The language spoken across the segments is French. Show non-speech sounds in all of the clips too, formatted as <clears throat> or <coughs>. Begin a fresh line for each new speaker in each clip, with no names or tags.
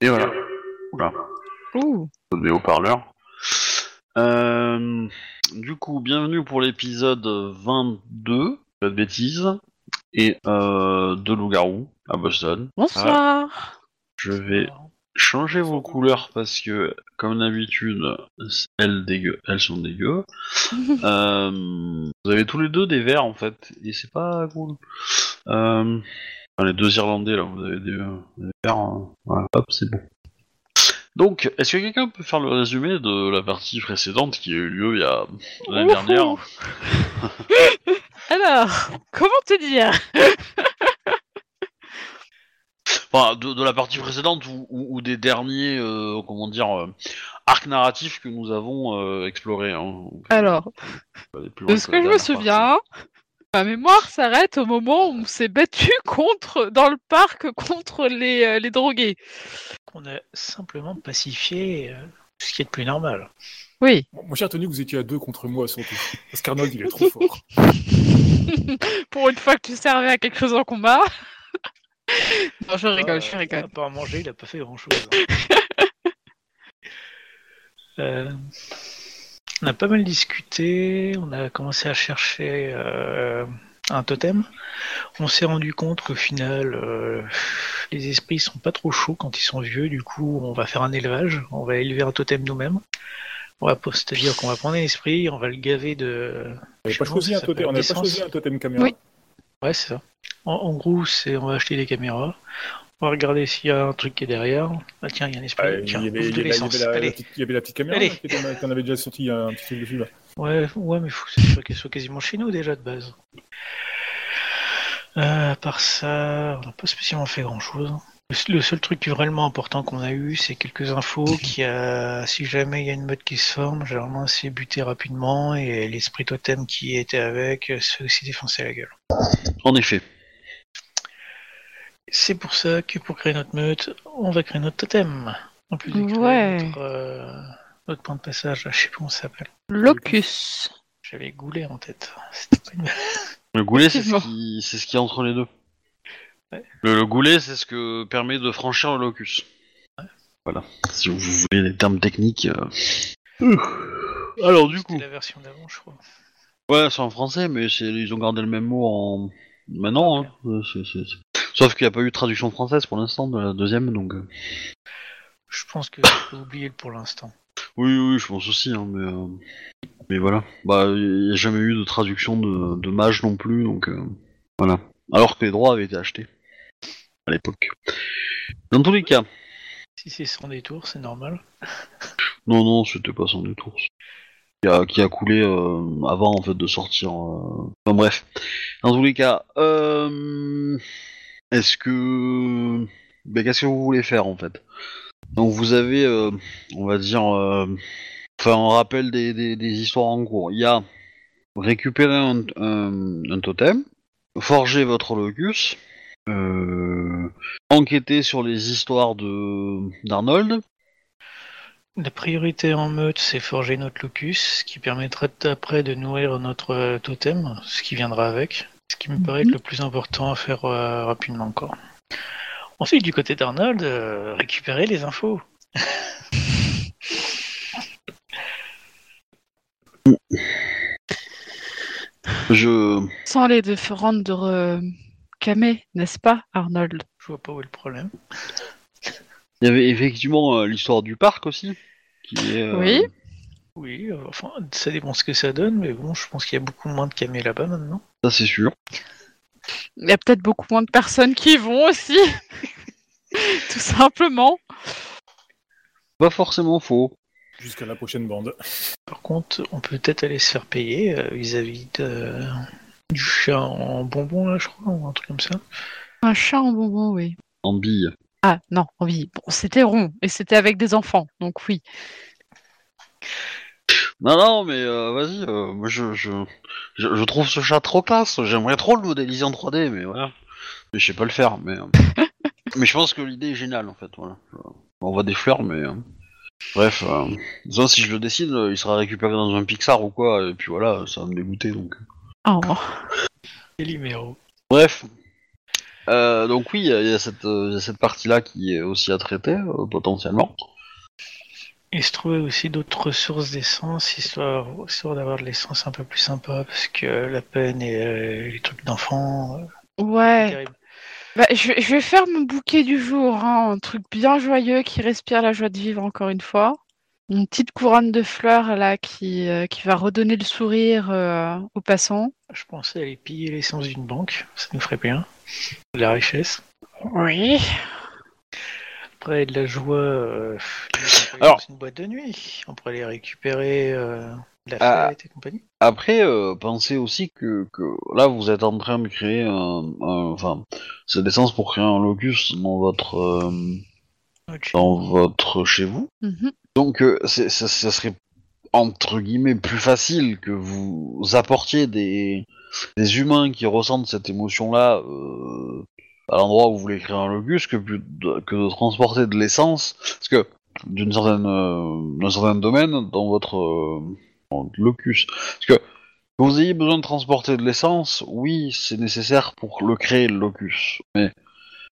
Et voilà. Oula,
Ouh.
des haut-parleurs. Euh, du coup, bienvenue pour l'épisode 22, pas de bêtises, et euh, de loup-garou à Boston.
Bonsoir.
Je vais changer vos couleurs parce que, comme d'habitude, elles, dégueu- elles sont dégueu. Euh, vous avez tous les deux des verts en fait, et c'est pas cool. Euh, enfin, les deux Irlandais là, vous avez des, euh, des verts. hein. Voilà, hop, c'est bon. Donc, est-ce que quelqu'un peut faire le résumé de la partie précédente qui a eu lieu il y a l'année
Wouhou.
dernière Ah.
Alors, <laughs> comment te dire
Enfin, de, de la partie précédente ou, ou- ou des derniers, euh, comment dire, euh, arcs narratifs que nous avons euh, explorés. hein. On peut
Alors,
aller plus loin
de
la
ce que je me
dernière partie.
souviens, ma mémoire s'arrête au moment où on s'est battu <laughs> contre, dans le parc contre les, euh, les drogués.
On a simplement pacifié euh, tout ce qui est de plus normal.
Oui.
Bon, mon cher Tony, vous étiez à deux contre moi surtout. Parce qu'Arnold, il est trop fort.
Pour une fois que tu servais à quelque chose en combat. <laughs> non, je rigole, je
À
rigole.
part manger, il a pas fait grand chose.
<laughs>
Euh, on a pas mal discuté, on a commencé à chercher euh, un totem. On s'est rendu compte qu'au final, euh, les esprits sont pas trop chauds quand ils sont vieux, du coup, on va faire un élevage, on va élever un totem nous-mêmes. On va pas- c'est-à-dire qu'on va prendre un esprit, on va le gaver de,
On n'avait
Je
pas,
pense
choisi
que
un
ça
totem-
peut être
on avait pas
d'essence.
choisi un totem caméra.
Oui.
Ouais, c'est ça. En, en gros, c'est on va acheter des caméras, on va regarder s'il y a un truc qui est derrière. Ah tiens, il y a un esprit.
Ah, il, y
tiens,
avait, il
bouffe
y
de
avait la,
l'essence.
il y avait la- la
Allez.
petite, il y avait la petite caméra,
Allez.
là, qui était dans- t'en avais déjà sorti un petit truc dessus. Là.
Ouais, ouais, mais faut que ce soit- qu'elle soit quasiment chez nous déjà de base. Euh, à part ça, on n'a pas spécialement fait grand chose. Le, le seul truc vraiment important qu'on a eu, c'est quelques infos qui a, si jamais il y a une meute qui se forme, généralement c'est buté rapidement et l'esprit totem qui était avec euh, se fait aussi défoncer la gueule.
En effet.
C'est pour ça que pour créer notre meute, on va créer notre totem. En plus de créer
Ouais.
notre, euh, notre point de passage, là, je sais plus comment ça s'appelle.
Euh,
Locus.
J'avais goulé en tête. C'était pas une-
Le goulet, c'est ce
Effectivement.
qui c'est ce qui est entre les deux.
Ouais.
Le, le goulet, c'est ce que permet de franchir le locus. Voilà. Si vous voulez les termes techniques. euh. Ouh. Alors, du
C'était
coup.
la version d'avant, je crois.
Ouais, c'est en français, mais c'est- ils ont gardé le même mot en. Maintenant, hein. Euh, c'est- c'est- c'est- Sauf qu'il n'y a pas eu de traduction française pour l'instant de la deuxième, donc. euh.
Je pense que je peux oublier le pour l'instant.
Oui, oui, je pense aussi, hein, mais. euh, Mais voilà. Bah, il n'y a jamais eu de traduction de, de mage non plus, donc. euh, Voilà. Alors que les droits avaient été achetés. À l'époque. Dans tous les cas.
Si c'est sans détour, c'est normal.
Non, non, c'était pas sans détour. Qui a, qui a coulé euh, avant en fait de sortir. euh, Enfin bref. Dans tous les cas, euh, est-ce que. Ben, Qu'est-ce que vous voulez faire en fait Donc vous avez, euh, on va dire. euh, Enfin, on rappelle des, des- des histoires en cours. Il y a récupérer un, un- un totem, forger votre locus, euh, enquêter sur les histoires de d'Arnold,
La priorité en meute, c'est forger notre locus, ce qui permettra après de nourrir notre euh, totem, ce qui viendra avec. Ce qui me paraît être le plus important à faire euh, rapidement encore. Ensuite, du côté d'Arnold, euh, récupérer les infos.
Je.
Sans les différentes de re- camé, n'est-ce pas, Arnold
Je vois pas où est le problème.
Il y avait effectivement euh, l'histoire du parc aussi. Qui est, euh,
Oui.
Oui, euh, enfin, ça dépend ce que ça donne, mais bon, je pense qu'il y a beaucoup moins de camés là-bas maintenant.
Ça, c'est sûr.
Il y a peut-être beaucoup moins de personnes qui y vont aussi. <laughs> Tout simplement.
Pas forcément faux.
Jusqu'à la prochaine bande.
Par contre, on peut peut-être aller se faire payer euh, vis-à-vis de- euh, du chat en bonbon, là, je crois, ou un truc comme ça.
Un chat en bonbon, oui.
En bille.
Ah non, oui. Bon, c'était rond et c'était avec des enfants, donc oui.
Non, non, mais euh, vas-y. euh, moi, je, je, je, je trouve ce chat trop classe. J'aimerais trop le modéliser en 3D, mais voilà. Mais je sais pas le faire. Mais, euh, <laughs> mais je pense que l'idée est géniale en fait. Voilà. Je- On voit des fleurs, mais. euh, Bref, euh, ça, si je le décide, euh, il sera récupéré dans un Pixar ou quoi, et puis voilà, ça va me dégoûter donc.
Oh.
Calimero.
Bref, Euh, donc oui, il y a- il y a cette, euh, il y a cette partie-là qui est aussi à traiter, euh, potentiellement.
Et se trouver aussi d'autres ressources d'essence, histoire, histoire d'avoir de l'essence un peu plus sympa, parce que la peine et euh, les trucs d'enfants, euh, c'est
Ouais.
terrible.
Bah, je, vais- je vais faire mon bouquet du jour, hein, un truc bien joyeux qui respire la joie de vivre encore une fois. Une petite couronne de fleurs là qui, euh, qui va redonner le sourire euh, aux passants.
Je pensais aller piller l'essence d'une banque, ça nous ferait bien. De la richesse.
Oui.
Après, de la joie, euh, on pourrait aller
Alors-
dans une boîte de nuit, on pourrait aller récupérer euh, de la
Ah.
fête et compagnie.
Après, euh, pensez aussi que, que là, vous êtes en train de créer un... un- Enfin, c'est l'essence pour créer un locus dans votre... euh,
Ok.
dans votre... chez vous.
Mhm.
Donc, euh, c'est- ça, ça serait entre guillemets plus facile que vous apportiez des, des humains qui ressentent cette émotion-là euh, à l'endroit où vous voulez créer un locus que, plus de, que de transporter de l'essence. Parce que d'une certaine euh, d'un certain domaine dans votre euh, dans le locus. Parce que que vous ayez besoin de transporter de l'essence, oui, c'est nécessaire pour le créer le locus. Mais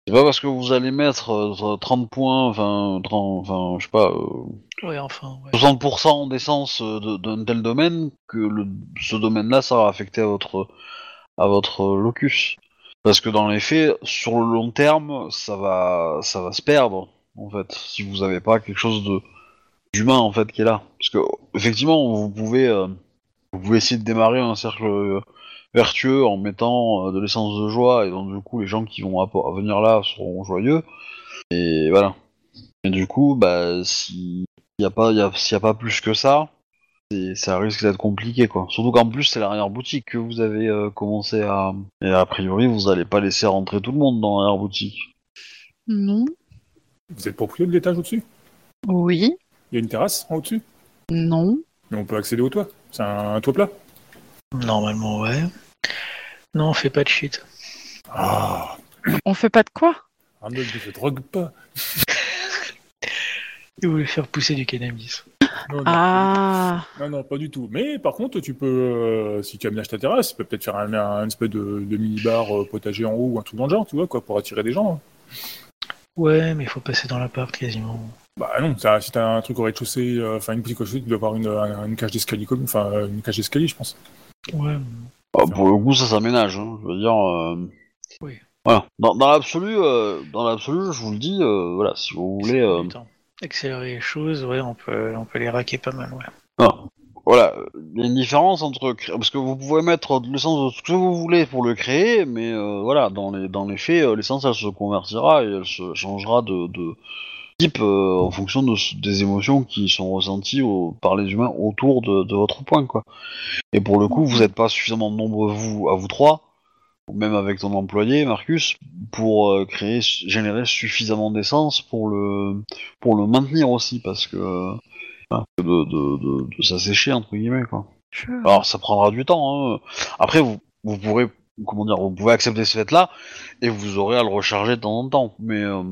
c'est pas parce que vous allez mettre euh, 30 points, enfin, 30, enfin, je sais pas, euh,
Ouais, enfin, ouais.
60% d'essence euh, de- d'un tel domaine que le, ce domaine-là ça va affecter à votre à votre euh, locus parce que dans les faits sur le long terme ça va ça va se perdre en fait si vous n'avez pas quelque chose de d'humain en fait qui est là parce que effectivement vous pouvez euh, vous pouvez essayer de démarrer un cercle euh, vertueux en mettant euh, de l'essence de joie et donc du coup les gens qui vont appo- venir là seront joyeux et voilà et du coup bah si y a pas, y a- s'il n'y a pas plus que ça, c'est- ça risque d'être compliqué, quoi. Surtout qu'en plus, c'est l'arrière-boutique que vous avez euh, commencé à... Et a priori, vous n'allez pas laisser rentrer tout le monde dans l'arrière-boutique.
Non.
Vous êtes propriétaire de l'étage au-dessus
Oui.
Il y a une terrasse en au-dessus
Non.
Mais on peut accéder au toit. C'est un, un toit plat.
Normalement, ouais. Non, on fait pas de shit.
Ah
On fait pas de quoi
Arnold ne se drogue pas.
Ils voulaient faire pousser du cannabis.
Non, non,
Ah.
Non, non, pas du tout. Mais par contre, tu peux, euh, si tu aménages ta terrasse, tu peux peut-être faire un, un espèce de, de mini-bar euh, potager en haut ou un truc dans le genre, tu vois, quoi, pour attirer des gens. hein.
Ouais, mais il faut passer dans l'appart quasiment.
Bah non, ça- si t'as un truc au rez-de-chaussée, euh, enfin une petite chaussée, tu dois avoir une, un- une cage d'escalier commune, enfin euh, une cage d'escalier, je pense.
Ouais,
Ah, pour le coup, ça s'aménage, hein, je veux dire... euh,
Oui.
Voilà. Dans, dans l'absolu, euh, dans l'absolu, je vous le dis, euh, voilà, si vous voulez... euh,
Attends. accélérer les choses, ouais, on peut, on peut les raquer pas mal, ouais.
Ah, Voilà, il y a une différence entre cré- parce que vous pouvez mettre de l'essence de ce que vous voulez pour le créer, mais euh, voilà, dans les dans les faits, euh, l'essence elle se convertira et elle se changera de, de type euh, en fonction de ce- des émotions qui sont ressenties au- par les humains autour de, de votre point quoi. Et pour le coup, vous n'êtes pas suffisamment nombreux vous à vous trois, ou même avec ton employé Marcus, pour euh, créer générer suffisamment d'essence pour le pour le maintenir aussi parce que euh, de, de, de, de s'assécher entre guillemets quoi.
Je-
Alors ça prendra du temps. hein. Après vous, vous pourrez comment dire vous pouvez accepter ce fait là et vous aurez à le recharger de temps en temps. Mais euh,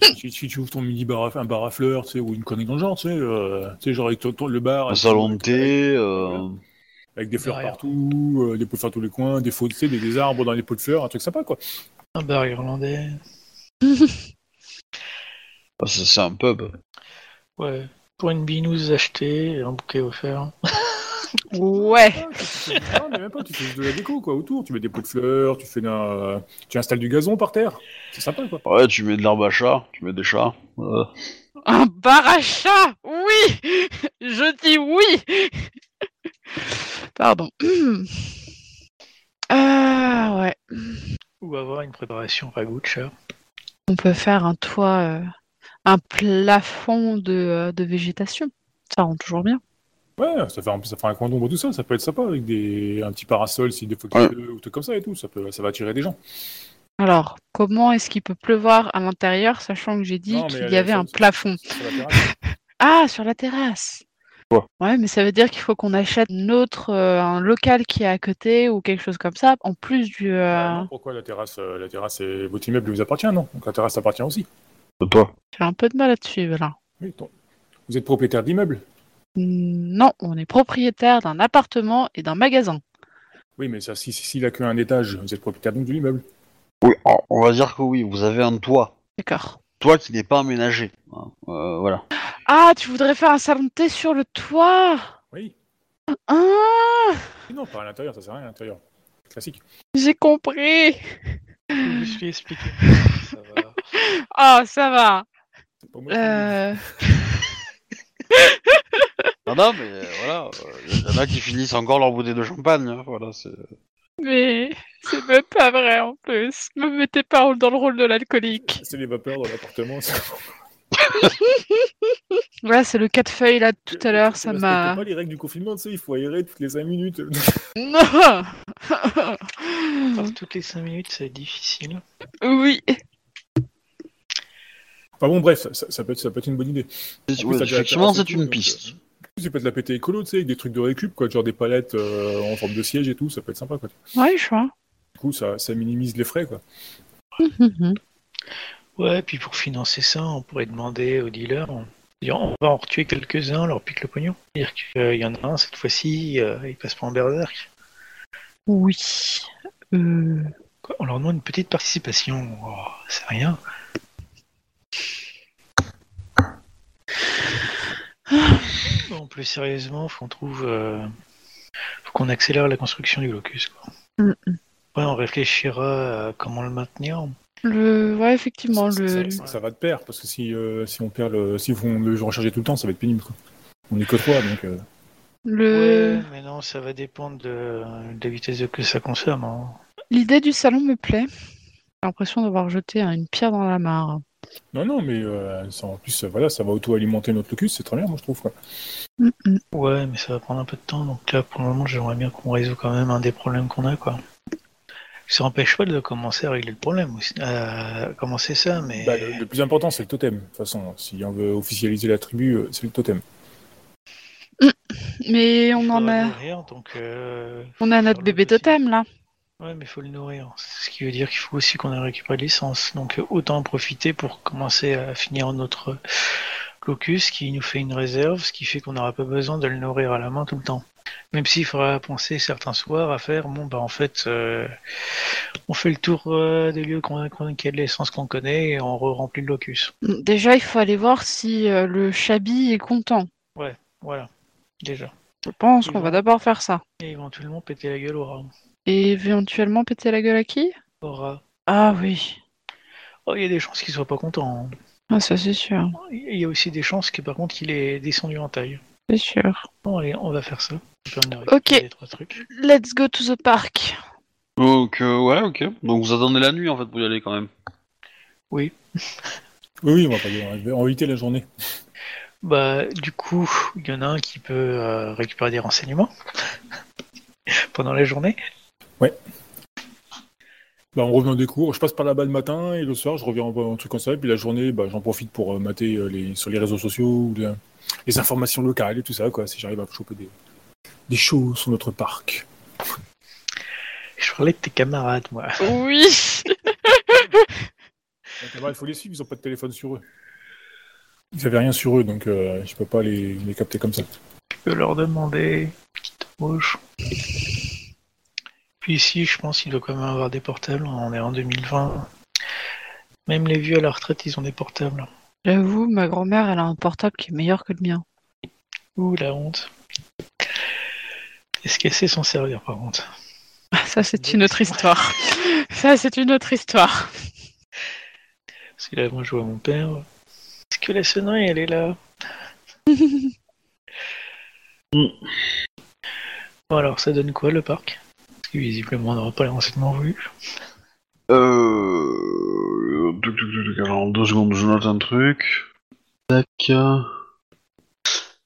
Si, si- si tu ouvres ton mini-bar, à- un bar à fleurs, tu sais, ou une connerie dans le genre, tu sais, euh, tu sais, genre avec ton- ton- le bar,
un
avec-
salon de thé, euh,
Voilà. avec des fleurs
Derrière.
partout, euh, des pots de fleurs tous les coins, des faux, tu sais, des, des arbres dans les pots de fleurs, un truc sympa quoi.
Un bar irlandais,
bah, c'est c'est un pub.
ouais. Pour une binouse achetée, un bouquet offert.
Ouais.
Ah, tu fais- non, mais même pas, tu fais juste de la déco quoi autour, tu mets des pots de fleurs, tu fais d'un- euh, tu installes du gazon par terre, c'est sympa quoi.
Ouais tu mets de l'herbe à chat, tu mets des chats. euh.
Un bar à chat Oui Je dis oui Pardon. Ah ouais.
Ou avoir une préparation <laughs> ragoutcheur.
On peut faire un toit, euh, un plafond de, euh, de végétation. Ça rend toujours bien.
Ouais, ça fait un, ça fait un coin d'ombre tout ça, ça peut être sympa avec des, un petit parasol si des fois
Ouais.
qu'il pleut ou truc comme ça et tout, ça peut, ça va attirer des gens.
Alors, comment est-ce qu'il peut pleuvoir à l'intérieur, sachant que j'ai dit
Non, mais
qu'il
elle-
y avait
ça-
un
ça-
plafond
<laughs> sur la terrasse.
Ah, sur la terrasse
Ouais.
mais ça veut dire qu'il faut qu'on achète notre, euh, un local qui est à côté ou quelque chose comme ça, en plus du...
Ah,
euh,
non, pourquoi la terrasse, euh, la terrasse et votre immeuble vous appartient non Donc la terrasse appartient aussi.
De toi.
J'ai un peu de mal à te suivre là.
Oui, ton- Vous êtes propriétaire d'immeuble.
Non, on est propriétaire d'un appartement et d'un magasin.
Oui, mais ça, si, si, s'il a qu'un étage, vous êtes propriétaire donc de l'immeuble.
Oui, on- on va dire que oui, vous avez un toit.
D'accord.
Toit qui n'est pas aménagé. hein. Euh, voilà.
Ah, tu voudrais faire un salon de thé sur le toit
Oui.
Ah,
Non, pas à l'intérieur, ça sert à rien à l'intérieur. Classique.
j'ai compris.
Je me suis expliqué. Ça va.
Ah, ça va.
C'est pas moi qui le
Euh,
dis.
Non, non, mais euh, voilà, il y en a qui finissent encore leur bouteille de champagne. hein, voilà, c'est...
mais c'est même pas vrai en plus. Me mettez pas dans le rôle de l'alcoolique.
C'est les vapeurs dans l'appartement. ça.
Ouais, c'est le cas de feuille là de tout à l'heure, ça
Parce que
m'a. <laughs>
t'as pas les règles du confinement, tu sais, il faut aérer toutes les 5 minutes. <laughs>
Non
Par toutes les 5 minutes, c'est difficile.
Oui.
Enfin bon, bref, ça, ça- ça peut, être, ça peut être une bonne idée. En plus,
ouais,
t'as déjà la
effectivement,
terrasse et
c'est
tout,
une
donc,
piste.
euh, Ça peut être la pété écolo, tu sais, avec des trucs de récup, quoi, genre des palettes euh, en forme de siège et tout, ça peut être sympa, quoi.
Ouais, je vois.
Du coup, ça, ça minimise les frais, quoi. Mhm.
Ouais, puis pour financer ça, on pourrait demander aux dealers. On, dire, on va en retuer quelques-uns, on leur pique le pognon. C'est-à-dire qu'il y en a un, cette fois-ci, euh, il passe pas en berserk.
Oui. Euh,
Quoi, on leur demande une petite participation. Oh, c'est rien. Non, plus sérieusement, faut qu'on trouve. euh, faut qu'on accélère la construction du locus. Quoi.
Mm,
Ouais, on réfléchira à comment le maintenir.
le... Ouais, effectivement.
ça,
le...
ça- ça va de pair, parce que si, euh, si on perd le. Si on le recharger tout le temps, ça va être pénible, quoi. On est que trois, donc. euh,
le...
Ouais, mais non, ça va dépendre de, de la vitesse de que ça consomme. hein.
L'idée du salon me plaît. J'ai l'impression d'avoir jeté hein, une pierre dans la mare.
Non, non, mais euh, ça- en plus, euh, voilà, ça va auto-alimenter notre locus, c'est très bien, moi, je trouve, quoi.
Mm-mm.
Ouais, mais ça va prendre un peu de temps. Donc là, pour le moment, j'aimerais bien qu'on résout quand même un des problèmes qu'on a, quoi. Ça empêche pas de commencer à régler le problème, aussi, euh, commencer ça, mais
Bah, le, le plus important, c'est le totem. De toute façon, si on veut officialiser la tribu, euh, c'est le totem.
Mais on
il
en
faudra
a...
le nourrir, donc euh,
On a notre
Sur le
bébé
dossier.
totem là.
ouais, mais faut le nourrir. Ce qui veut dire qu'il faut aussi qu'on ait récupéré de l'essence. Donc euh, autant en profiter pour commencer à finir notre locus qui nous fait une réserve, ce qui fait qu'on n'aura pas besoin de le nourrir à la main tout le temps. Même s'il faudra penser certains soirs à faire, bon bah en fait, euh, on fait le tour euh, des lieux qu'on qu'on- qui a de l'essence qu'on connaît et on re-remplit le locus.
Déjà, il faut aller voir si euh, le chabi est content.
Voilà, déjà.
Je pense
Ils
qu'on va
vont-
d'abord faire ça.
Et éventuellement péter la gueule au rat.
Et éventuellement péter la gueule à qui
Au rat.
Ah oui.
Oh, il y a des chances qu'il soit pas content. hein.
Ah, ça c'est sûr.
Il y a aussi des chances que par contre il est descendu en taille.
C'est sûr.
Bon, allez, on va faire ça. Je vais en
Ok.
récupérer trois trucs.
Let's go to the park.
Donc, euh, ouais, ok. Donc, vous attendez la nuit, en fait, pour y aller, quand même.
Oui, oui, on va pas dire, hein, on va- on va éviter la journée.
Bah, du coup, il y en a un qui peut euh, récupérer des renseignements <laughs> pendant la journée.
Bah, on revient des cours, je passe par là-bas le matin, et le soir, je reviens en, en truc comme ça, et puis la journée, bah, j'en profite pour euh, mater euh, les, sur les réseaux sociaux, ou les, les informations locales et tout ça, quoi, si j'arrive à choper des, des choses sur notre parc.
Je parlais de tes camarades, moi.
Oui. <laughs>
il faut les suivre, ils ont pas de téléphone sur eux. Ils avaient rien sur eux, donc euh, je peux pas les, les capter comme ça.
Tu peux leur demander. Petite rouge. Puis ici, je pense qu'il doit quand même avoir des portables. On est en 2020. Même les vieux à la retraite, ils ont des portables.
J'avoue, ma grand-mère, elle a un portable qui est meilleur que le mien.
Ouh, la honte. Est-ce qu'elle sait s'en servir, par contre
Ah, Ça, c'est une autre histoire. Ça, c'est une autre histoire.
Parce qu'il a moi joué à mon père. Est-ce que la sonnerie, elle est là
Mm.
Bon alors, ça donne quoi le parc Parce que visiblement, on n'aura pas les renseignements voulus.
Euh... tuc, tuc, tuc, tuc, Alors, deux secondes, je note un truc. Tac.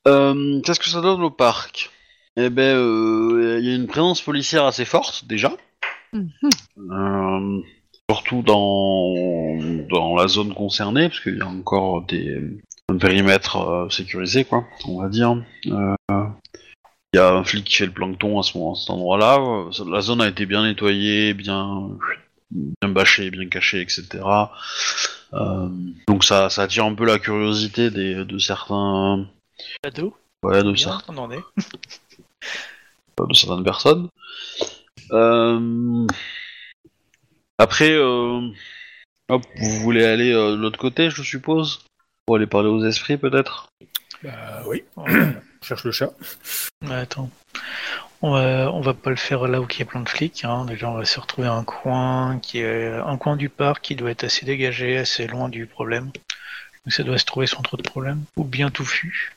Euh, Qu'est-ce que ça donne au parc Eh ben, euh, il y a une présence policière assez forte, déjà. Euh, surtout dans, dans la zone concernée, parce qu'il y a encore des, un périmètre euh, sécurisé, quoi, on va dire. Euh, Il y a un flic qui fait le plancton à, ce, moment- à cet endroit-là. Euh, La zone a été bien nettoyée, bien, bien bâchée, bien cachée, etc. Euh, donc ça, ça attire un peu la curiosité des, de certains...
Ado
Ouais, de, certains
Bien, on en est.
de certaines personnes. Euh, Après, euh, hop, vous voulez aller euh, de l'autre côté, je suppose Pour aller parler aux esprits, peut-être
Bah oui, on cherche le chat.
<coughs> Ouais, Attends. On va, on va pas le faire là où il y a plein de flics. Hein. Déjà, on va se retrouver à un coin qui est euh, un coin du parc qui doit être assez dégagé, assez loin du problème. Donc ça doit se trouver sans trop de problème. Ou bien touffu.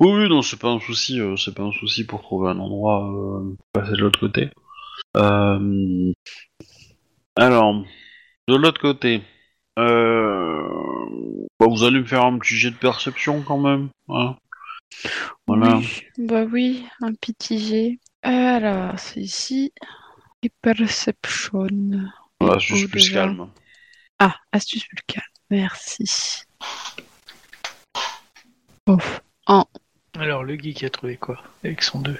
Oui, oui, non, c'est pas un souci, euh, c'est pas un souci pour trouver un endroit euh, pour passer de l'autre côté. Euh, Alors, de l'autre côté, euh, bah, vous allez me faire un petit jet de perception quand même. hein. Voilà.
Oui. Bah oui, un petit G. Alors, c'est ici. Et perception.
Voilà, c'est
Oh,
juste plus
déjà.
calme.
Ah, astuce vulcaine. Merci. Ouf.
Alors, le geek a trouvé quoi Avec son 2.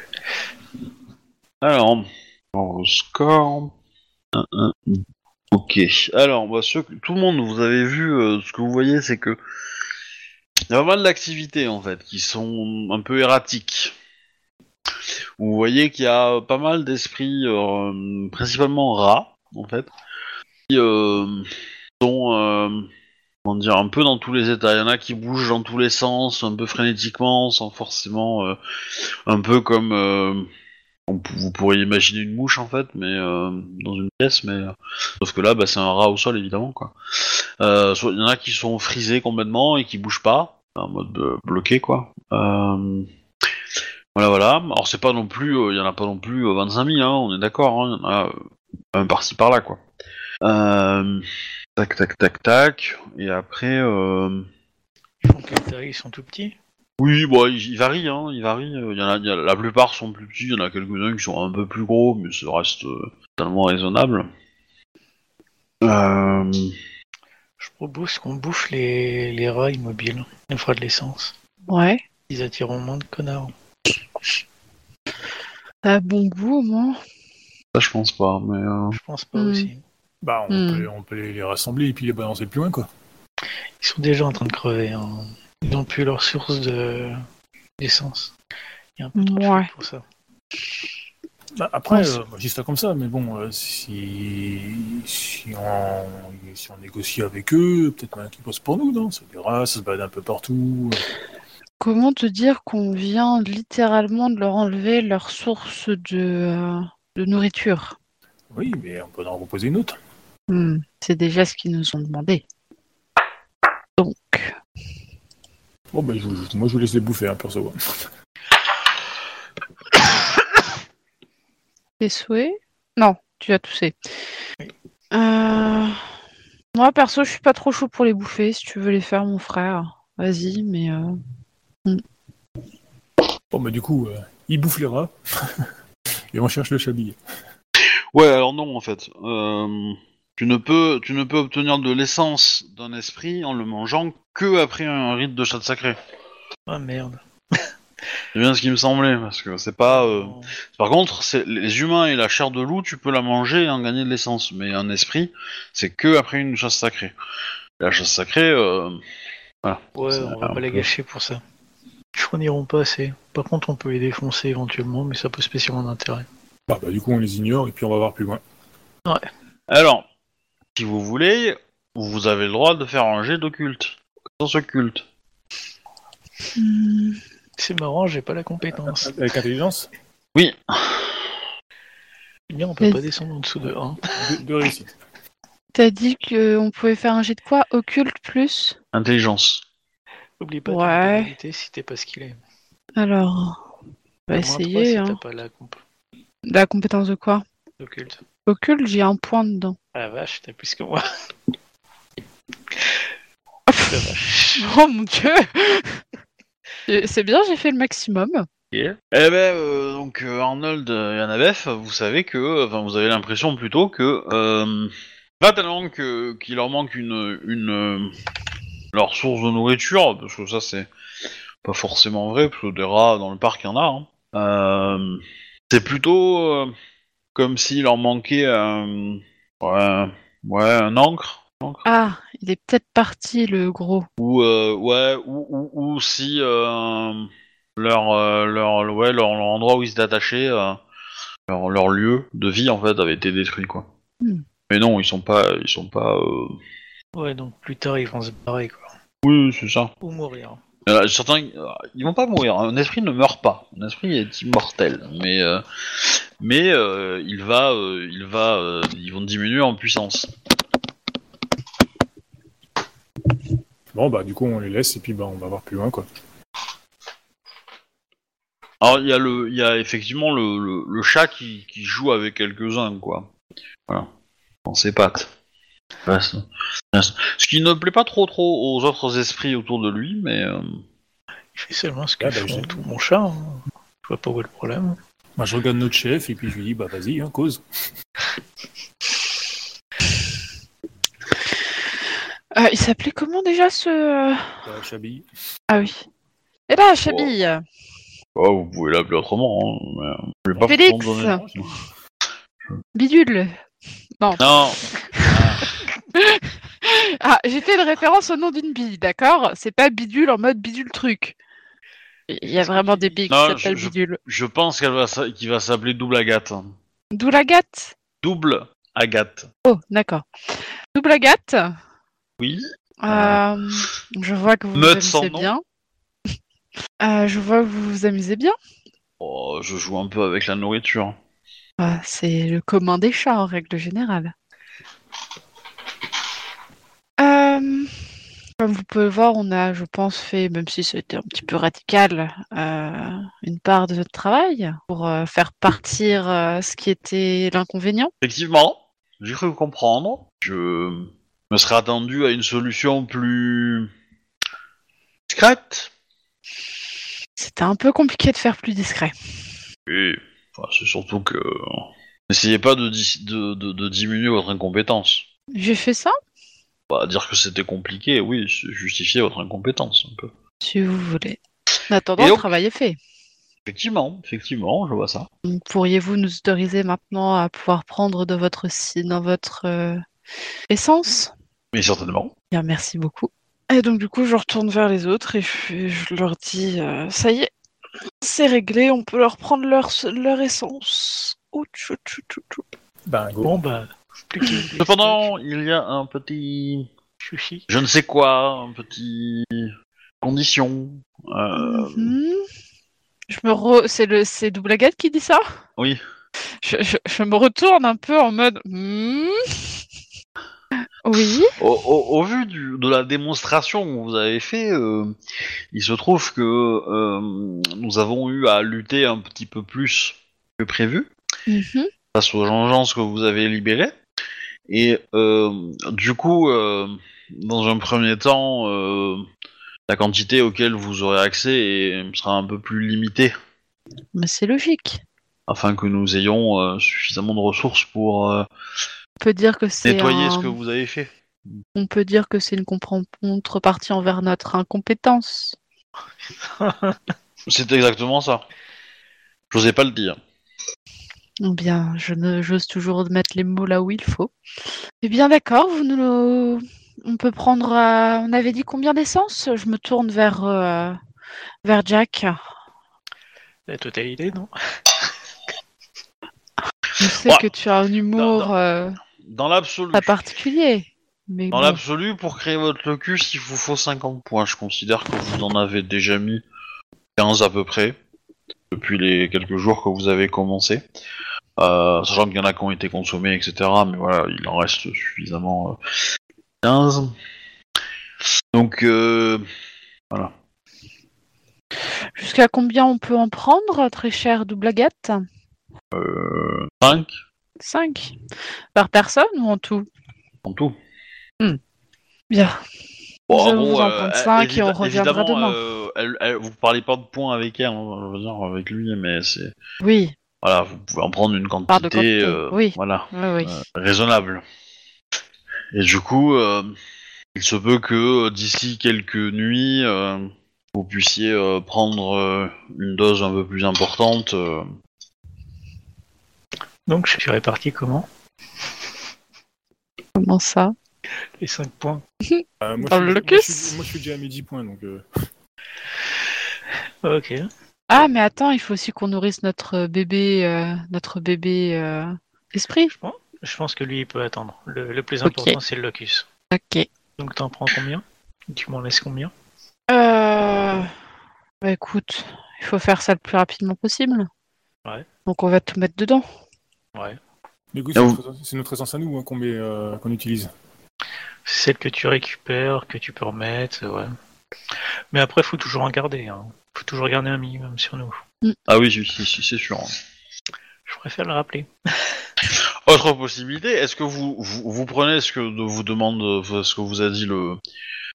Alors, au score. Un, un, un. Ok. Alors, bah, ceux que- tout le monde, vous avez vu, euh, ce que vous voyez, c'est que. Il y a pas mal d'activités, en fait, qui sont un peu erratiques. Vous voyez qu'il y a pas mal d'esprits, euh, principalement rats, en fait, qui euh, sont. euh, comment dire, un peu dans tous les états. Il y en a qui bougent dans tous les sens, un peu frénétiquement, sans forcément. euh, un peu comme. euh, on pou- vous pourriez imaginer une mouche en fait, mais euh, dans une pièce, mais euh, sauf que là, bah, c'est un rat au sol évidemment quoi. Euh, soit- Il y en a qui sont frisés complètement et qui bougent pas, en mode euh, bloqué quoi. Euh, voilà voilà. Alors c'est pas non plus, euh, il y en a pas non plus euh, 25 000, hein, on est d'accord. hein, il y en a euh, un par-ci par-là quoi. Euh, tac tac tac tac. Et après. Euh,
Ils font que les tarifs, ils sont tout petits.
oui, bon, il, il varie, hein, il varie. euh, Il y en a, il y a- la plupart sont plus petits, il y en a quelques-uns qui sont un peu plus gros, mais ça reste euh, totalement raisonnable. Euh,
Je propose qu'on bouffe les, les rats immobiles. On fera de l'essence.
Ouais.
Ils attireront moins de connards.
Ça a bon goût au moins.
ça, je pense pas, mais. euh,
Je pense pas
Hmm.
aussi.
Bah, on,
Hmm.
peut, on peut les rassembler et puis les balancer plus loin, quoi.
Ils sont déjà en train de crever. hein. Ils n'ont plus leur source de d'essence. Il y a un peu trop de
Ouais.
flics pour ça.
Bah, après,
Ouais.
euh, moi, je dis ça comme ça, mais bon, euh, si... Si, on... si on négocie avec eux, peut-être même qu'ils bossent pour nous, non Ça verra, ça se balade un peu partout.
Comment te dire qu'on vient littéralement de leur enlever leur source de, euh, de nourriture
Oui, mais on peut en proposer une autre.
Hmm, C'est déjà ce qu'ils nous ont demandé. Donc,
Bon, bah, je vous- moi, je vous laisse les bouffer, hein, perso.
tes souhaits Non, tu as toussé. Euh, Moi, perso, je suis pas trop chaud pour les bouffer. Si tu veux les faire, mon frère, vas-y, mais... euh,
Bon, bah, du coup, euh, ils bouffent les rats <laughs> et on cherche le chabillé.
Ouais, alors non, en fait. Euh, tu ne peux, tu ne peux obtenir de l'essence d'un esprit en le mangeant que après un rite de chat sacré.
Ah merde.
C'est bien ce qui me semblait, parce que c'est pas. euh, Par contre, c'est- les humains et la chair de loup, tu peux la manger et en gagner de l'essence. Mais un esprit, c'est que après une chasse sacrée. La chasse sacrée, euh,
Ouais,
c'est
on va
un
pas les
peu-
gâcher pour ça. Ils fourniront pas assez. Par contre, on peut les défoncer éventuellement, mais ça peut spécialement d'intérêt.
Bah, bah, du coup, on les ignore et puis on va voir plus loin.
Alors, si vous voulez, vous avez le droit de faire un jet d'occulte. Dans ce culte.
hmm,
C'est marrant, j'ai pas la compétence.
Avec intelligence,
Oui.
Eh Bien, on peut
Vas-y.
pas descendre en dessous de 1.
deux, deux réussites.
T'as dit qu'on pouvait faire un jet de quoi Occulte plus
Intelligence.
Oublie pas
Ouais.
ouais. si t'es pas skillé.
Alors, on va
Moins trois
essayer.
si
hein.
t'as pas la comp
La compétence de quoi
occulte.
Occulte, j'ai un point dedans.
Ah la vache, t'as plus que moi. <laughs> la vache.
<laughs> Oh mon dieu Euh, <laughs> C'est bien, j'ai fait le maximum.
Eh ben, euh, donc euh, Arnold et Annabeth, vous savez que, enfin, vous avez l'impression plutôt que, euh, pas tellement que qu'il leur manque une, une euh, leur source de nourriture, parce que ça c'est pas forcément vrai, parce que des rats dans le parc il y en a. hein. Euh, c'est plutôt euh, comme s'il leur manquait, euh, ouais, ouais, un encre. encre.
Ah, il est peut-être parti le gros.
ou euh, ouais ou, ou, ou si euh, leur euh, leur ouais leur, leur endroit où ils étaient attachés euh, leur, leur lieu de vie en fait avait été détruit quoi Mais non, ils sont pas, ils sont pas. euh,
Ouais, donc plus tard, ils vont se barrer, quoi.
Oui, c'est ça.
Ou mourir.
Euh, certains, euh, ils vont pas mourir. hein. Un esprit ne meurt pas. Un esprit est immortel, mais euh, mais euh, il va, euh, il va, euh, ils vont diminuer en puissance.
Bon, bah, du coup, on les laisse et puis bah, on va voir plus loin, quoi.
Alors il y a le, il y a effectivement le, le, le chat qui, qui joue avec quelques uns quoi. Voilà, dans ses pattes. Ouais, c'est- ouais, c'est- Ce qui ne plaît pas trop trop aux autres esprits autour de lui, mais euh,
Je fais seulement ce que
Ah, bah,
font
j'ai-
tout mon chat. hein. Je vois pas où est le problème.
Bah, je regarde notre chef et puis je lui dis, bah, vas-y, hein, cause.
Euh, il s'appelait comment déjà ce. euh?
Bah, Chabi.
Ah oui. Et là, Chabille
ouais, oh, vous pouvez l'appeler autrement. hein, mais, euh, je vais pas
Félix.
forcément donner-
Non, je-
Bidule
Non,
Ah, j'ai fait une référence au nom d'une bille, d'accord C'est pas bidule en mode bidule truc. Il y a vraiment des billes qui
Non, je-
s'appellent
je-
bidule.
je pense qu'elle va, s'a- qu'il va s'appeler Double Agathe.
D'où la gâte
Double Agathe.
Oh, d'accord. Double agate, euh,
Oui.
je vois que vous vous
Meute sans
amusez
nom.
bien. Euh, je vois que vous vous amusez bien.
Oh, je joue un peu avec la nourriture.
Ah, c'est le commun des chats en règle générale. Euh, comme vous pouvez le voir, on a, je pense, fait, même si c'était un petit peu radical, euh, une part de notre travail pour euh, faire partir euh, ce qui était l'inconvénient.
Effectivement, j'ai cru comprendre. Je me serais attendu à une solution plus discrète.
C'était un peu compliqué de faire plus discret.
Et enfin, c'est surtout que n'essayez pas de, dis- de, de- de diminuer votre incompétence.
J'ai fait ça,
Bah, dire que c'était compliqué, oui, c'est justifier votre incompétence un peu.
si vous voulez. En attendant,
Et
le
donc-
travail est fait.
Effectivement, effectivement, je vois ça.
Donc, Pourriez-vous nous autoriser maintenant à pouvoir prendre de votre, si- dans votre euh, essence
Mais certainement.
Bien, merci beaucoup. Et donc, du coup, je retourne vers les autres et je, fais- je leur dis euh, ça y est, c'est réglé, on peut leur prendre leur, leur essence. Ouh, tchou, tchou, tchou, tchou.
Bah, go.
Bon, bah, plus que-
<laughs> Cependant, il y a un petit,
Chuchi.
je ne sais quoi, un petit condition. Euh,
Mhm. Je me re... C'est le c'est Double Agate qui dit ça
Oui.
Je, je- je me retourne un peu en mode hmm. Oui,
Au, au- au vu du- de la démonstration que vous avez fait, euh, il se trouve que euh, nous avons eu à lutter un petit peu plus que prévu
Mhm.
face aux vengeances que vous avez libérées. Et euh, du coup, euh, dans un premier temps, euh, la quantité auquel vous aurez accès est- sera un peu plus limitée
mais c'est logique.
afin que nous ayons euh, suffisamment de ressources pour euh,
On peut dire que c'est
nettoyer
un-
ce que vous avez fait.
on peut dire que c'est une compren- contrepartie envers notre incompétence.
C'est exactement ça. J'osais pas le dire.
Eh Bien, je ne, j'ose toujours mettre les mots là où il faut. Eh bien, d'accord, vous nous, on peut prendre. euh, on avait dit combien d'essence Je me tourne vers euh, vers Jack.
La totalité, non
Je sais
Ouais.
que tu as un
Non,
humour
non.
euh,
Dans l'absolu.
pas particulier, mais
Dans
bon,
l'absolu, pour créer votre locus, il vous faut 50 points. Je considère que vous en avez déjà mis 15 à peu près, depuis les quelques jours que vous avez commencé. Euh, sachant qu'il y en a qui ont été consommés, etc. Mais voilà, il en reste suffisamment euh, 15. Donc, euh,
jusqu'à combien on peut en prendre, très cher double agate
5
Cinq par personne ou en tout
en tout.
Bien. Nous allons vous en
euh,
prendre cinq et
évi-
on reviendra
évidemment,
demain.
euh, elle- elle- vous parlez pas de points avec elle, hein, je veux dire, avec lui, mais c'est.
Oui,
Voilà, vous pouvez en prendre une quantité.
Par de quantité,
euh,
oui.
Voilà.
oui, oui.
Euh, raisonnable. Et du coup, euh, il se peut que euh, d'ici quelques nuits, euh, vous puissiez euh, prendre euh, une dose un peu plus importante. euh.
Donc, je suis réparti comment
Comment ça
Les 5 points.
Euh, moi,
Dans
je suis-
le
moi,
locus.
je suis- Moi, je suis déjà à midi points, donc. euh,
Euh, Ok.
Ah, mais attends, il faut aussi qu'on nourrisse notre bébé, euh, notre bébé euh, esprit.
Je pense, Je pense que lui, il peut attendre. Le, le plus
Ok.
important, c'est le locus.
Ok.
Donc t'en prends combien Tu m'en laisses combien
Euh... Bah écoute, il faut faire ça le plus rapidement possible.
Ouais.
Donc on va tout mettre dedans.
Ouais.
Du coup,
Ah,
c'est
vous-
notre- c'est notre essence à nous hein, qu'on met, euh, qu'on utilise.
Celle que tu récupères, que tu peux remettre, ouais. Mais après, faut toujours en garder. Hein. Faut toujours garder un minimum sur nous.
Ah oui, si, si, si, c'est sûr. hein.
Je préfère le rappeler.
Autre possibilité, est-ce que vous, vous, vous prenez ce que de- vous demande, euh, ce que vous a dit le,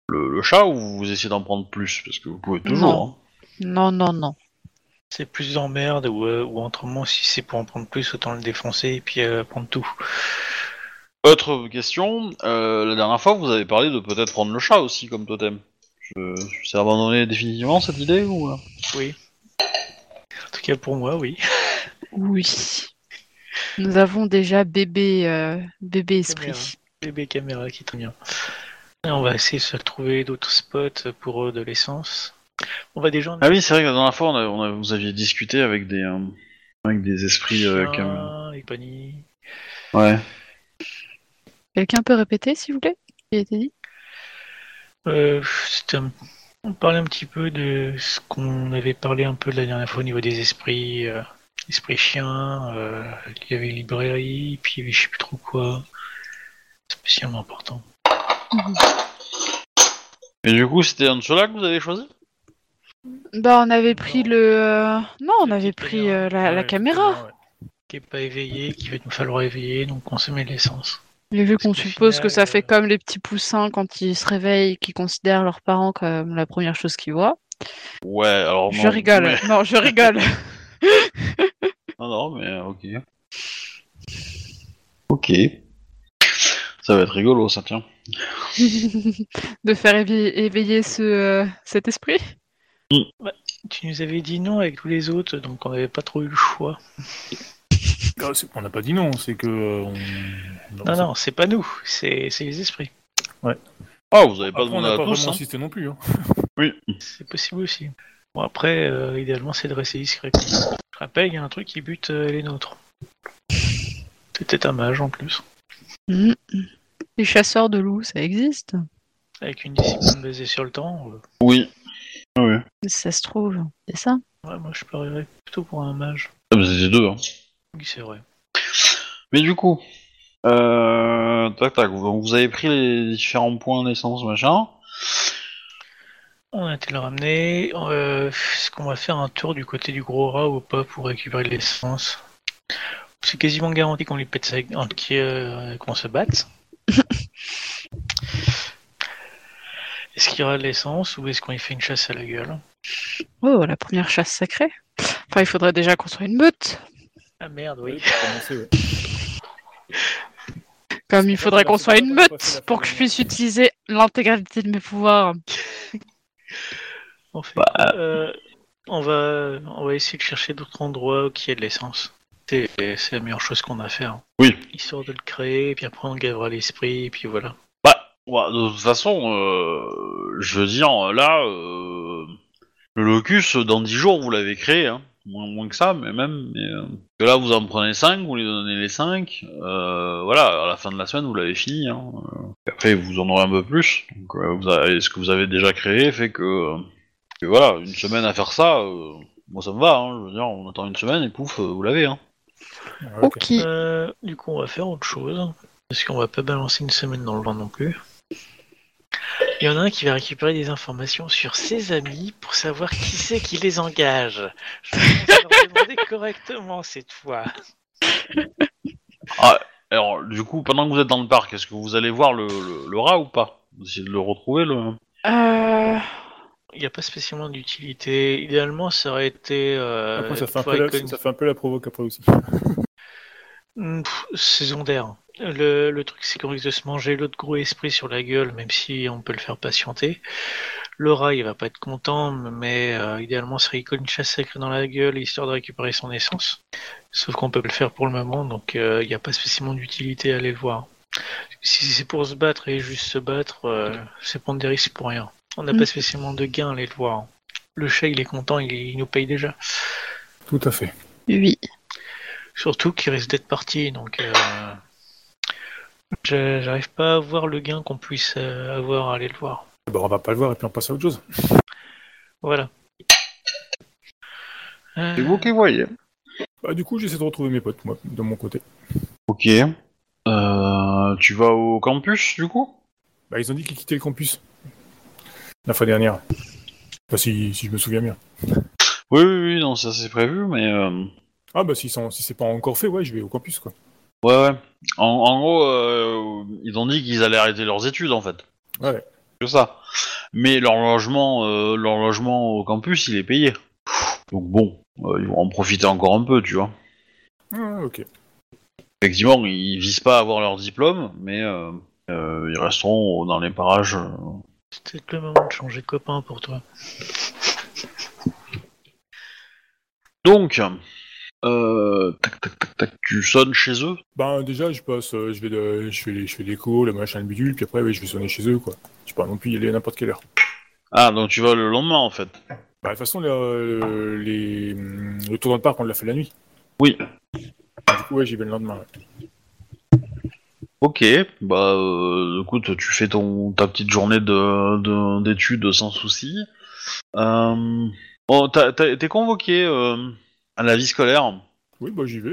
le, le chat, ou vous essayez d'en prendre plus Parce que vous pouvez toujours. hein.
Non, non, non.
C'est plus d'emmerde ou, euh, ou autrement, si c'est pour en prendre plus, autant le défoncer et puis euh, prendre tout.
hein. Autre question, euh, la dernière fois, vous avez parlé de peut-être prendre le chat aussi comme totem. Je, c'est abandonné définitivement cette idée ou euh
En tout cas, pour moi, oui.
Oui. Nous avons déjà bébé, euh, bébé esprit.
Caméra. Bébé caméra qui est très bien. Et on va essayer de se trouver d'autres spots pour eux de l'essence. On va déjà en
Ah oui, c'est vrai que la dernière fois, on a, on a- vous aviez discuté avec des, euh, avec des esprits euh,
Chien,
comme. euh,
les paniers.
Ouais.
Quelqu'un peut répéter, s'il vous plaît ce qui a été dit
Euh, c'était un- On parlait un petit peu de ce qu'on avait parlé un peu de la dernière fois au niveau des esprits, euh, esprits chiens, euh, il y avait une librairie, puis il y avait je sais plus trop quoi, spécialement important.
Et du coup, c'était un de ceux-là que vous avez choisi
Bah, on avait pris
Non.
le. euh, Non, on
La
avait
petite
pris
caméra.
euh, la, la
Ouais,
caméra.
ouais.
Qui est pas éveillé, qui va nous falloir éveiller, donc consommer de l'essence.
Mais vu qu'on
Parce qu'au
suppose que
final,
ça fait
euh,
comme les petits poussins quand ils se réveillent, qu'ils considèrent leurs parents comme la première chose qu'ils voient.
Ouais, alors.
je
non,
rigole.
mais-
Non, je rigole.
Non, non, mais euh, ok. Ok. Ça va être rigolo, ça tient.
de faire éve- éveiller ce, euh, cet esprit.
Tu nous avais dit non avec tous les autres, donc on n'avait pas trop eu le choix.
Ah, c'est- On n'a pas dit non, c'est que. euh, on-
Non, non, c'est pas nous, c'est c'est les esprits.
Ah, vous avez pas
Après, on
demandé
n'a
à
pas
tous,
vraiment
hein.
insisté non plus. hein.
C'est possible aussi. Bon, après, euh, idéalement, c'est de rester discret. quoi. Je rappelle, il y a un truc qui bute euh, les nôtres. C'est peut-être un mage en plus.
Mm. Les chasseurs de loups, ça existe.
Avec une discipline basée sur le temps, euh,
Oui. Ah oui.
Ça se trouve, c'est ça.
ouais, moi je parierais plutôt pour un mage.
Ah, mais c'était deux, hein.
Oui, c'est vrai.
Mais du coup. Euh. Tac, tac. Vous vous avez pris les différents points d'essence, machin.
On a été le ramener. euh, Est-ce qu'on va faire un tour du côté du gros rat ou pas pour récupérer de l'essence C'est quasiment garanti qu'on lui pète sa... euh, qu'il y a- euh, qu'on se batte. <laughs> est-ce qu'il y aura de l'essence ou est-ce qu'on y fait une chasse à la gueule
Oh, la première chasse sacrée. Enfin, il faudrait déjà construire une meute.
Ah merde, oui.
Pour commencer, <laughs> ouais.
Comme il
pas
faudrait
grave,
qu'on
c'est
soit
pas
une
grave, on va passer
meute
la
pour que je
première.
puisse utiliser l'intégralité de mes pouvoirs.
On fait quoi Euh, on va, on va essayer de chercher d'autres endroits où il y a de l'essence. C'est c'est la meilleure chose qu'on a à faire.
Oui.
Histoire de le créer, et puis après on gavera l'esprit, et puis voilà.
Bah, ouais, de toute façon, euh, je veux dire, là, euh, le locus, dans 10 jours, vous l'avez créé, hein. moins, moins que ça, mais même. Mais, euh, que là, vous en prenez 5, vous les donnez les 5, voilà, à la fin de la semaine, vous l'avez fini. Hein. Euh, et Après, vous en aurez un peu plus. Donc, euh, vous avez- ce que vous avez déjà créé fait que, euh, que voilà, une semaine à faire ça, euh, moi ça me va, hein. je veux dire, on attend une semaine et pouf, euh, vous l'avez. Hein.
Ouais, Ah, ok.
ok.
Euh, du coup, on va faire autre chose. Parce qu'on va pas balancer une semaine dans le vent non plus. Il y en a un qui va récupérer des informations sur ses amis pour savoir qui c'est qui les engage. Je pense leur demander correctement cette fois.
Alors, du coup, pendant que vous êtes dans le parc, est-ce que vous allez voir le, le- le rat ou pas Vous essayez de le retrouver, le.
Euh,
Il n'y a pas spécialement d'utilité. Idéalement, ça aurait été. euh,
Après, ça fait, un
pour
peu la,
icon-
ça fait un peu la provoque après aussi.
Mm, pff, secondaire. Le, le truc, c'est qu'on risque de se manger l'autre gros esprit sur la gueule, même si on peut le faire patienter. Le rat, il va pas être content, mais euh, idéalement, ça serait une chasse sacrée dans la gueule, histoire de récupérer son essence. Sauf qu'on peut le faire pour le moment, donc euh, il n'y a pas spécialement d'utilité à aller le voir. Si c'est pour se battre et juste se battre, euh, c'est prendre des risques pour rien. On n'a
Mm.
pas spécialement de gain à aller le voir. Le chat, il est content, il- il nous paye déjà.
Tout à fait.
oui.
Surtout qu'il risque d'être parti, donc euh, Je- J'arrive pas à voir le gain qu'on puisse euh, avoir à aller le voir.
Bah, on va pas le voir et puis on passe à autre chose.
Voilà. Euh,
C'est vous qui voyez.
Bah, du coup, j'essaie de retrouver mes potes, moi, de mon côté.
Ok. Euh, tu vas au campus, du coup
Bah, ils ont dit qu'ils quittaient le campus. La fois dernière. Bah, si, si je me souviens bien.
Oui, oui, oui, non, ça c'est prévu, mais... euh,
Ah, bah, si, si c'est pas encore fait, ouais, je vais au campus, quoi.
Ouais, ouais. En, en gros, euh, ils ont dit qu'ils allaient arrêter leurs études, en fait.
Ouais.
Que ça. Mais leur logement, euh, leur logement au campus, il est payé. Donc bon, euh, ils vont en profiter encore un peu, tu vois.
Ah, ok.
Effectivement, ils visent pas à avoir leur diplôme, mais euh, euh, ils resteront dans les parages. euh.
C'est peut-être le moment de changer de copain pour toi.
Donc, euh, tac, tac, tac, tac, tu sonnes chez eux
Bah, déjà, je passe, euh, je vais, de- je fais, les, je fais les cours, le machin, le bidule, puis après, ouais, je vais sonner chez eux, quoi. Je peux pas non plus y aller à n'importe quelle heure.
Ah, donc tu vas le lendemain, en fait.
Bah, de toute façon, le, les, hum, le tour dans le parc, on l'a fait la nuit.
Oui.
Du coup, ouais, j'y vais le lendemain. ouais.
Ok, bah euh, écoute, tu fais ton ta petite journée de de- d'études sans souci. Euh, bon, t'as- t'as- t'es convoqué euh, à la vie scolaire.
Oui, bah, j'y vais.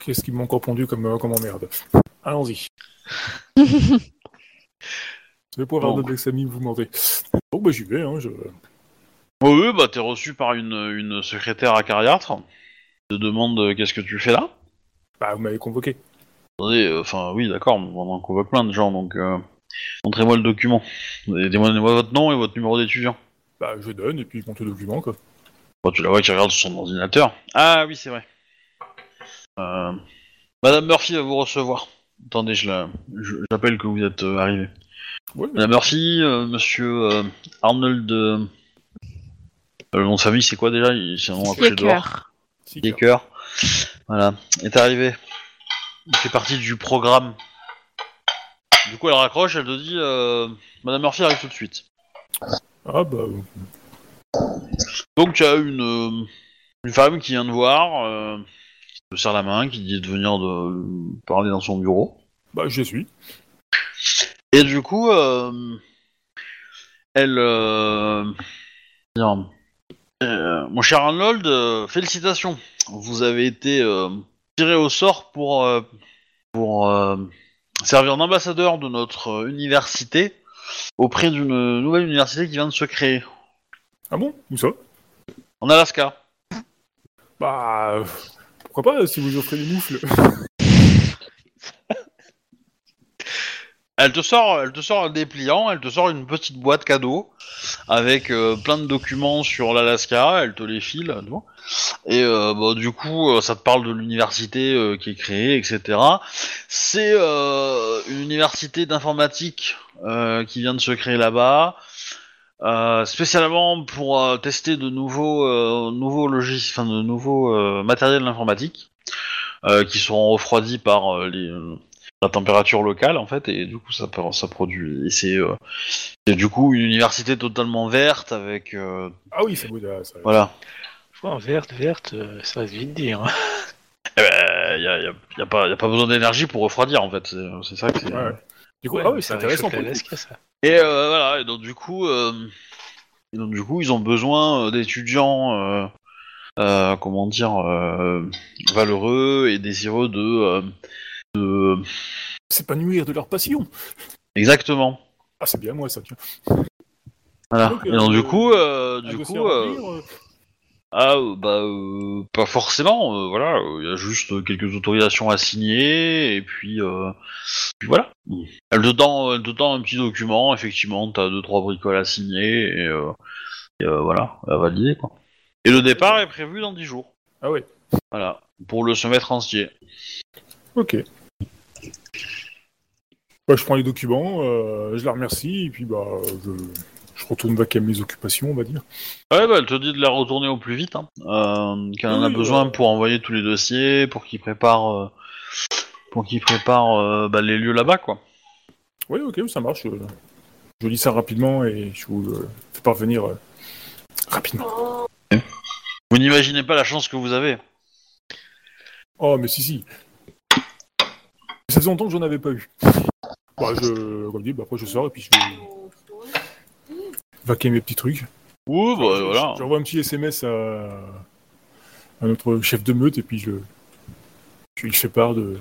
Qu'est-ce qu'ils m'ont encore pondu comme, euh, comme emmerde <laughs> Allons-y. Vous savez pas avoir
Bon.
d'autres amis, vous mentez. Bon, bah, j'y vais, hein, je...
Oh, oui, bah t'es reçu par une, une secrétaire à carriâtre. Te demande euh, qu'est-ce que tu fais là.
Bah, vous m'avez convoqué.
Attendez, euh, enfin oui, d'accord, mais on en convoque plein de gens, donc euh, montrez-moi le document. Et Donnez-moi votre nom et votre numéro d'étudiant.
Bah, je donne, et puis compte le document, quoi.
Bon, tu la vois qui regarde sur son ordinateur. Ah oui, c'est vrai. Euh, Madame Murphy va vous recevoir. Attendez, je la, je- j'appelle que vous êtes euh, arrivé.
Ouais.
Madame Murphy, euh, Monsieur euh, Arnold. euh, euh, le nom de famille, c'est quoi déjà Il- C'est un nom accouché dehors.
Yeager.
Si, quoi.
Yeager. Voilà, est arrivé. Il fait partie du programme. Du coup, elle raccroche, elle te dit euh, Madame Murphy arrive tout de suite.
Ah, bah, euh,
Donc tu as une, euh, une femme qui vient te voir, euh, qui te serre la main, qui dit de venir de, parler dans son bureau.
bah, je suis.
Et du coup, euh, elle... euh, dire, euh, mon cher Arnold, euh, félicitations. Vous avez été euh, tiré au sort pour, euh, pour euh, servir d'ambassadeur de notre euh, université auprès d'une nouvelle université qui vient de se créer
Ah bon Où ça
en Alaska.
Bah, euh, pourquoi pas, euh, si vous offrez des moufles
Elle te sort, elle te sort un dépliant, elle te sort une petite boîte cadeau avec euh, plein de documents sur l'Alaska, elle te les file, tu vois. et euh, bah, du coup euh, ça te parle de l'université euh, qui est créée, etc. C'est euh, une université d'informatique euh, qui vient de se créer là-bas, euh, spécialement pour euh, tester de nouveaux, euh, nouveaux logiciels, enfin de nouveaux euh, matériels informatiques euh, qui seront refroidis par euh, les euh, la température locale en fait et du coup ça peut- ça produit et c'est euh, c'est du coup une université totalement verte avec euh,
Ah oui, c'est beau, là, ça...
voilà
Je vois un verte, verte, euh, ça va vite dire.
il Eh ben, y, a, y a- y a pas y a pas besoin d'énergie pour refroidir en fait c'est- c'est ça que c'est
Ouais. Du coup,
Ouais,
ah oui,
mais
c'est
ça
intéressant.
réchauffe
pour le coup.
l'Alaska, ça.
et euh, voilà et donc du coup euh, et donc du coup ils ont besoin euh, d'étudiants euh, euh, comment dire euh, valeureux et désireux de euh, de
S'épanouir de leur passion.
exactement
Ah, c'est bien moi, ça, tiens.
voilà
Donc,
et donc
euh,
du coup euh,
Un
du
dossier
coup
à
euh,
remplir, euh,
Ah, euh, bah, euh, pas forcément, euh, voilà, il y a juste euh, quelques autorisations à signer, et puis, euh, puis voilà. Elle te tend, elle te tend un petit document, effectivement, t'as deux, trois bricoles à signer, et, euh, et, euh, voilà, à valider, quoi. Et le départ est prévu dans 10 jours,
Ah ouais,
voilà, pour le semestre entier.
ok. Bah, je prends les documents, euh, je la remercie, et puis bah, je, je retourne back à mes occupations, on va dire.
Ouais, bah, elle te dit de la retourner au plus vite, hein, euh, qu'elle en a
Oui,
besoin
euh.
pour envoyer tous les dossiers, pour qu'ils préparent, euh, pour qu'ils préparent, euh, bah, les lieux là-bas, quoi.
Oui, ok, ça marche. euh, Je lis ça rapidement et je vous euh, fais parvenir euh, rapidement.
Vous n'imaginez pas la chance que vous avez.
Oh, mais si, si. Ça faisait longtemps que j'en avais pas eu. Bah, je, comme dit, bah, après je sors et puis je vais vaquer mes petits trucs.
Ouais, bah,
Je-
voilà.
J'envoie un petit SMS à, à notre chef de meute et puis je, je lui fais part de,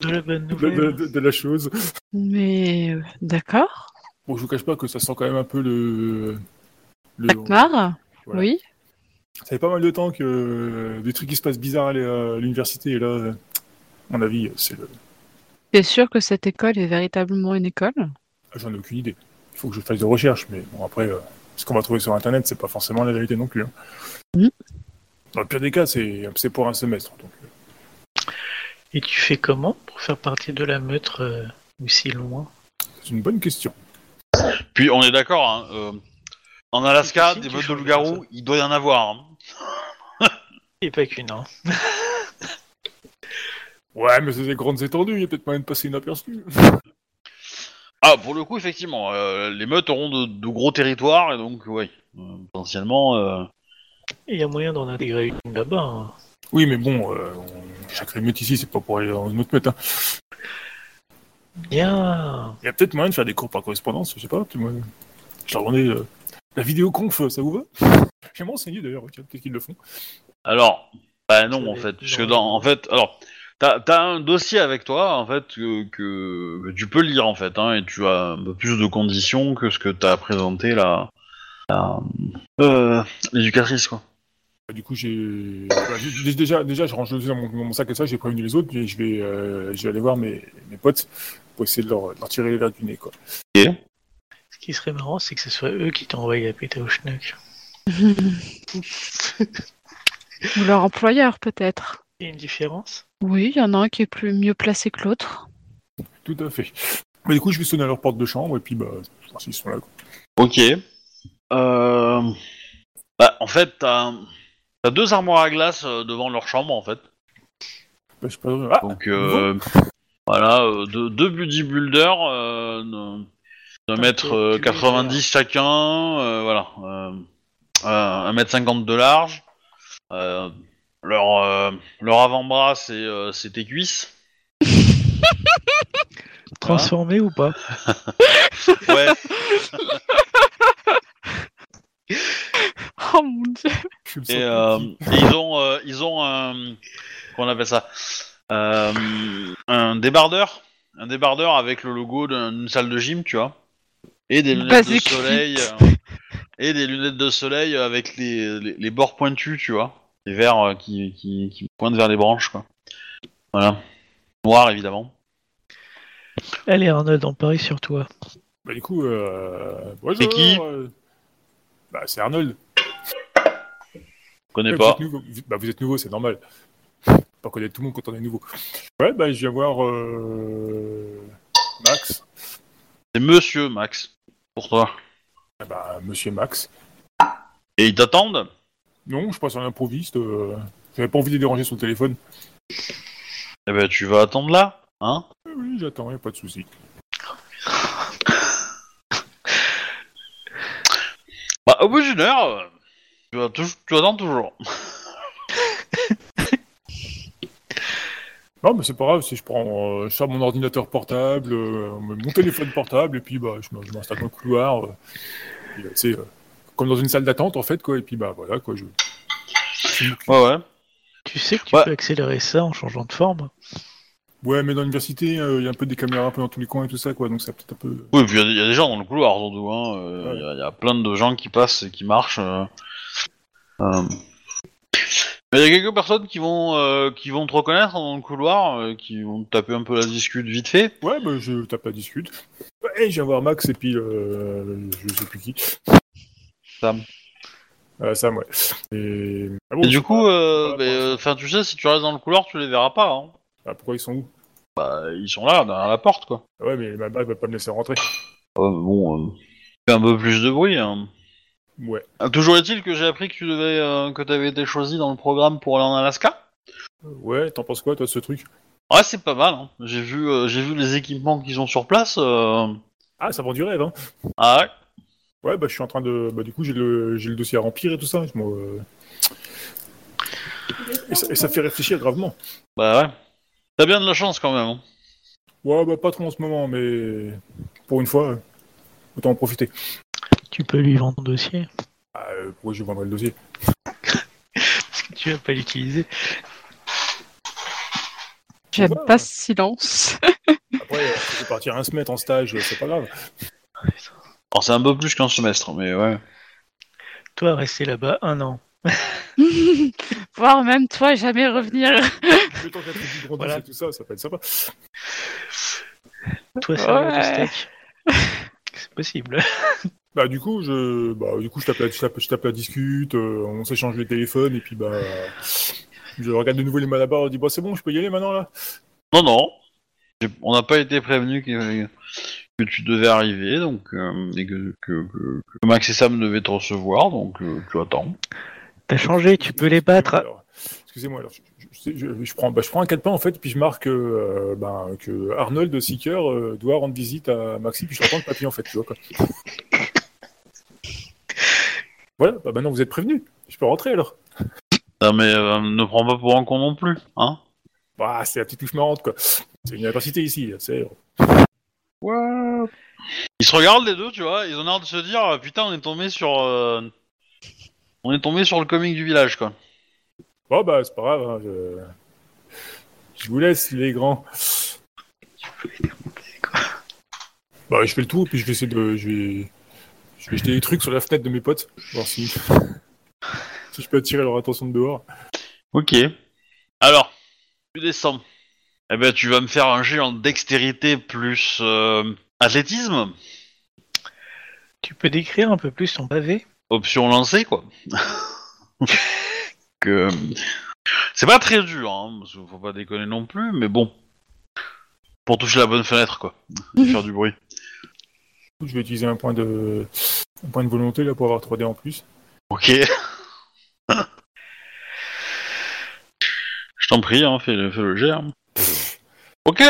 De la bonne
de,
nouvelle.
de- de- de la chose.
Mais euh, d'accord.
Bon, je vous cache pas que ça sent quand même un peu le. le
Takmar
Voilà.
Oui.
ça fait pas mal de temps que euh, des trucs qui se passent bizarres à l'é- à l'université et là, euh, à mon avis, c'est le.
T'es sûr que cette école est véritablement une école
Ah, J'en ai aucune idée. Il faut que je fasse des recherches, mais bon, après, euh, ce qu'on va trouver sur Internet, c'est pas forcément la vérité non plus. hein.
Mhm.
Dans le pire des cas, c'est c'est pour un semestre. Donc, euh,
Et tu fais comment pour faire partie de la meute euh, aussi loin
c'est une bonne question.
Puis on est d'accord, hein, euh, en Alaska,
C'est
des
possible
meutes
qu'il
de
change de
loup-garou,
personne.
il doit y en avoir. hein.
Et pas qu'une, hein.
Ouais, mais c'est des grandes étendues, il y a peut-être moyen de passer inaperçu.
Ah, pour le coup, effectivement, euh, les meutes auront de, de gros territoires, et donc, oui, potentiellement... euh,
Et Il y a moyen d'en intégrer une là-bas. hein.
Oui, mais bon, euh, on- chaque remote ici, c'est pas pour aller dans une autre meute. hein.
Bien.
Il y a peut-être moyen de faire des cours par correspondance, je sais pas. tu vois. Je leur demandais euh, la vidéo conf, ça vous va J'ai renseigné d'ailleurs, tiens, peut-être qu'ils le font.
Alors, bah non,
Ça
en
va
fait,
être
puisque
long.
dans, en fait, alors, t'as t'as un dossier avec toi, en fait, que, que, que tu peux lire, en fait, hein, et tu as un peu plus de conditions que ce que t'as présenté la, la euh, l'éducatrice, quoi.
Bah, Du coup, j'ai bah, j'ai- j'ai- déjà, déjà, je range le dans mon, mon sac et ça. J'ai prévenu les autres, mais je vais, euh, je vais aller voir mes, mes potes pour essayer de leur, de leur tirer les verres du nez. Quoi.
Ce qui serait marrant, c'est que ce soit eux qui t'envoient la pété au schnuck.
Ou leur employeur peut-être
Il y a une différence
Oui, il y en a un qui est plus mieux placé que l'autre.
Tout à fait. Mais du coup, je vais sonner à leur porte de chambre et puis bah, je vais voir s'ils sont là. quoi.
Ok. Euh, bah, en fait, t'as t'as deux armoires à glace euh, devant leur chambre, en fait.
Bah, je sais pas. Ah,
Donc, euh, voilà, euh, deux, deux bodybuilders euh, de- d'un
Ok,
mètre euh,
tu les
90 chacun, euh, voilà, euh, un un mètre 50 de large. Euh, leur, euh, leur avant-bras, c'est euh, c'est tes cuisses. Ah.
Transformé ou pas
Ouais,
Oh mon dieu
je suis le
et,
seul
euh,
petit.
et ils ont, euh, ils ont un, qu'on appelle ça, Euh, un débardeur, un débardeur avec le logo d'un- d'une salle de gym, tu vois, et des lunettes
Basic
de
Fit.
soleil, euh, et des lunettes de soleil avec les, les, les bords pointus, tu vois, les verts euh, qui, qui, qui pointent vers les branches, quoi. Voilà, noir évidemment.
Allez Arnold, on parie sur toi.
Bah, du coup, euh, bonjour.
C'est qui
euh, bah, c'est Arnold.
Je connais
Ouais,
pas.
Vous êtes nouveau, vous- bah, vous êtes nouveau, c'est normal. Pas connaître tout le monde quand on est nouveau. Ouais, bah, je viens voir euh, Max,
C'est Monsieur Max pour toi.
Ah, bah, Monsieur Max.
Et ils t'attendent.
Non, je passe en improviste. euh, J'avais pas envie de les déranger sur le téléphone.
Eh ben tu vas attendre là, hein
Ah Oui, j'attends, y a pas de souci.
Bah au bout d'une heure, euh, tu, vas tou- tu attends toujours.
Non, mais c'est pas grave, si je prends, euh, je sors mon ordinateur portable, euh, mon téléphone portable, et puis bah, je m- je m'installe dans le couloir. euh, et, euh, tu sais, euh, comme dans une salle d'attente, en fait, quoi. Et puis, bah, voilà, quoi. Je... je m'occupe.
Ouais ouais.
Tu sais que tu
Ouais.
peux accélérer ça en changeant de forme
Ouais, mais dans l'université, euh, il y a un peu des caméras un peu dans tous les coins et tout ça, quoi. Donc, c'est peut-être un peu.
Oui, puis il y, a des gens dans le couloir, surtout. hein, euh,
Ouais.
Il y a- il y, a plein de gens qui passent et qui marchent. euh, euh. Mais il y a quelques personnes qui vont, euh, qui vont te reconnaître dans le couloir, euh, qui vont te taper un peu la discute vite fait.
Ouais, bah, je tape la discute. Ouais, je viens voir Max et puis euh, je sais plus qui.
Sam.
Euh, Sam, ouais. Et, Ah bon,
Et du coup, euh,
voilà,
ben,
pour
euh, 'fin, tu sais, si tu restes dans le couloir, tu les verras pas. hein.
ah, pourquoi ils sont où
Bah, ils sont là, derrière la porte, quoi.
Ah Ouais, mais ma bague va pas me laisser rentrer.
Euh, bon, euh, fais un peu plus de bruit. hein.
Ouais.
Ah, toujours est-il que j'ai appris que tu devais, euh, que t'avais été choisi dans le programme pour aller en Alaska.
Ouais, t'en penses quoi, toi, de ce truc
Ouais, c'est pas mal. hein. J'ai vu, euh, j'ai vu les équipements qu'ils ont sur place. euh,
Ah, ça vend du rêve, hein
Ah ouais.
Ouais, bah, je suis en train de. Bah, du coup, j'ai le... j'ai le dossier à remplir et tout ça. je m'en- euh, et, ça, et ça fait réfléchir gravement.
Bah ouais. T'as bien de la chance quand même. hein.
Ouais, bah pas trop en ce moment, mais pour une fois, euh, autant en profiter.
Tu peux lui vendre ton dossier.
Ah, euh, pourquoi je vendrais le dossier
Parce que tu vas pas l'utiliser.
J'aime
Ouais.
pas ce silence.
Après, euh, je vais partir un semestre en stage, euh, c'est pas grave.
Alors, c'est un peu plus qu'un semestre, hein, mais ouais.
Toi, rester là-bas un an.
Voir même toi jamais revenir.
Le temps qu'un truc du grand
Voilà.
dossier, tout ça, ça peut être sympa.
Toi, sérieux,
Ouais.
de steak. <laughs> C'est possible.
Bah du coup, je, bah, du coup, je tape la, je tape, je tape la discute, euh, on s'échange les téléphones et puis bah, je regarde de nouveau les malabar, on dit bah c'est bon, je peux y aller maintenant là.
Non, non. J'ai- On n'a pas été prévenu que, que tu devais arriver, donc euh, et que, que, que- que Max et Sam devaient te recevoir, donc euh, tu attends.
T'as changé, tu peux les battre.
Alors, Excusez-moi, alors je, je- je- je prends, bah, je prends un quatre pas en fait, puis je marque euh, ben, que Arnold Seeker euh, doit rendre visite à Maxi, puis je reprends le papier en fait, tu vois quoi. voilà, bah maintenant vous êtes prévenu, je peux rentrer alors.
Non, mais euh, ne prends pas pour un con non plus, hein.
Bah c'est la petite touche marrante quoi. C'est une université ici, c'est.
Ils se regardent les deux, tu vois, ils ont l'air de se dire euh, putain, on est tombé sur euh, on est tombé sur le comique du village quoi.
Bon bah c'est pas grave, hein, je... je vous laisse les grands. Bah je fais le tour puis je vais essayer de, je vais, je vais jeter des trucs sur la fenêtre de mes potes, voir si, si je peux attirer leur attention de dehors.
OK. Alors, tu descends. Eh ben tu vas me faire un jet en dextérité plus euh, athlétisme,
Tu peux décrire un peu plus ton pavé
option lancée quoi. <laughs> que euh, c'est pas très dur hein, parce qu'il faut pas déconner non plus, mais bon. Pour toucher la bonne fenêtre quoi, et faire du bruit.
Du coup, Je vais utiliser un point de, un point de volonté là pour avoir 3D en plus.
OK. <laughs> Je t'en prie, hein, fais, le- fais le jet. hein. Ok.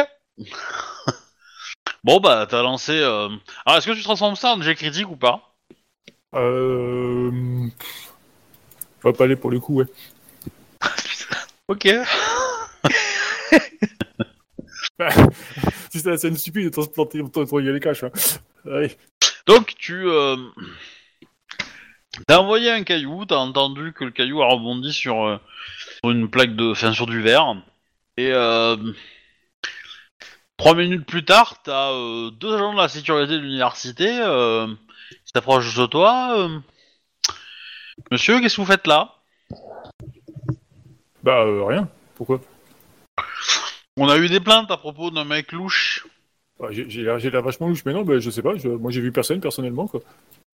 <laughs> bon, bah, t'as lancé. euh, Alors, est-ce que tu transformes ça en jet critique ou pas
Euh... Va pas aller pour le coup ouais.
Ok.
Si c'est la scène stupide de transplanter, de transplanter les caches. Hein. Allez.
Donc, tu. euh, T'as envoyé un caillou, t'as entendu que le caillou a rebondi sur, euh, sur une plaque de. Enfin, sur du verre. Et. euh, Trois minutes plus tard, t'as euh, deux agents de la sécurité de l'université euh, qui s'approchent de toi. euh, Monsieur, qu'est-ce que vous faites là
Bah euh, rien. Pourquoi
On a eu des plaintes à propos d'un mec louche.
Bah, j'ai j'ai l'air j'ai l'air vachement louche, mais non, bah, je sais pas. je- moi, j'ai vu personne personnellement, quoi.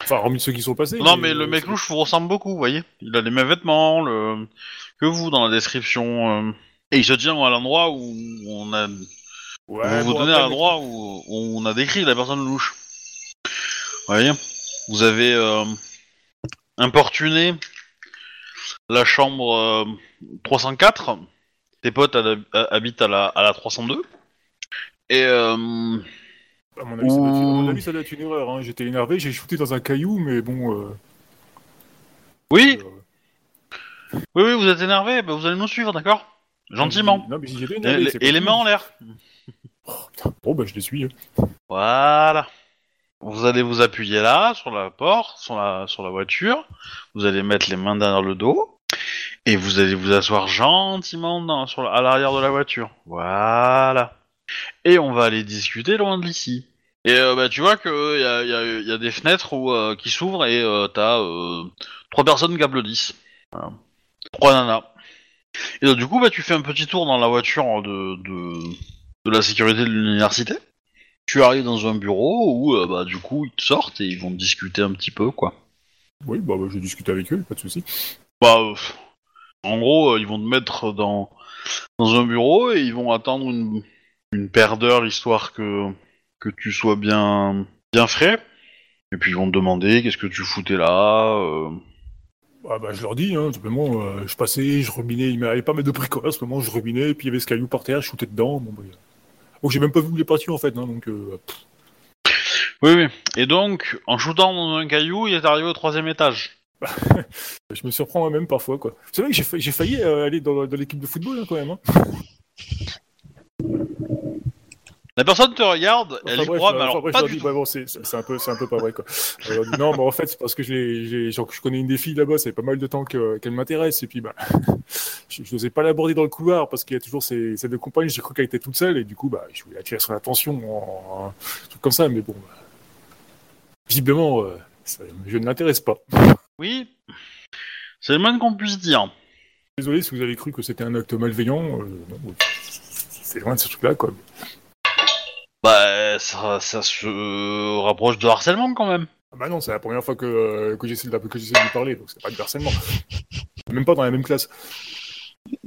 Enfin, hormis ceux qui sont passés.
Non, mais le
euh,
mec louche vous ressemble beaucoup, vous voyez. Il a les mêmes vêtements le... que vous dans la description. euh. Et il se tient à l'endroit où on a
Ouais,
vous vous
bon,
donnez
après,
un
mec-
droit où, où on a décrit la personne louche. Vous voyez Vous avez euh, importuné la chambre euh, 304. Tes potes ad- euh, habitent à la, à la 302. Et euh,
À mon, avis, ça doit être, à mon
Ouh.
avis, ça doit être une erreur. hein. J'étais énervé, j'ai shooté dans un caillou, mais bon. euh,
oui,
euh,
oui, oui, vous êtes énervé. bah vous allez nous suivre, d'accord Gentiment.
Non, mais si j'étais
Et,
énervé. c'est
les- et les
pas
mains en
cool.
l'air.
Oh, putain. Bon, bah, je les suis. hein.
Voilà. Vous allez vous appuyer là, sur la porte, sur la, sur la voiture. Vous allez mettre les mains derrière le dos. Et vous allez vous asseoir gentiment dans- sur la- à l'arrière de la voiture. Voilà. Et on va aller discuter loin de l'ici. Et euh, bah, tu vois qu'il y a, y a- y a des fenêtres où, euh, qui s'ouvrent et euh, t'as euh, trois personnes qui applaudissent. Voilà. Trois nanas. Et donc, du coup, bah, tu fais un petit tour dans la voiture de, de, de la sécurité de l'université tu arrives dans un bureau où euh, bah du coup ils te sortent et ils vont discuter un petit peu quoi.
Oui, bah, bah, je discute avec eux, pas de soucis.
Bah euh, en gros euh, ils vont te mettre dans dans un bureau et ils vont attendre une, une paire d'heures histoire que que tu sois bien bien frais. Et puis ils vont te demander qu'est-ce que tu foutais là. euh.
Ah, bah, je leur dis, hein, simplement, euh, je passais, je ruminais. Il m'arrivait pas mal de précoces. À ce moment, je ruminais, puis il y avait ce caillou par terre, je shootais dedans. Bon, bah, euh. Donc, j'ai même pas vu les parties, en fait. hein, donc, euh,
Oui oui. Et donc en shootant dans un caillou il est arrivé au troisième étage.
Je me surprends moi-même parfois, quoi. C'est vrai que j'ai fa- j'ai failli euh, aller dans, dans l'équipe de football, hein, quand même. hein.
La personne te regarde, elle y
Enfin, bref,
croit,
euh,
mais
enfin,
alors
bref,
pas
je leur
du
dis,
tout.
bah, bon, c'est c'est- c'est un peu, c'est un peu pas vrai quoi. Euh, on dit, non, mais en fait, c'est parce que je, l'ai- j'ai- genre, je connais une des filles là-bas, ça fait pas mal de temps que- qu'elle m'intéresse, et puis bah, <laughs> je, je n'osais pas l'aborder dans le couloir parce qu'il y a toujours ses, ses deux compagnes. J'ai cru qu'elle était toute seule, et du coup, bah, je voulais attirer son attention, en, en- un truc comme ça, mais bon, bah, visiblement, euh, ça- je ne l'intéresse pas.
Oui,
C'est le moins qu'on puisse dire.
Désolé si vous avez cru que c'était un acte malveillant. euh, non, c'est loin de ce truc-là, quoi.
Bah, ça, ça se rapproche de harcèlement quand même.
Ah bah non, c'est la première fois que, euh, que j'essaie de, que j'essaie de lui parler, donc c'est pas du harcèlement. Même pas dans la même classe.
Oui,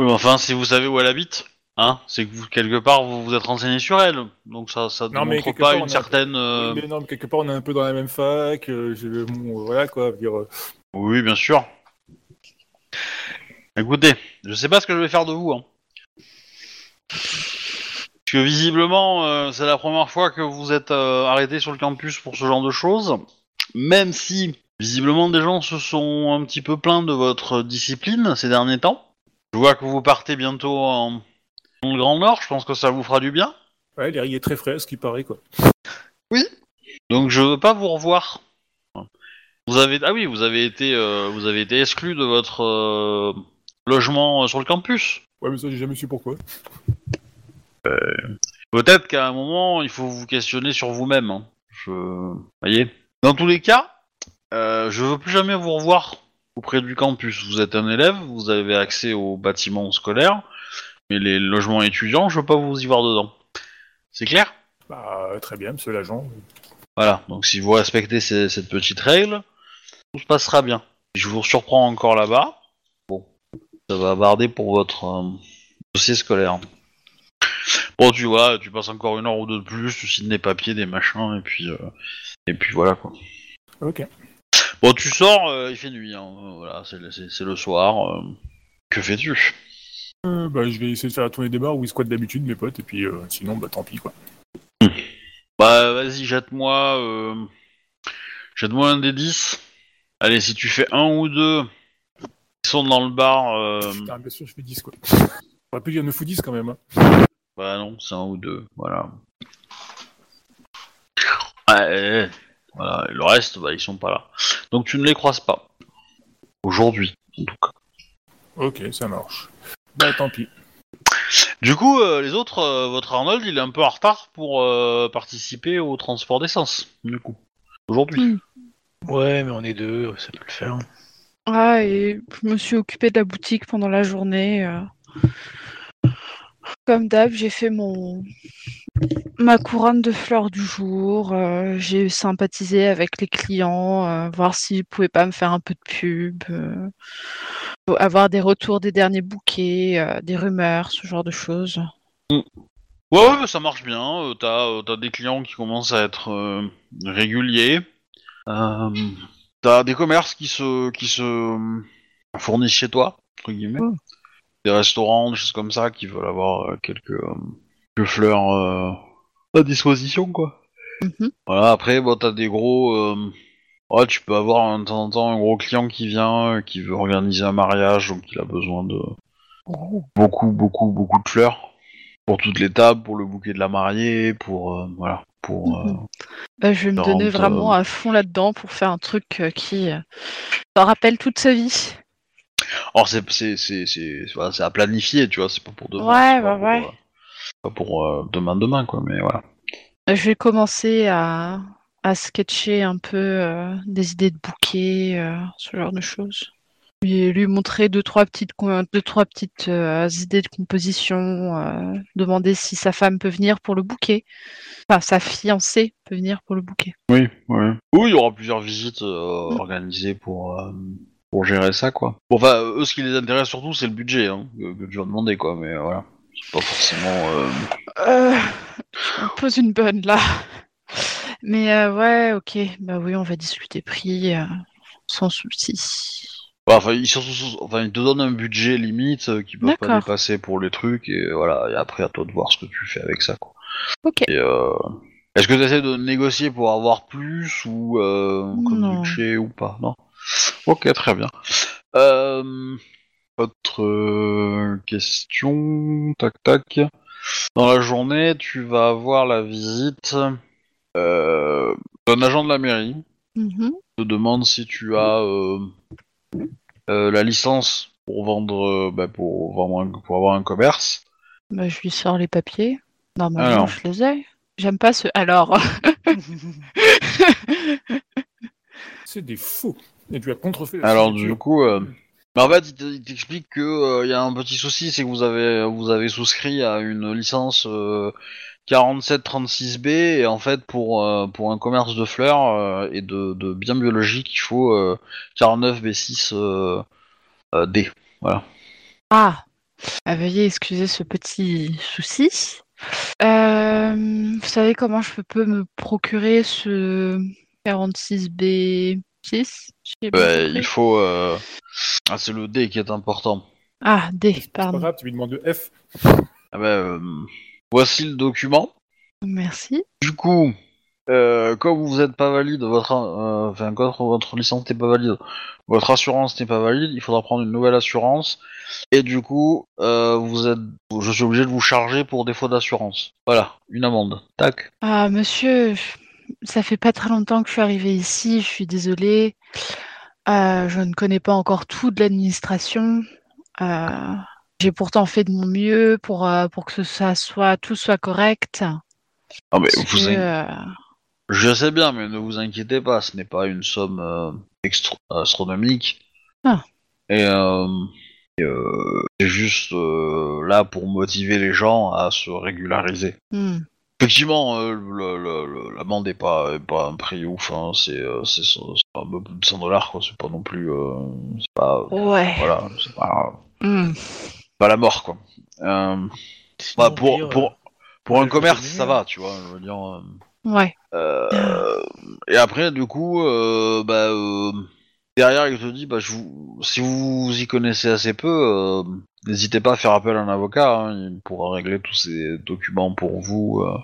mais enfin, si vous savez où elle habite, hein, c'est que vous, quelque part, vous vous êtes renseigné sur elle. Donc ça, ça ne
Non, mais
montre
quelque
pas
part, on
une
a-
certaine... euh,
Mais non, mais quelque part, on est un peu dans la même fac. euh, je, bon, euh, voilà quoi. je veux Dire, euh,
Oui, bien sûr. Écoutez, je sais pas ce que je vais faire de vous. Hein. Parce que visiblement, euh, c'est la première fois que vous êtes euh, arrêté sur le campus pour ce genre de choses. Même si, visiblement, des gens se sont un petit peu plaints de votre discipline ces derniers temps. Je vois que vous partez bientôt en... dans le Grand Nord, je pense que ça vous fera du bien.
ouais, les riz est très frais, ce qui paraît quoi.
Donc je veux pas vous revoir. Vous avez ah oui vous avez été euh, vous avez été exclu de votre euh, logement euh, sur le campus.
Ouais, mais ça, j'ai jamais su pourquoi.
Peut-être qu'à un moment il faut vous questionner sur vous-même. hein. Je voyez. Dans tous les cas, euh, je veux plus jamais vous revoir auprès du campus. Vous êtes un élève, vous avez accès aux bâtiments scolaires, mais les logements étudiants, je veux pas vous y voir dedans. C'est clair
Bah, euh, très bien, monsieur l'agent.
Voilà, donc si vous respectez ces- cette petite règle, tout se passera bien. Si je vous surprends encore là-bas, bon, ça va barder pour votre euh, dossier scolaire. Bon, tu vois, tu passes encore une heure ou deux de plus, tu signes des papiers, des machins, et puis, euh, et puis voilà quoi.
Ok.
Bon, tu sors, euh, il fait nuit, hein, euh, voilà, c'est le- c'est c'est le soir. euh, que fais-tu
Euh, bah, je vais essayer de faire la tournée des bars où ils squattent d'habitude, mes potes, et puis euh, sinon, bah, tant pis quoi.
Bah, vas-y, jette-moi, euh, jette-moi un des 10. Allez, si tu fais un ou deux, ils sont dans le bar. euh,
Putain, bien sûr, je fais 10 quoi. J'aurais pu dire 9 ou 10 quand même. hein.
Bah non, c'est un ou deux, voilà. Ouais, eh, voilà. et Le reste, bah, ils sont pas là. Donc tu ne les croises pas. Aujourd'hui, en tout cas.
Ok, ça marche. Bah, tant pis.
Du coup, euh, les autres, euh, votre Arnold, il est un peu en retard pour euh, participer au transport d'essence, du coup. Aujourd'hui.
Ouais, mais on est deux, ça peut le faire.
Ah, et je me suis occupée de la boutique pendant la journée. euh. Comme d'hab, j'ai fait mon ma couronne de fleurs du jour. euh, j'ai sympathisé avec les clients, euh, voir s'ils pouvaient pas me faire un peu de pub, euh, avoir des retours des derniers bouquets, euh, des rumeurs, ce genre de choses.
Ouais, ouais, bah, ça marche bien. euh, t'as, euh, t'as des clients qui commencent à être euh, réguliers. Euh, t'as des commerces qui se, qui se euh, fournissent chez toi, entre guillemets.
Ouais.
Des restaurants, des choses comme ça, qui veulent avoir euh, quelques, euh, quelques fleurs euh, à disposition, quoi.
Mhm.
Voilà, après, bon, t'as des gros. euh, ouais, tu peux avoir de temps en temps un gros client qui vient, euh, qui veut organiser un mariage, donc il a besoin de
Oh.
beaucoup, beaucoup, beaucoup de fleurs pour toutes les tables, pour le bouquet de la mariée, pour euh, voilà, pour euh,
Bah, je vais me
Ça
donner
rentre,
vraiment à fond là-dedans pour faire un truc euh, qui euh, s'en rappelle toute sa vie.
alors c'est c'est c'est c'est voilà, c'est à planifier, tu vois, c'est pas pour demain,
Ouais,
c'est
bah
pas pour,
ouais.
euh, pas pour euh, demain demain quoi, mais voilà.
Je vais commencer à, à sketcher un peu euh, des idées de bouquets, euh, ce genre de choses. Et lui montrer deux, trois petites, co- deux, trois petites euh, idées de composition, euh, demander si sa femme peut venir pour le bouquet. Enfin, sa fiancée peut venir pour le bouquet.
Oui, oui. Oui, il y aura plusieurs visites euh,
Mhm.
organisées pour euh, pour gérer ça quoi. Bon, enfin, eux ce qui les intéresse surtout c'est le budget hein, que, que tu vas demander quoi, mais euh, voilà, c'est pas forcément. euh,
Euh, on pose une bonne là. Mais euh, ouais, ok, bah oui, on va discuter prix euh, sans souci.
Ouais, Enfin, ils, sont- sont- sont- enfin, ils te donnent un budget limite euh, qu'ils peuvent pas
D'accord.
dépasser pour les trucs, et euh, voilà, et après à toi de voir ce que tu fais avec ça. Quoi.
Ok.
Et, euh, Est-ce que tu essaies de négocier pour avoir plus ou euh, comme
Non.
budget ou pas Non Ok, très bien. Euh, autre euh, question, tac tac. Dans la journée, tu vas avoir la visite euh, d'un agent de la mairie.
Mhm.
te demande si tu as euh, euh, la licence pour vendre, euh, bah, pour, vendre un- pour avoir un commerce.
Bah, je lui sors les papiers. Normalement,
Alors.
je les ai. J'aime pas ce. Alors. <laughs>
C'est des faux. Et tu as contrefait la
Alors
signature.
du coup, euh, bah, en fait, il te- il t'explique que euh, il y a un petit souci, c'est que vous avez vous avez souscrit à une licence euh, 4736B et en fait pour euh, pour un commerce de fleurs euh, et de, de biens biologiques, il faut euh, 49B6D. euh,
Ah Ah, Veuillez excuser ce petit souci. Euh, vous savez comment je peux me procurer ce 46B6 Si j'ai bien
Bah,
compris.
il faut euh, ah, c'est le D qui est important.
Ah, D,
C'est pas
pardon.
grave, tu lui demandes le F.
Ah bah, euh, voici le document.
Merci.
Du coup, euh, comme vous n'êtes pas valide, votre, euh, enfin, quand votre licence n'est pas valide, votre assurance n'est pas valide, il faudra prendre une nouvelle assurance. Et du coup, euh, vous êtes, je suis obligé de vous charger pour défaut d'assurance. Voilà, une amende. Tac.
Ah, monsieur, je- ça fait pas très longtemps que je suis arrivée ici, je suis désolée. Euh, je ne connais pas encore tout de l'administration. Euh, j'ai pourtant fait de mon mieux pour, euh, pour que ce- ça soit, tout soit correct.
Ah mais
Parce
vous,
que,
in-
euh,
je sais bien, mais ne vous inquiétez pas, ce n'est pas une somme euh, extra- astronomique.
Ah.
Et, euh, et, euh, c'est juste euh, là pour motiver les gens à se régulariser.
hmm.
Effectivement, euh, le- le- le- l'amende n'est pas, est pas un prix ouf, hein, c'est euh, c'est cent- c'est un peu plus de 100 dollars, quoi, c'est pas non plus. euh, c'est pas.
Ouais.
Voilà, c'est pas,
Hmm.
pas la mort, quoi. Euh, bah,
Sinon, euh,
pour,
pire,
pour, pour un
je
commerce,
continue,
ça
hein.
va, tu vois, je veux dire. euh,
Ouais.
euh, et après, du coup, euh, bah, euh, derrière, il te dit, bah, je vous, si vous y connaissez assez peu, euh, n'hésitez pas à faire appel à un avocat, hein, il pourra régler tous ces documents pour vous euh,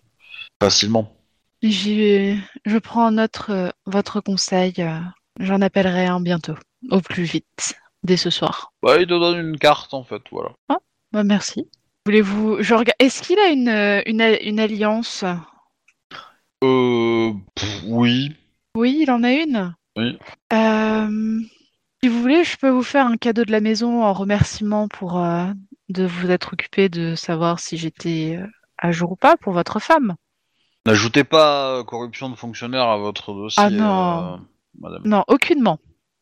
facilement.
J'ai- Je prends notre, euh, votre conseil. euh, J'en appellerai un bientôt, au plus vite, dès ce soir.
Bah, il te donne une carte en fait, voilà.
Bah, merci. Voulez-vous. Je regarde. Est-ce qu'il a une, euh, une, a- une alliance
Euh. pff, oui.
Oui, il en a une
Oui.
Euh, si vous voulez, je peux vous faire un cadeau de la maison en remerciement pour euh, de vous être occupé de savoir si j'étais euh, à jour ou pas pour votre femme.
N'ajoutez pas euh, corruption de fonctionnaire à votre dossier.
Ah non.
euh, madame.
Non, aucunement.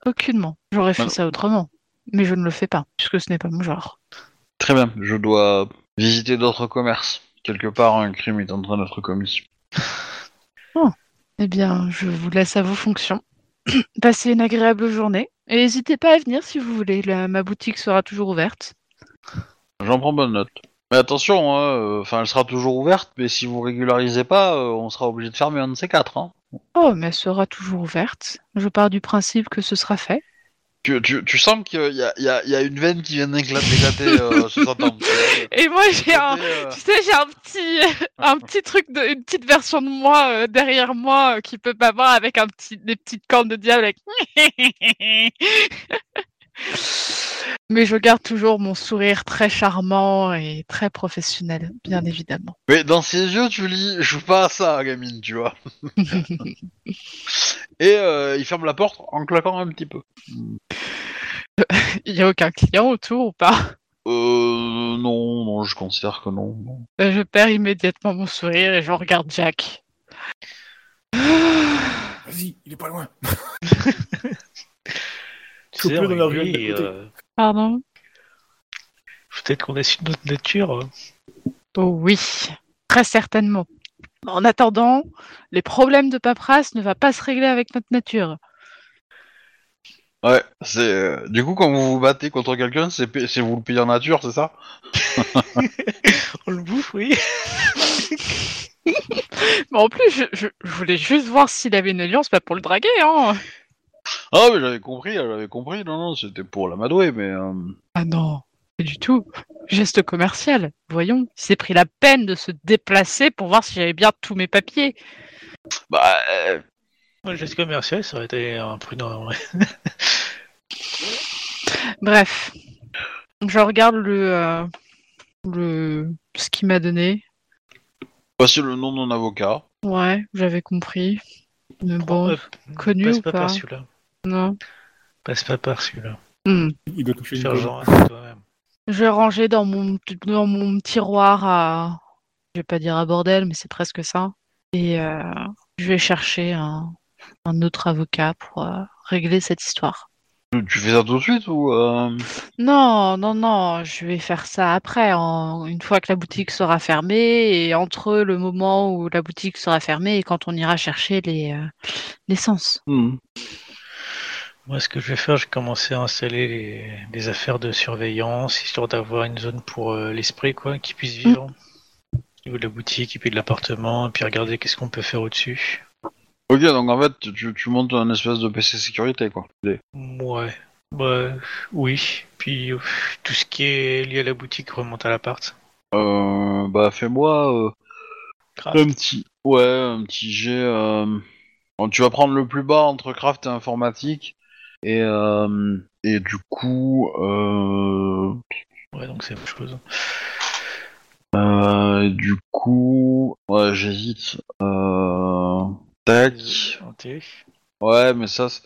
Aucunement. J'aurais fait
Bah non.
ça autrement. Mais je ne le fais pas, puisque ce n'est pas mon genre.
Très bien, je dois visiter d'autres commerces. Quelque part, un crime est en train d'être commis.
Eh bien, je vous laisse à vos fonctions. <clears throat> Passez une agréable journée. Et n'hésitez pas à venir si vous voulez. La- ma boutique sera toujours ouverte.
J'en prends bonne note. Mais attention, hein, euh, enfin, elle sera toujours ouverte, mais si vous régularisez pas, euh, on sera obligé de fermer un de ces quatre. Hein.
Oh, mais elle sera toujours ouverte. Je pars du principe que ce sera fait.
Tu, tu, tu sens qu'il y a, il y a- il y a une veine qui vient d'éclater d'éclater, <laughs> euh, ce septembre.
Et moi, j'ai un,
Euh,
Tu sais, j'ai un petit, <laughs> un petit truc, de, une petite version de moi euh, derrière moi euh, qui peut pas voir avec un petit, des petites cornes de diable. avec <laughs> Mais je garde toujours mon sourire très charmant et très professionnel, bien évidemment.
Mais dans ses yeux, tu lis, je joue pas à ça, gamine, tu <laughs> vois. Et euh, il ferme la porte en claquant un petit peu.
Il n'y a aucun client autour ou pas
Euh, non, non, je considère que non. non.
Euh, Je perds immédiatement mon sourire et je regarde Jack. <sighs>
Vas-y, il est pas loin.
Tu sais,
Chope-le dans la
on
ruelle
dit,
d'à côté.
euh,
Pardon
Peut-être qu'on a su notre nature. euh.
Oh oui, très certainement. En attendant, les problèmes de paperasse ne vont pas se régler avec notre nature.
Ouais, c'est. euh, du coup, quand vous vous battez contre quelqu'un, c'est pa- c'est vous le payez en nature, c'est ça
On le bouffe, oui. <laughs>
Mais en plus, je, je- je voulais juste voir s'il avait une alliance, pas pour le draguer, hein
Ah, mais j'avais compris, j'avais compris. Non, non, c'était pour l'amadouer, mais. euh,
Ah non, pas du tout. Geste commercial, voyons. Il s'est pris la peine de se déplacer pour voir si j'avais bien tous mes papiers.
bah. euh,
Ouais, Le geste commercial, ça aurait été imprudent. ouais.
Bref, je regarde le, euh, le... ce qu'il m'a donné.
Voici le nom de mon avocat.
Ouais, j'avais compris. Mais
Prends-
bon,
euh,
connu
passe
ou
pas,
pas
par celui-là.
non.
Passe pas par celui-là.
Hmm.
Il doit toucher une
Faire
colle.
genre à toi-même.
Je vais ranger dans mon, dans mon tiroir à. Je vais pas dire à bordel, mais c'est presque ça. Et euh, je vais chercher un, un autre avocat pour euh, régler cette histoire.
Tu, tu fais ça tout de suite ou euh,
Non, non, non, je vais faire ça après, en- une fois que la boutique sera fermée, et entre le moment où la boutique sera fermée et quand on ira chercher les, euh, l'essence.
hmm.
Moi, ce que je vais faire, je vais commencer à installer les, des affaires de surveillance, histoire d'avoir une zone pour euh, l'esprit, quoi, qui puisse vivre. Au niveau de la boutique, et puis de l'appartement, et puis regarder qu'est-ce qu'on peut faire au-dessus.
Ok, donc en fait, tu, tu montes un espèce de PC sécurité, quoi. Des-
Ouais. Bah, oui. Puis euh, tout ce qui est lié à la boutique remonte à l'appart.
Euh, bah, fais-moi euh,
Craft.
un petit. Ouais, un petit jet. euh, bon, tu vas prendre le plus bas entre craft et informatique. Et, euh, et du coup. Euh,
Ouais, donc c'est la même chose.
euh, du coup. Ouais, j'hésite. Euh, tac.
Hanté.
Ouais, mais ça, c'est-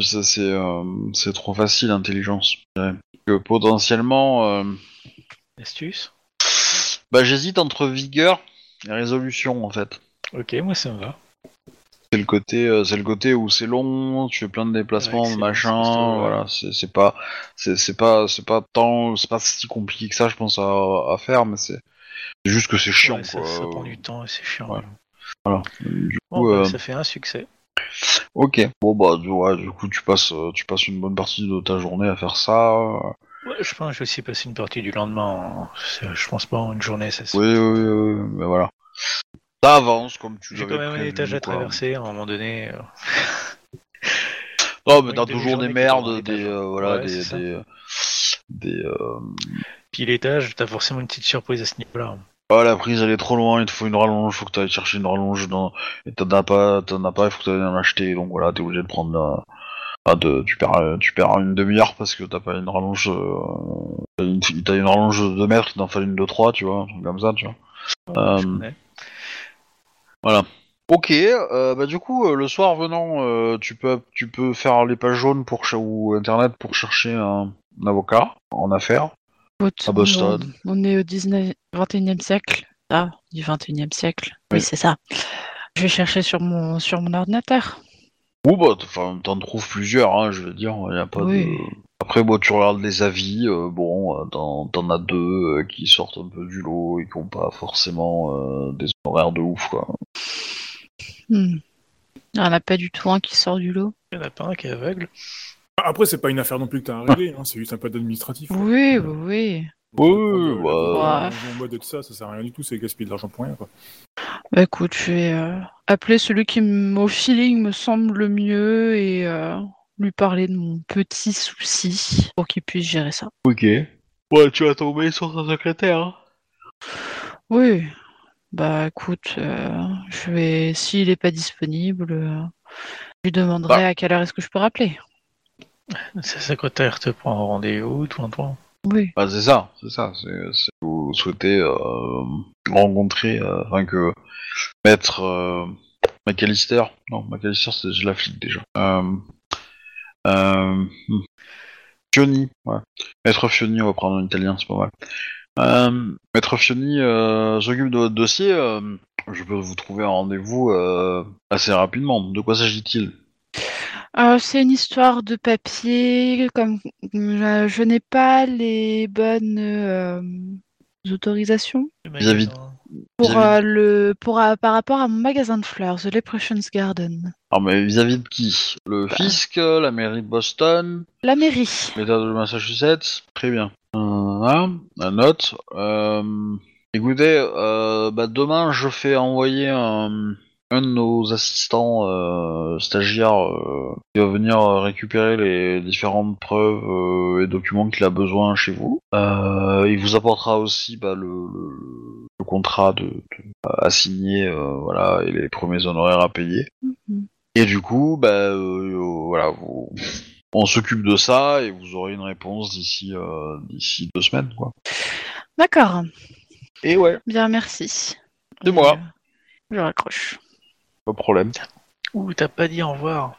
ça c'est euh, c'est trop facile, l'intelligence. je dirais. Que potentiellement, euh,
Astuce.
bah, j'hésite entre vigueur et résolution en fait.
Ok, moi ça me va.
C'est le côté, euh, c'est le côté où c'est long, tu fais plein de déplacements,
Ouais, c'est-
machin.
c'est plutôt, ouais.
Voilà, c'est c'est pas, c'est c'est pas, c'est pas tant, c'est pas si compliqué que ça, je pense à, à faire, mais c'est c'est juste que c'est chiant.
Ouais, ça,
quoi.
ça prend du temps et c'est chiant.
ouais. Voilà. Du
Bon,
coup,
bah,
euh,
ça fait un succès.
ok. Bon bah, du, ouais, du coup, tu passes, euh, tu passes une bonne partie de ta journée à faire ça. euh,
Ouais, je pense que j'ai aussi passé une partie du lendemain. en- c'est- Je pense pas en une journée, ça se
Oui, oui, oui, oui, mais voilà. Ça avance comme tu
J'ai
l'avais
quand même un
prévu,
étage à
quoi.
traverser à un moment donné. euh,
Non, mais
Une
t'as toujours des
demi-journée qui prend un
merdes, des
étage.
euh, voilà,
Ouais,
des
c'est ça.
des euh, des, euh,
Puis l'étage, t'as forcément une petite surprise à ce niveau-là.
ah, la prise elle est trop loin, il te faut une rallonge, faut que t'ailles chercher une rallonge dans et t'en as pas, t'en as pas, il faut que t'ailles en acheter, donc voilà, t'es obligé de prendre la... ah, de- tu perds euh, tu perds une demi-heure parce que t'as pas une rallonge, euh, t'as une, t'as une rallonge de 2 mètres, il t'en fallait une de 3, tu vois, un truc comme ça, tu vois. Euh,
Je connais.
Ok, euh, bah du coup euh, le soir venant, euh, tu peux tu peux faire les pages jaunes pour ch- ou internet pour chercher un, un avocat en affaires.
Écoute,
À Boston.
On, on est au 19, 21e siècle. Ah, du 21e siècle. Oui,
Oui.
c'est ça. Je vais chercher sur mon, sur mon ordinateur.
Ou bah t- 'fin, t'en trouves plusieurs, hein, je veux dire, y a pas
Oui.
de. Après bon tu regardes les avis, euh, bon euh, t'en t'en as deux euh, qui sortent un peu du lot et qui ont pas forcément euh, des horaires de ouf quoi.
Hmm. Il n'y en a pas du tout un qui sort du lot.
Il y en a pas un qui est aveugle.
Ah, Après, c'est pas une affaire non plus que t'as à régler, hein, c'est juste un peu d'administratif. quoi.
Oui, oui, oui.
Oui,
Euh,
bah,
euh, En mode de ça, ça sert à rien du tout, c'est gaspiller de l'argent pour rien. Quoi.
Bah, écoute, je vais euh, appeler celui qui, m- au feeling, me semble le mieux et euh, lui parler de mon petit souci pour qu'il puisse gérer ça.
Ok. Ouais, tu vas tomber sur ton secrétaire. hein.
Oui, bah écoute, euh, je vais, s'il n'est pas disponible, euh, je lui demanderai
Bah.
à quelle heure est-ce que je peux rappeler.
Sa secrétaire te prend un rendez-vous, toi, toi.
Oui,
Bah c'est ça, c'est ça, c'est c'est- vous souhaitez euh, rencontrer, euh, enfin que maître euh, McAllister, non McAllister c'est je la flic déjà, euh, euh, hmm. Fioni, ouais. maître Fioni on va prendre en italien c'est pas mal, euh, maître Fioni euh, s'occupe de votre dossier, euh, je peux vous trouver un rendez-vous euh, assez rapidement, de quoi s'agit-il
Euh, c'est une histoire de papier, comme euh, je n'ai pas les bonnes euh, autorisations
Vis-à-vis-
hein.
pour
Vis-à-vis-
euh, le pour euh, par rapport à mon magasin de fleurs, The Leprechaun's Garden,
Alors mais vis-à-vis de qui Le fisc, la mairie de Boston
la mairie.
L'État de Massachusetts, très bien. Voilà, la note. Euh, écoutez, euh, bah, demain je fais envoyer un, un de nos assistants euh, stagiaires euh, qui va venir euh, récupérer les différentes preuves euh, et documents qu'il a besoin chez vous. Euh, il vous apportera aussi bah, le, le- le contrat de, de- à signer, euh, voilà, et les premiers honoraires à payer.
Mhm.
Et du coup, bah, euh, voilà, vous, on s'occupe de ça et vous aurez une réponse d'ici euh, d'ici deux semaines quoi.
D'accord.
Et ouais,
Bien, merci. Euh,
C'est moi.
Je raccroche.
pas de problème.
Ouh, t'as pas dit au revoir.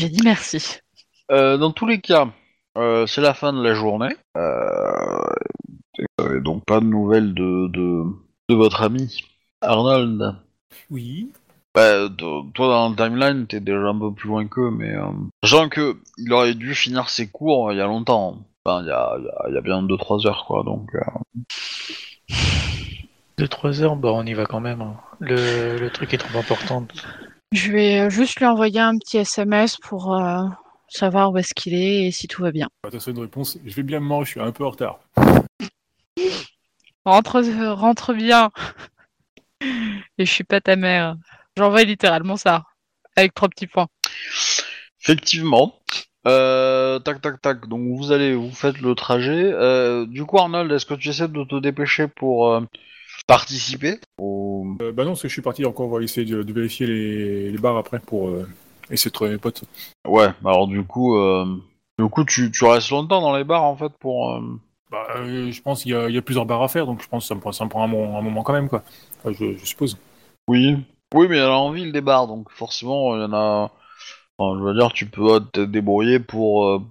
J'ai dit merci.
Euh, dans tous les cas, euh, c'est la fin de la journée. Euh, et donc pas de nouvelles de, de, de votre ami Arnold.
Oui.
Bah, de- toi dans le timeline, t'es déjà un peu plus loin qu'eux, mais euh, sachant que il aurait dû finir ses cours euh, il y a longtemps. Enfin, il y a, il y a- il y a bien 2-3 heures, quoi. Donc, euh,
Deux, trois heures, bah on y va quand même. hein. Le, le truc est trop important.
Je vais euh, juste lui envoyer un petit SMS pour euh, savoir où est-ce qu'il est et si tout va bien.
Bah, t'as une réponse. Je vais bien me manger, je suis un peu en retard.
Rentre, euh, rentre bien. <laughs> Et je suis pas ta mère. J'envoie littéralement ça. Avec trois petits points.
effectivement. Euh, tac, tac, tac. Donc, vous allez, vous faites le trajet. Euh, du coup, Arnold, est-ce que tu essaies de te dépêcher pour euh, participer au...
Euh, bah non, parce que je suis parti encore, on va essayer de, de vérifier les, les bars après pour euh, essayer de trouver mes potes.
Ouais. Alors, du coup, euh, du coup, tu, tu restes longtemps dans les bars en fait pour. euh,
Bah, euh, je pense qu'il y, a- il y a plusieurs bars à faire, donc je pense que ça me prend, ça me prend un, mo- un moment quand même, quoi. Enfin, je, je suppose.
Oui. Oui, mais elle a envie le débarre, donc forcément, il y en a. Enfin, je veux dire, tu peux euh, te débrouiller pour euh,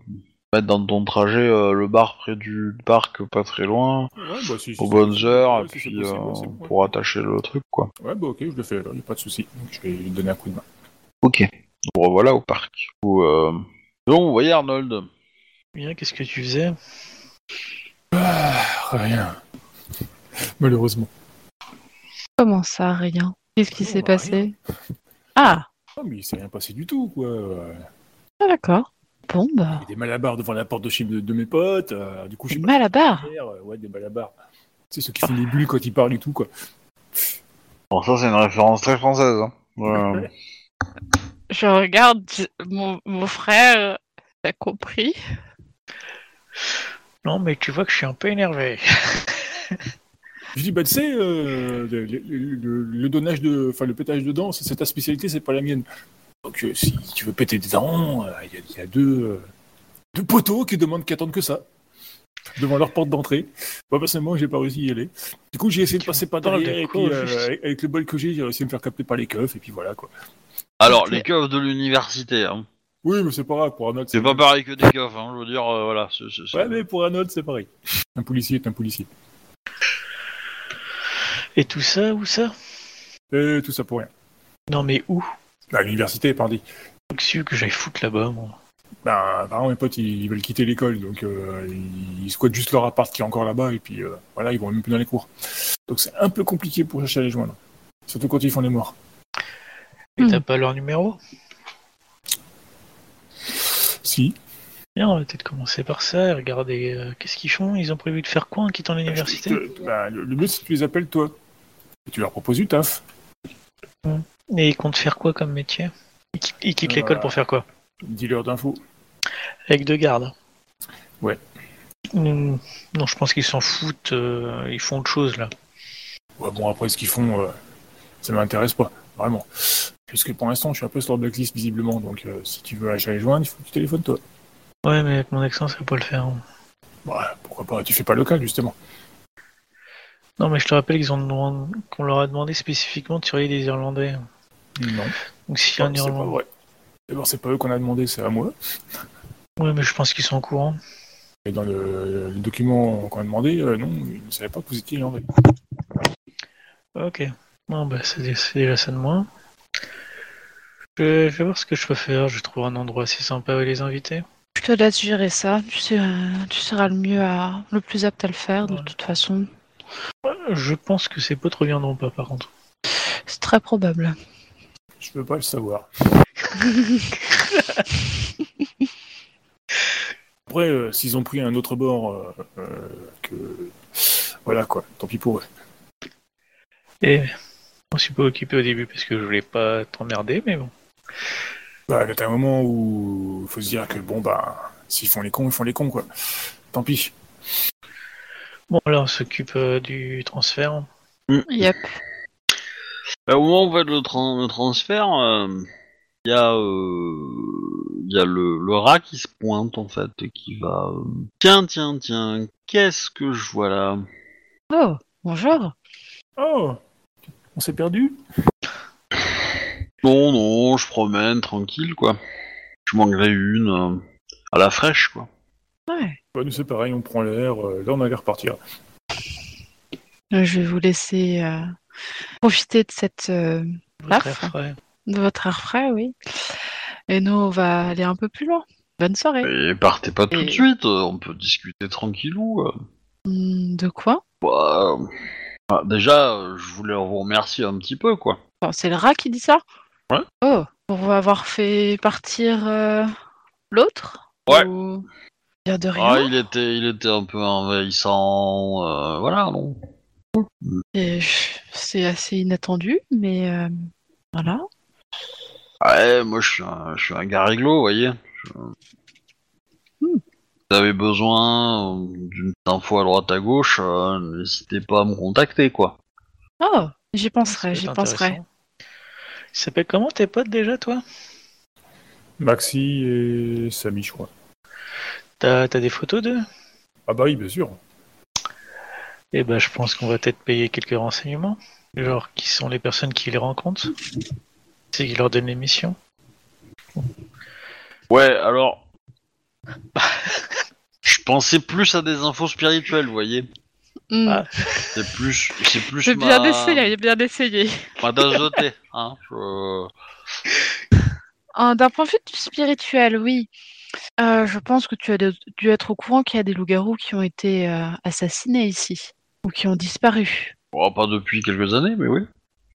mettre dans ton trajet euh, le bar près du parc, pas très loin,
Ouais, bah, si, si,
aux
si,
bonnes
si,
heures,
ouais,
et
si c'est
puis
possible,
euh,
ouais, c'est bon.
pour attacher le truc, quoi.
Ouais, bah ok, je le fais alors, il n'y a pas de souci. Donc, je vais lui donner un coup de main.
Ok. Bon, voilà au parc. Ou, euh, Donc, vous voyez Arnold.
Bien, qu'est-ce que tu faisais
Ah, rien. Malheureusement.
Comment ça, rien Qu'est-ce qui
Non,
s'est
bah,
passé Ah,
Non, mais il s'est rien passé du tout, quoi. Euh,
ah, d'accord. Bon,
Il
bah,
y a des malabars devant la porte de chez de, de mes potes. euh, du coup, je
c'est
sais
mal à barre.
pas, euh, ouais, des malabars. C'est ceux qui font des bulles quand ils parlent et tout, quoi.
Bon, ça, c'est une référence très française. Hein. Euh,
Je regarde je- mon, mon frère, t'as compris
Non, mais tu vois que je suis un peu énervé.
<laughs> Je dis, bah, tu sais, euh, le, le- le- le donnage de. Enfin, le pétage de dents, c'est c'est ta spécialité, c'est pas la mienne. Donc, euh, si tu veux péter des dents, euh, il y a- il y, a deux, euh, deux poteaux qui demandent, qui attendent que ça. Devant leur porte d'entrée. Moi, personnellement, j'ai pas réussi à y aller. Du coup, j'ai essayé de passer par
parles de
derrière, et
quoi,
puis, euh,
juste
avec- avec le bol que j'ai, j'ai réussi à me faire capter par les keufs, et puis voilà, quoi.
<laughs> Alors, les keufs de l'université. Hein.
Oui, mais c'est pas grave, pour un autre.
C'est pas pareil que des keufs, hein. je veux dire, euh, voilà. c'est- c'est- c'est-
Ouais, mais pour un autre, c'est pareil. Un policier est un policier.
Et tout ça, où ça
Et tout ça pour rien. Bah,
Non, mais où
À l'université, pardi.
Au-dessus que j'aille foutre là-bas, moi.
Ben, apparemment, mes potes, ils ils veulent quitter l'école, donc euh, ils ils squattent juste leur appart qui est encore là-bas, et puis euh, voilà, ils vont même plus dans les cours. Donc c'est un peu compliqué pour chercher à les joindre. Surtout quand ils font les morts.
Et
Hmm.
t'as pas leur numéro
Si.
Bien, on va peut-être commencer par ça et regarder euh, qu'est-ce qu'ils font. Ils ont prévu de faire quoi en quittant l'université
Te- ben, le, le mieux, c'est que tu les appelles, toi. Et tu leur proposes du taf.
Et ils comptent faire quoi comme métier Ils quittent, ils quittent
Euh,
l'école pour faire quoi
Dis-leur d'infos.
Avec deux gardes
Ouais.
Hmm, Non, je pense qu'ils s'en foutent. euh, ils font autre chose, là.
Ouais, bon, après, ce qu'ils font, euh, ça m'intéresse pas, vraiment. Puisque pour l'instant, je suis un peu sur leur blacklist, visiblement, donc euh, si tu veux aller les joindre, il faut que tu téléphones, toi.
Ouais, mais avec mon accent, ça peut pas le faire. hein.
Bah, pourquoi pas, tu fais pas local, justement.
Non, mais je te rappelle qu'ils ont demandé- qu'on leur a demandé spécifiquement de surveiller les Irlandais.
Non,
Donc s'il y a
c'est
un
pas
Irlandais...
vrai. D'abord, c'est pas eux qu'on a demandé, c'est à moi.
Ouais, mais je pense qu'ils sont au courant.
Et dans le, le document qu'on a demandé, euh, non, ils ne savaient pas que vous étiez irlandais.
Ok. Bon, bah, c'est dé- c'est déjà ça de moins. Je, je vais voir ce que je peux faire. Je trouve un endroit assez sympa où les inviter.
Je te laisse gérer ça. Tu, sais, euh, tu seras le mieux à, le plus apte à le faire, de
Voilà.
toute façon.
Euh, Je pense que ces potes reviendront pas, par contre.
C'est très probable.
Je peux pas le savoir. Après, euh, s'ils ont pris un autre bord, euh, euh, que. Voilà quoi, tant pis pour eux.
Et on suis pas occupé au début parce que je voulais pas t'emmerder, mais bon.
Bah, il y a un moment où faut se dire que bon, bah, s'ils font les cons, ils font les cons quoi. Tant pis.
Bon, là, on s'occupe euh, du transfert.
Yep.
Bah, au moment où on fait le, tran- le transfert, il y a, euh, il y a le, le rat qui se pointe en fait et qui va. euh, Tiens, tiens, tiens, qu'est-ce que je vois là
Oh, bonjour.
Oh On s'est perdu
Non, non, je promène tranquille quoi. Je mangerai une euh, à la fraîche quoi.
Ouais.
Bah, Nous, c'est pareil, on prend l'air. euh, là, on a l'air repartir.
Euh, Je vais vous laisser euh, profiter de cette euh, Paf.
Très frais.
de votre air frais, oui. Et nous, on va aller un peu plus loin. Bonne soirée.
Et partez pas tout
Et-
de suite, euh, on peut discuter tranquillou. euh.
Hmm, De quoi
Bah, euh, ah, déjà, euh, je voulais vous remercier un petit peu quoi.
Enfin, C'est le rat qui dit ça
Ouais.
Oh, pour avoir fait partir euh, l'autre
Ouais.
Ou... Bien de rien.
Ah, il était, il était un peu envahissant, euh, voilà, non.
Et je- C'est assez inattendu, mais euh, voilà.
Ouais, moi je suis un, je suis un gars réglo, vous voyez. Je-
Hmm.
Vous avez besoin euh, d'une info à droite à gauche, euh, n'hésitez pas à me contacter, quoi.
Oh, j'y
Ah, Ça
penserai,
va
j'y
être
penserai.
intéressant. Il s'appelle comment tes potes déjà, toi
Maxi et Samy, je crois.
T'as t'as des photos d'eux
Ah bah oui, bien sûr.
Eh ben, je pense qu'on va peut-être payer quelques renseignements. Genre, qui sont les personnes qui les rencontrent C'est qui leur donne les missions
Ouais, alors. <laughs> je pensais plus à des infos spirituelles, vous voyez.
Hmm,
Ah,
C'est plus. C'est plus.
J'ai bien
ma-
essayé, j'ai bien essayé.
Ma tasse de thé, hein. Je-
Euh, D'un point de vue spirituel, oui. Euh, je pense que tu as de- dû être au courant qu'il y a des loups-garous qui ont été euh, assassinés ici, ou qui ont disparu.
Bon, Oh, pas depuis quelques années, mais oui.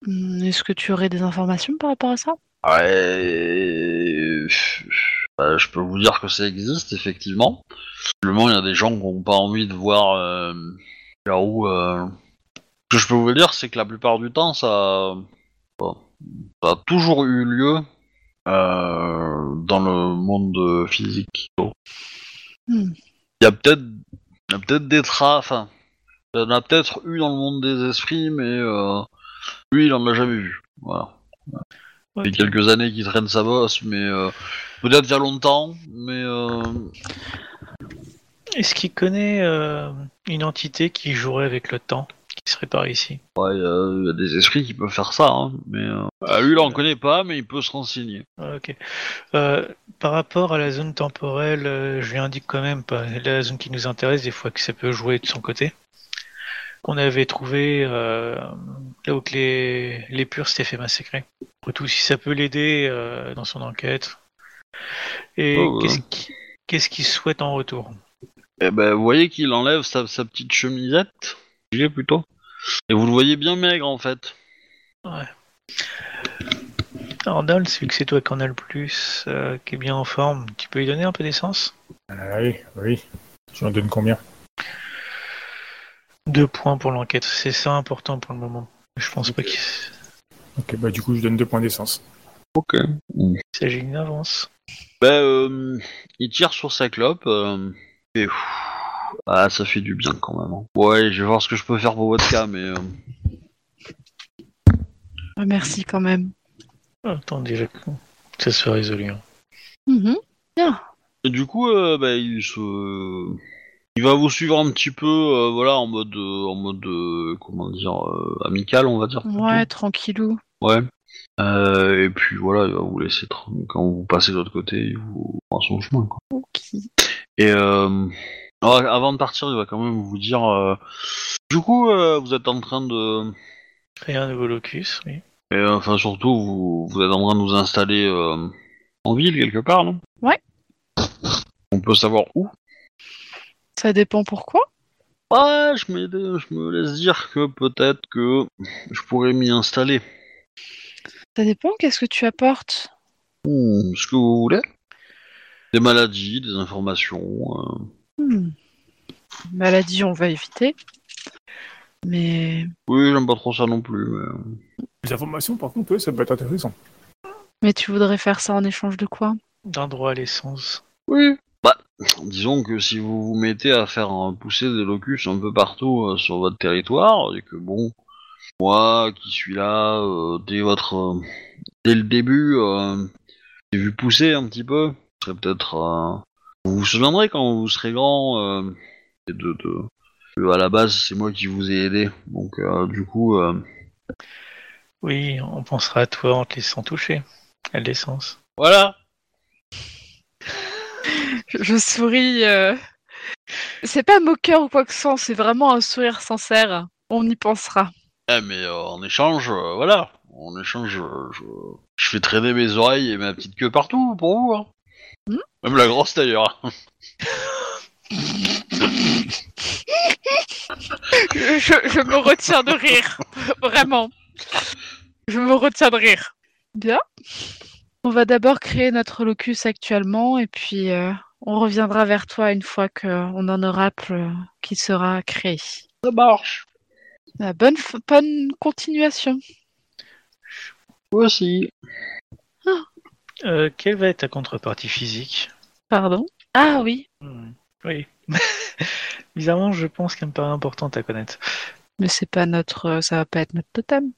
Hmm, Est-ce que tu aurais des informations par rapport à ça
Ouais. bah, euh, je peux vous dire que ça existe, effectivement. Simplement, il y a des gens qui n'ont pas envie de voir euh, vers où. euh, Ce que je peux vous dire, c'est que la plupart du temps, ça, bon, ça a toujours eu lieu euh, dans le monde physique.
Hmm.
Il y a peut-être il y a peut-être des traces. Enfin, il y en a peut-être eu dans le monde des esprits, mais euh, lui, il en a jamais vu. Voilà. Il y a
ok.
quelques années qu'il traîne sa bosse, mais euh, peut-être il y a longtemps, mais euh,
Est-ce qu'il connaît euh, une entité qui jouerait avec le temps, qui serait par ici
ouais, il y a- il y, a des esprits qui peuvent faire ça. hein, mais euh, bah, lui, il en connaît pas, mais il peut se renseigner.
Ah, Ok. Euh, par rapport à la zone temporelle, euh, je lui indique quand même, pas, la zone qui nous intéresse, des fois que ça peut jouer de son côté, qu'on avait trouvé euh, là où que les, les purs s'étaient fait massacrer. Après tout, si ça peut l'aider euh, dans son enquête. Et
Oh, ouais.
qu'est-ce qui- qu'est-ce qu'il souhaite en retour
Et ben, vous voyez qu'il enlève sa, sa petite chemisette, gilet plutôt, et vous le voyez bien maigre en fait.
Arnold, vu que c'est toi qui en as le plus, euh, qui est bien en forme, tu peux lui donner un peu d'essence
Ah oui, oui. Tu en donnes combien
Deux points pour l'enquête, c'est ça important pour le moment. Je pense pas qu'il
Ok, bah du coup, je donne deux points d'essence.
Ok.
s'agit d'une avance.
Ben, euh, il tire sur sa clope euh, et ouf, ah, ça fait du bien quand même. hein. Ouais, je vais voir ce que je peux faire pour votre cas, mais euh,
Ah, Merci quand même.
Attends déjà que ça soit résolu. hein.
Mhm.
Et du coup, euh, bah, il se, euh, il va vous suivre un petit peu, euh, voilà, en mode, euh, en mode, euh, comment dire, euh, amical, on va dire. plutôt.
Ouais, tranquillou.
Ouais. Euh, et puis voilà, il va vous laisser tra- quand vous passez de l'autre côté, il vous prend son chemin. Quoi.
Ok.
Et euh, alors, avant de partir, il va quand même vous dire. euh, Du coup, euh, vous êtes en train de,
Créer un nouveau locus, oui.
et, euh, enfin surtout, vous, vous êtes en train de vous installer euh, en ville quelque part, non
Ouais.
On peut savoir où
Ça dépend pourquoi
Ouais, Ah, je me, je me laisse dire que peut-être que je pourrais m'y installer.
Ça dépend, qu'est-ce que tu apportes
Hmm, ce que vous voulez. Des maladies, des informations. euh.
Hmm. Maladie, on va éviter. Mais
Oui, j'aime pas trop ça non plus. mais, euh,
Les informations, par contre, ouais, ça peut être intéressant.
mais tu voudrais faire ça en échange de quoi
D'un droit à l'essence.
Oui. Bah, <clears throat> disons que si vous vous mettez à faire euh, pousser des locus un peu partout euh, sur votre territoire, et que bon, moi qui suis là euh, dès votre, euh, dès le début, euh, j'ai vu pousser un petit peu. serait peut-être. euh, Vous vous souviendrez quand vous serez grand. euh, et de, de- que à la base, c'est moi qui vous ai aidé. Donc, euh, du coup, euh,
Oui, on pensera à toi en te laissant toucher. À l'essence.
Voilà.
Je, je souris. euh, C'est pas moqueur ou quoi que ce soit, c'est vraiment un sourire sincère. On y pensera.
Eh, mais euh, en échange, euh, voilà. En échange, euh, je, je fais traîner mes oreilles et ma petite queue partout pour vous. hein.
Hmm
Même la grosse d'ailleurs. <laughs>
Je, je me retiens de rire. Vraiment. Je me retiens de rire. Bien. On va d'abord créer notre locus actuellement et puis euh, on reviendra vers toi une fois qu'on en aura plus- qui sera créé.
Ça marche.
Bah, bonne, f- bonne continuation.
Toi aussi.
Euh, quelle va être ta contrepartie physique
Pardon. Ah oui.
Hmm, Oui. <laughs> Bizarrement, je pense qu'elle me paraît importante à connaître.
Mais c'est pas notre. Ça va pas être notre totem.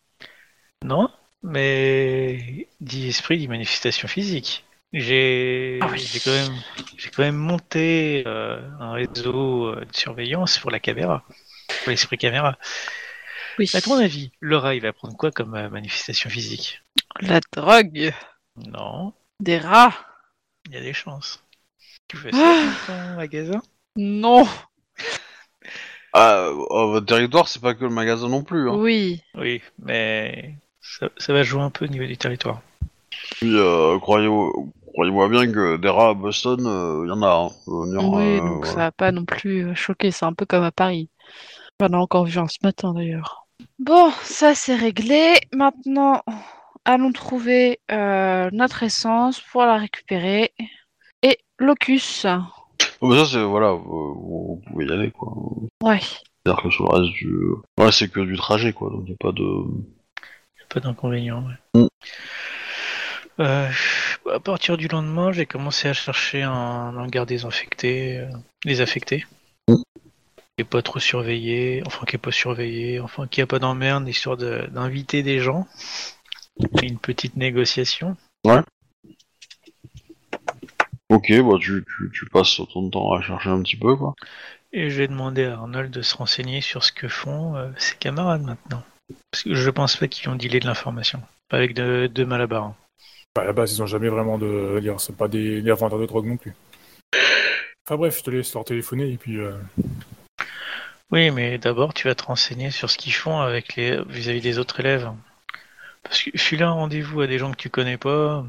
Non, mais dit esprit, dit manifestation physique. J'ai
Ah oui.
j'ai quand même j'ai quand même monté euh, un réseau euh, de surveillance pour la caméra, pour l'esprit caméra.
Oui.
À ton avis, Laura, il va prendre quoi comme euh, manifestation physique
La drogue.
Non,
Des rats.
il y a des chances. Tu fais ça dans
Ah.
ton magasin
Non.
Ah, euh, votre territoire, c'est pas que le magasin non plus. Hein.
Oui.
Oui, mais ça, ça va jouer un peu au niveau du territoire.
Puis, euh, croyez-moi croyez-moi bien que des rats à Boston, euh, il y en a. hein. Je veux dire,
Oui,
euh,
donc ça
voilà.
va pas non plus euh, choquer. C'est un peu comme à Paris. J'en ai encore vu un ce matin d'ailleurs. Bon, ça c'est réglé. Maintenant, allons trouver euh, notre essence pour la récupérer. Et locus.
Oh, mais ça, c'est. Voilà, vous, vous pouvez y aller, quoi.
Ouais.
C'est-à-dire que sur le reste du. euh, Ouais, c'est que du trajet, quoi. Donc, il a pas de.
Pas d'inconvénient. ouais.
Mm.
Euh, à partir du lendemain, j'ai commencé à chercher un hangar désinfecté, euh, désaffecté.
Mm.
Qui est pas trop surveillé, enfin qui est pas surveillé, enfin qui a pas d'emmerde, histoire de- d'inviter des gens. Et Une petite négociation.
Ok, bah, tu, tu, tu passes ton temps à chercher un petit peu, quoi.
Et j'ai demandé à Arnold de se renseigner sur ce que font euh, ses camarades maintenant. Parce que je pense pas qu'ils ont dealé de l'information. Pas Avec de, de Malabar. hein.
Bah, à la base, ils ont jamais vraiment de. dire, C'est pas des des vendeurs de drogue non plus. Enfin bref, je te laisse leur téléphoner et puis. euh,
Oui, mais d'abord, tu vas te renseigner sur ce qu'ils font avec les vis-à-vis des autres élèves. Parce que filer un rendez-vous à des gens que tu connais pas,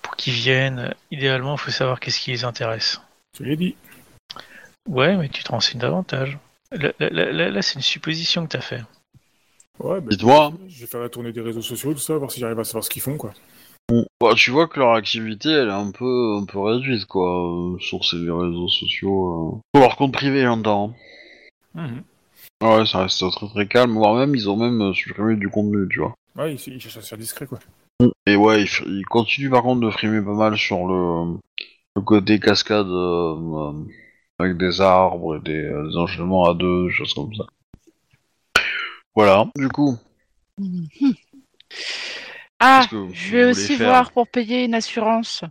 pour qu'ils viennent, idéalement, il faut savoir qu'est-ce qui les intéresse.
tu l'as dit.
Ouais, mais tu te renseignes davantage. Là, là- là- là- là, c'est une supposition que t'as fait.
Ouais, bah,
Dites-moi.
je vais faire la tournée des réseaux sociaux, tout ça, voir si j'arrive à savoir ce qu'ils font, quoi.
Bah, tu vois que leur activité, elle est un peu, un peu réduite, quoi, euh, sur ces réseaux sociaux. Euh... Pour leur compte privé, j'entends. Ah Ouais, ça reste très très calme, voire même, ils ont même euh, supprimé du contenu, tu vois.
Ouais, ils, ils cherchent à se faire discret, quoi.
Et ouais, ils, fr- ils continuent par contre de frimer pas mal sur le, le côté cascade, euh, euh, avec des arbres et des, euh, des enchaînements à deux, des choses comme ça. Voilà, du coup,
Mhm. Ah,
Qu'est-ce que vous
je vais
voulez
aussi
faire
voir pour payer une assurance.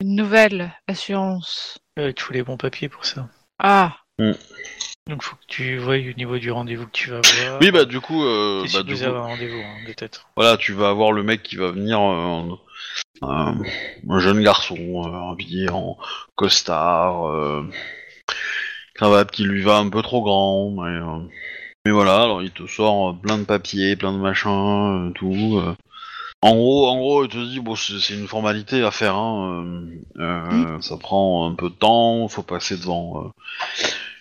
Une nouvelle assurance.
Avec tous les bons papiers pour ça.
Ah,
Donc, faut que tu vois au niveau du rendez-vous que tu vas avoir.
oui, bah du coup, euh,
T'es
bah, du
supposé
coup,
avoir un rendez-vous, hein, de tête.
Voilà, tu vas avoir le mec qui va venir, euh, en- un, un jeune garçon euh, habillé en costard, euh, cravate qui lui va un peu trop grand. Mais, euh, mais voilà, alors il te sort euh, plein de papiers, plein de machins, euh, tout. euh. En gros, en gros, il te dit bon, c'est c'est une formalité à faire. hein, euh, euh, Ça prend un peu de temps, faut passer devant euh,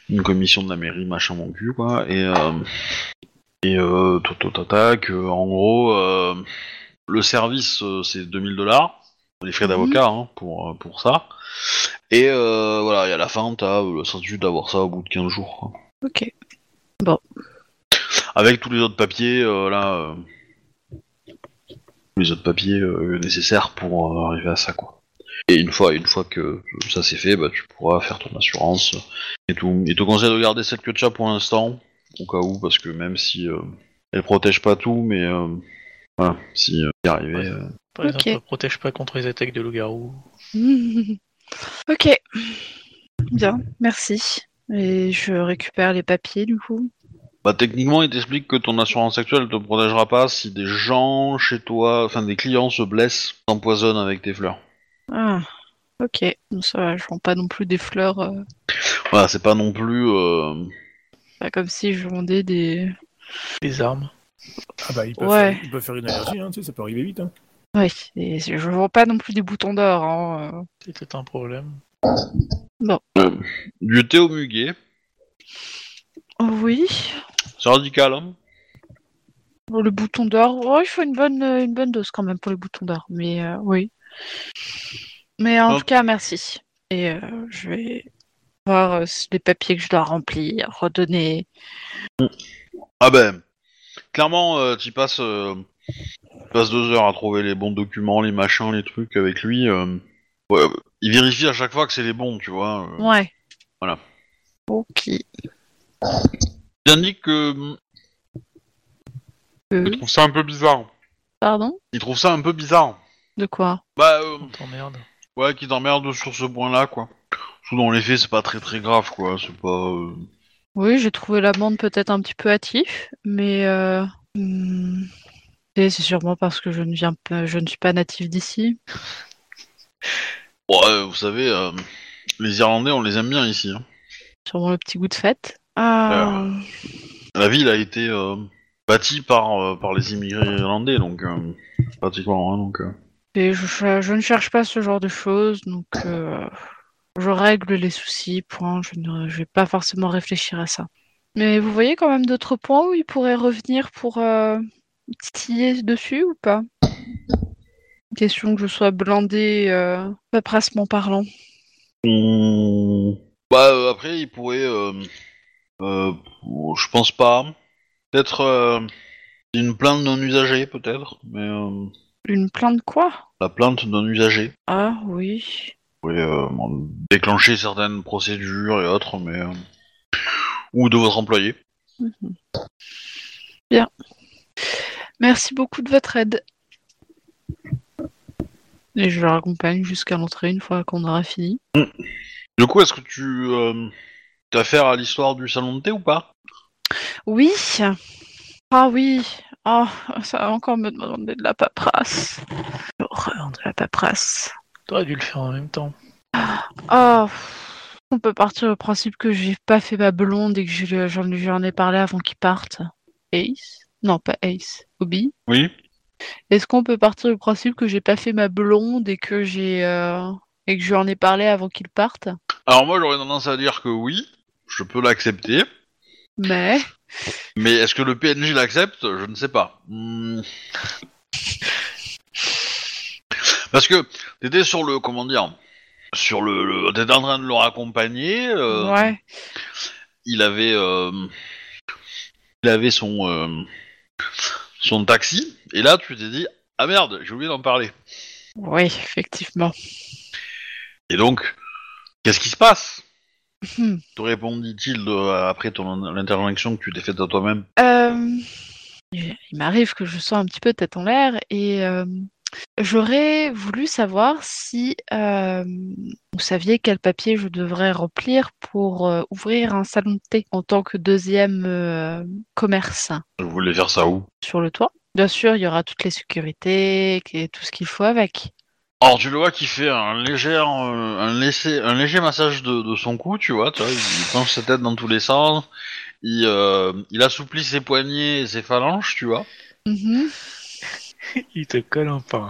une commission de la mairie, machin mon cul quoi. Et euh, et euh, tot, tot, tot, tac, euh, en gros, euh, le service, euh, c'est 2000 dollars, les frais d'avocat hein, pour, euh, pour ça. Et euh, voilà, et à la fin, t'as euh, le statut d'avoir ça au bout de 15 jours. quoi.
ok.
Avec tous les autres papiers, euh, là, euh, tous les autres papiers euh, nécessaires pour euh, arriver à ça, quoi. Et une fois, une fois que ça c'est fait, bah, tu pourras faire ton assurance et tout. Il te conseille de garder cette queue de chat pour l'instant, au cas où, parce que même si euh, elle protège pas tout, mais euh, voilà, si euh, y arrivait, euh,
Par exemple,
Ok.
ne protège pas contre les attaques de loup-garou.
<laughs> ok. Bien, merci. Et je récupère les papiers du coup.
Bah techniquement, il t'explique que ton assurance actuelle te protégera pas si des gens chez toi, enfin des clients se blessent, t'empoisonnent avec tes fleurs.
Ah, ok. Bon, ça va, je vends pas non plus des fleurs. euh,
Voilà, c'est pas non plus. euh,
pas comme si je vendais des.
Les armes.
Ah bah, il peut,
Ouais.
faire, il peut faire une allergie, hein, tu sais, ça peut arriver vite. Hein.
Oui, et je vends pas non plus des boutons d'or. Hein. euh.
C'était un problème.
Du thé au muguet,
Oh, oui.
c'est radical. Hein
Bon, Le bouton d'or, ouais, il faut une bonne, euh, une bonne dose quand même pour les boutons d'or, mais euh, oui. Mais en
Hop.
tout cas, merci. Et euh, je vais voir euh, s- les papiers que je dois remplir, redonner.
ah ben, clairement, euh, tu passes, euh, tu passes deux heures à trouver les bons documents, les machins, les trucs avec lui. euh, ouais, il vérifie à chaque fois que c'est les bons, tu vois. euh.
Ouais.
Voilà.
Ok.
Il indique que hum,
Euh,
il trouve ça un peu bizarre.
pardon
Il trouve ça un peu bizarre.
De quoi
Bah euh,
On t'emmerde.
Ouais, qui t'emmerde sur ce point-là, quoi. Sous dans les faits, c'est pas très très grave, quoi. C'est pas. euh,
Oui, j'ai trouvé l'amende peut-être un petit peu hâtif, mais euh, hmm, et c'est sûrement parce que je ne viens pas, je ne suis pas natif d'ici.
Ouais, euh, vous savez, euh, les Irlandais, on les aime bien ici. hein.
Sûrement le petit goût de fête. Ah.
La ville a été euh, bâtie par euh, par les immigrés irlandais, donc euh, pratiquement. hein, donc. euh.
Et je, cher- je ne cherche pas ce genre de choses, donc euh, je règle les soucis, point. Je ne je vais pas forcément réfléchir à ça. Mais vous voyez quand même d'autres points où il pourrait revenir pour euh, titiller dessus ou pas Question que je sois blindée, euh, paperassement parlant.
On- Bah euh, après, ils pourraient. euh, euh, pour- je pense pas. Peut-être euh, une plainte non usagée, peut-être. Mais euh,
Une plainte quoi
la plainte non usagée.
Ah oui.
pouvez euh, bon, déclencher certaines procédures et autres, mais euh, ou de votre employé.
Mhm. Bien. Merci beaucoup de votre aide. Et je la raccompagne jusqu'à l'entrée une fois qu'on aura fini.
Du coup, est-ce que tu euh, t'as affaire à l'histoire du salon de thé ou pas
Oui. Ah oui. Ah, ça va encore me demander de la paperasse. L'horreur de la paperasse.
T'aurais dû le faire en même temps.
Ah, pff, on peut partir du principe que j'ai pas fait ma blonde et que je lui- j'en j'en ai parlé avant qu'il parte. Ace Non, pas Ace. Obi
Oui.
Est-ce qu'on peut partir du principe que j'ai pas fait ma blonde et que j'ai euh, et que je lui en ai parlé avant qu'il parte
Alors moi, j'aurais tendance à dire que oui, je peux l'accepter,
Mais
mais est-ce que le PNJ l'accepte Je ne sais pas. Hmm. Parce que t'étais sur le comment dire sur le, le- t'étais en train de le raccompagner. euh,
ouais.
il avait euh, il avait son euh, son taxi et là tu t'es dit ah merde j'ai oublié d'en parler
Oui, effectivement.
et donc qu'est-ce qui se passe
Hmm.
te répondit-il de- après ton l'intervention que tu t'es faite à toi-même
Euh, il il m'arrive que je sois un petit peu tête en l'air et euh, j'aurais voulu savoir si euh, vous saviez quel papier je devrais remplir pour euh, ouvrir un salon de thé en tant que deuxième euh, commerce
je voulais faire ça où
sur le toit. Bien sûr, il y aura toutes les sécurités et tout ce qu'il faut avec.
alors tu le vois qui fait un léger euh, un léger un léger massage de, de son cou tu vois tu vois, il penche sa tête dans tous les sens il, euh, il assouplit ses poignets et ses phalanges tu vois
Mhm.
Il te colle un pain.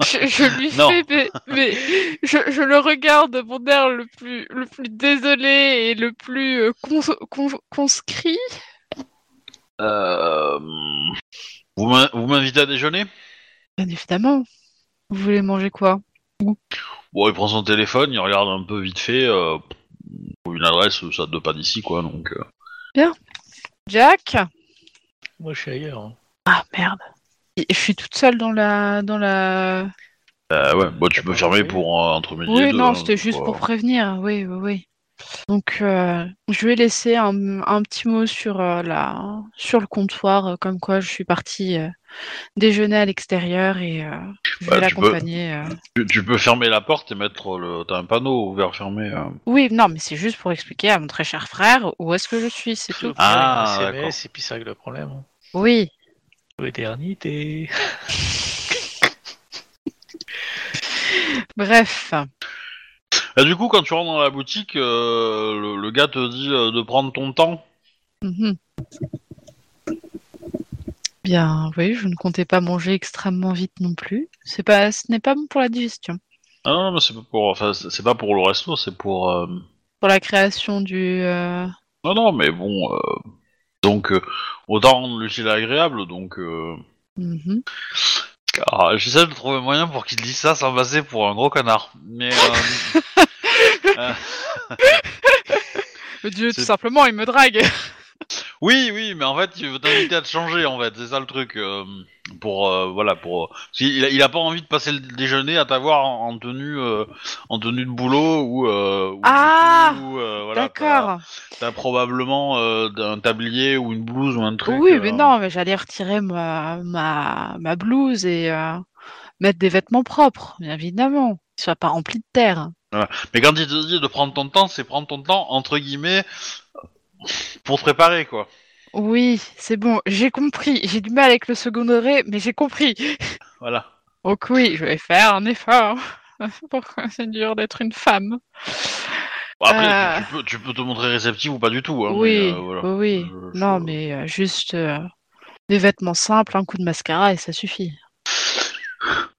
Je, je lui
Non.
fais, mais, mais je, je le regarde, de mon air le plus, le plus désolé et le plus euh, cons- con- conscrit.
Euh, vous m'in- vous m'invitez à déjeuner
Bien évidemment. Vous voulez manger quoi
Bon, il prend son téléphone, il regarde un peu vite fait. euh, une adresse, ça ne pas d'ici, quoi. Donc, euh.
Jack
Moi, je suis ailleurs. hein.
Ah merde. Et Je suis toute seule dans la. Dans la...
Euh, ouais, bon, tu
T'as
peux
pas
fermer
mangé
pour euh, entre midi et
Oui,
deux,
non,
hein,
c'était
donc,
juste
euh,
pour prévenir. Oui, oui, oui. Donc, euh, je vais laisser un, un petit mot sur, euh, la, sur le comptoir, euh, comme quoi je suis partie euh, déjeuner à l'extérieur et euh, je
Bah,
vais
tu peux.
l'accompagner. euh.
Tu, tu peux fermer la porte et mettre le. T'as un panneau ouvert fermé. euh.
Oui, non, mais c'est juste pour expliquer à mon très cher frère où est-ce que je suis, c'est tout.
Ah,
Avec un
d'accord.
SMS, et puis ça règle le problème. hein.
Oui,
Éternité.
bref.
Et Bah, du coup, quand tu rentres dans la boutique, euh, le, le gars te dit euh, de prendre ton temps.
Mhm. Bien, oui, je ne comptais pas manger extrêmement vite non plus. C'est pas, ce n'est pas bon pour la digestion.
Ah non, mais c'est pas pour. Enfin, c'est c'est pas pour le resto, c'est pour. euh,
Pour la création du. euh,
Non, non, mais bon. euh, Donc, euh, autant rendre l'utile agréable. Donc, euh,
mhm.
ah, j'essaie de trouver un moyen pour qu'il dise ça sans passer pour un gros connard. Mais
<laughs>
euh,
Le dieu, tout
C'est-
simplement, il me drague.
oui, oui, mais en fait, il veut t'inviter à te changer. En fait, c'est ça le truc. euh, Pour euh, voilà, pour. parce qu'il- il, a, il a pas envie de passer le déjeuner à t'avoir en, en tenue, euh, en tenue de boulot ou. euh, ou-
Ah,
ou, euh, voilà, t'as-
D'accord.
T'as probablement euh, un tablier ou une blouse ou un truc.
oui,
euh,
mais non, mais j'allais retirer ma, ma, ma blouse et euh, mettre des vêtements propres, bien évidemment. Qu'ils soient pas remplis de terre.
Mais quand il te dit de prendre ton temps, c'est prendre ton temps, entre guillemets, pour te préparer, quoi.
Oui, c'est bon, j'ai compris. J'ai du mal avec le second degré, mais j'ai compris.
Voilà.
Donc oui, je vais faire un effort. <laughs> Pourquoi c'est dur d'être une femme
Bon, après,
Euh.
tu, peux, tu peux te montrer réceptif ou pas du tout. Hein,
Oui,
mais, euh, voilà.
oui, oui.
Je- je-
Non, mais euh, juste euh, des vêtements simples, un coup de mascara et ça suffit.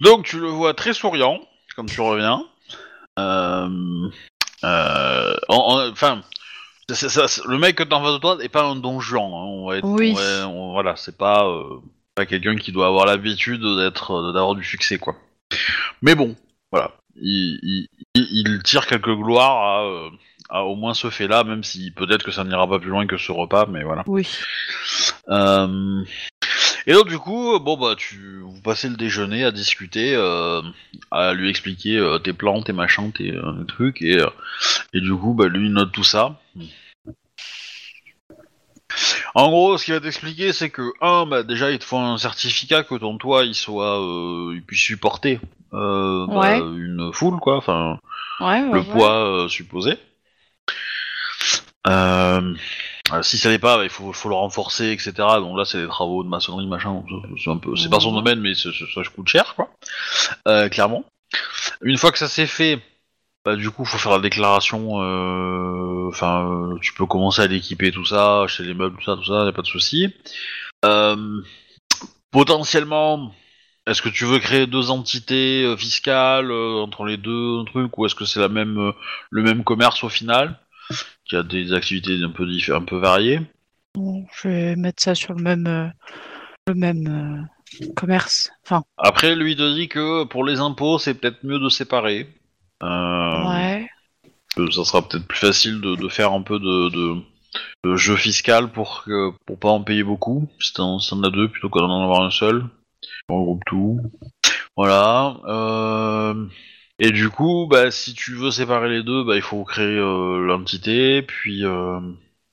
Donc, tu le vois très souriant, comme tu reviens. Euh, euh, en- en- Enfin... c'est- c'est- c'est- le mec que t'as en face de toi n'est pas un donjon. hein, on va être-
Oui.
on va- on- voilà, c'est pas, euh, pas quelqu'un qui doit avoir l'habitude d'être euh, d'avoir du succès, quoi. Mais bon, voilà. Il, il- il- il tire quelques gloires à, euh, à au moins ce fait-là, même si peut-être que ça n'ira pas plus loin que ce repas, mais voilà.
Oui.
Euh, Et donc du coup, bon bah tu vous passez le déjeuner à discuter, euh, à lui expliquer euh, tes plans, tes machins, tes euh, trucs, et, euh, et du coup bah lui il note tout ça. En gros, ce qu'il va t'expliquer, c'est que un, bah déjà il te faut un certificat que ton toit il soit, euh, il puisse supporter euh, bah,
Ouais.
une foule quoi, enfin
Ouais, ouais,
le
ouais.
poids euh, supposé. Euh, euh, si ça n'est pas, bah, il faut, faut le renforcer, etc. Donc là, c'est des travaux de maçonnerie, machin. donc c'est- C'est un peu, c'est pas son
Mhm.
domaine, mais c'est- c'est- ça coûte cher, quoi. Euh, clairement. Une fois que ça s'est fait, bah, du coup, faut faire la déclaration. euh, Enfin, euh, tu peux commencer à l'équiper, tout ça, acheter les meubles, tout ça, tout ça, y a pas de souci. Euh, potentiellement, est-ce que tu veux créer deux entités euh, fiscales euh, entre les deux trucs, ou est-ce que c'est la même, euh, le même commerce au final, qui a des activités un peu diffé- un peu variées?
Bon, je vais mettre ça sur le même, euh, le même euh, commerce. Enfin,
Après, lui il te dit que pour les impôts, c'est peut-être mieux de séparer. Euh,
ouais.
que ça sera peut-être plus facile de, de faire un peu de, de, de jeu fiscal pour que, pour pas en payer beaucoup. Si t'en si t'en as deux plutôt que d'en avoir un seul. On regroupe tout. Voilà. euh, Et du coup, bah, si tu veux séparer les deux, bah, il faut créer euh, l'entité, puis, euh,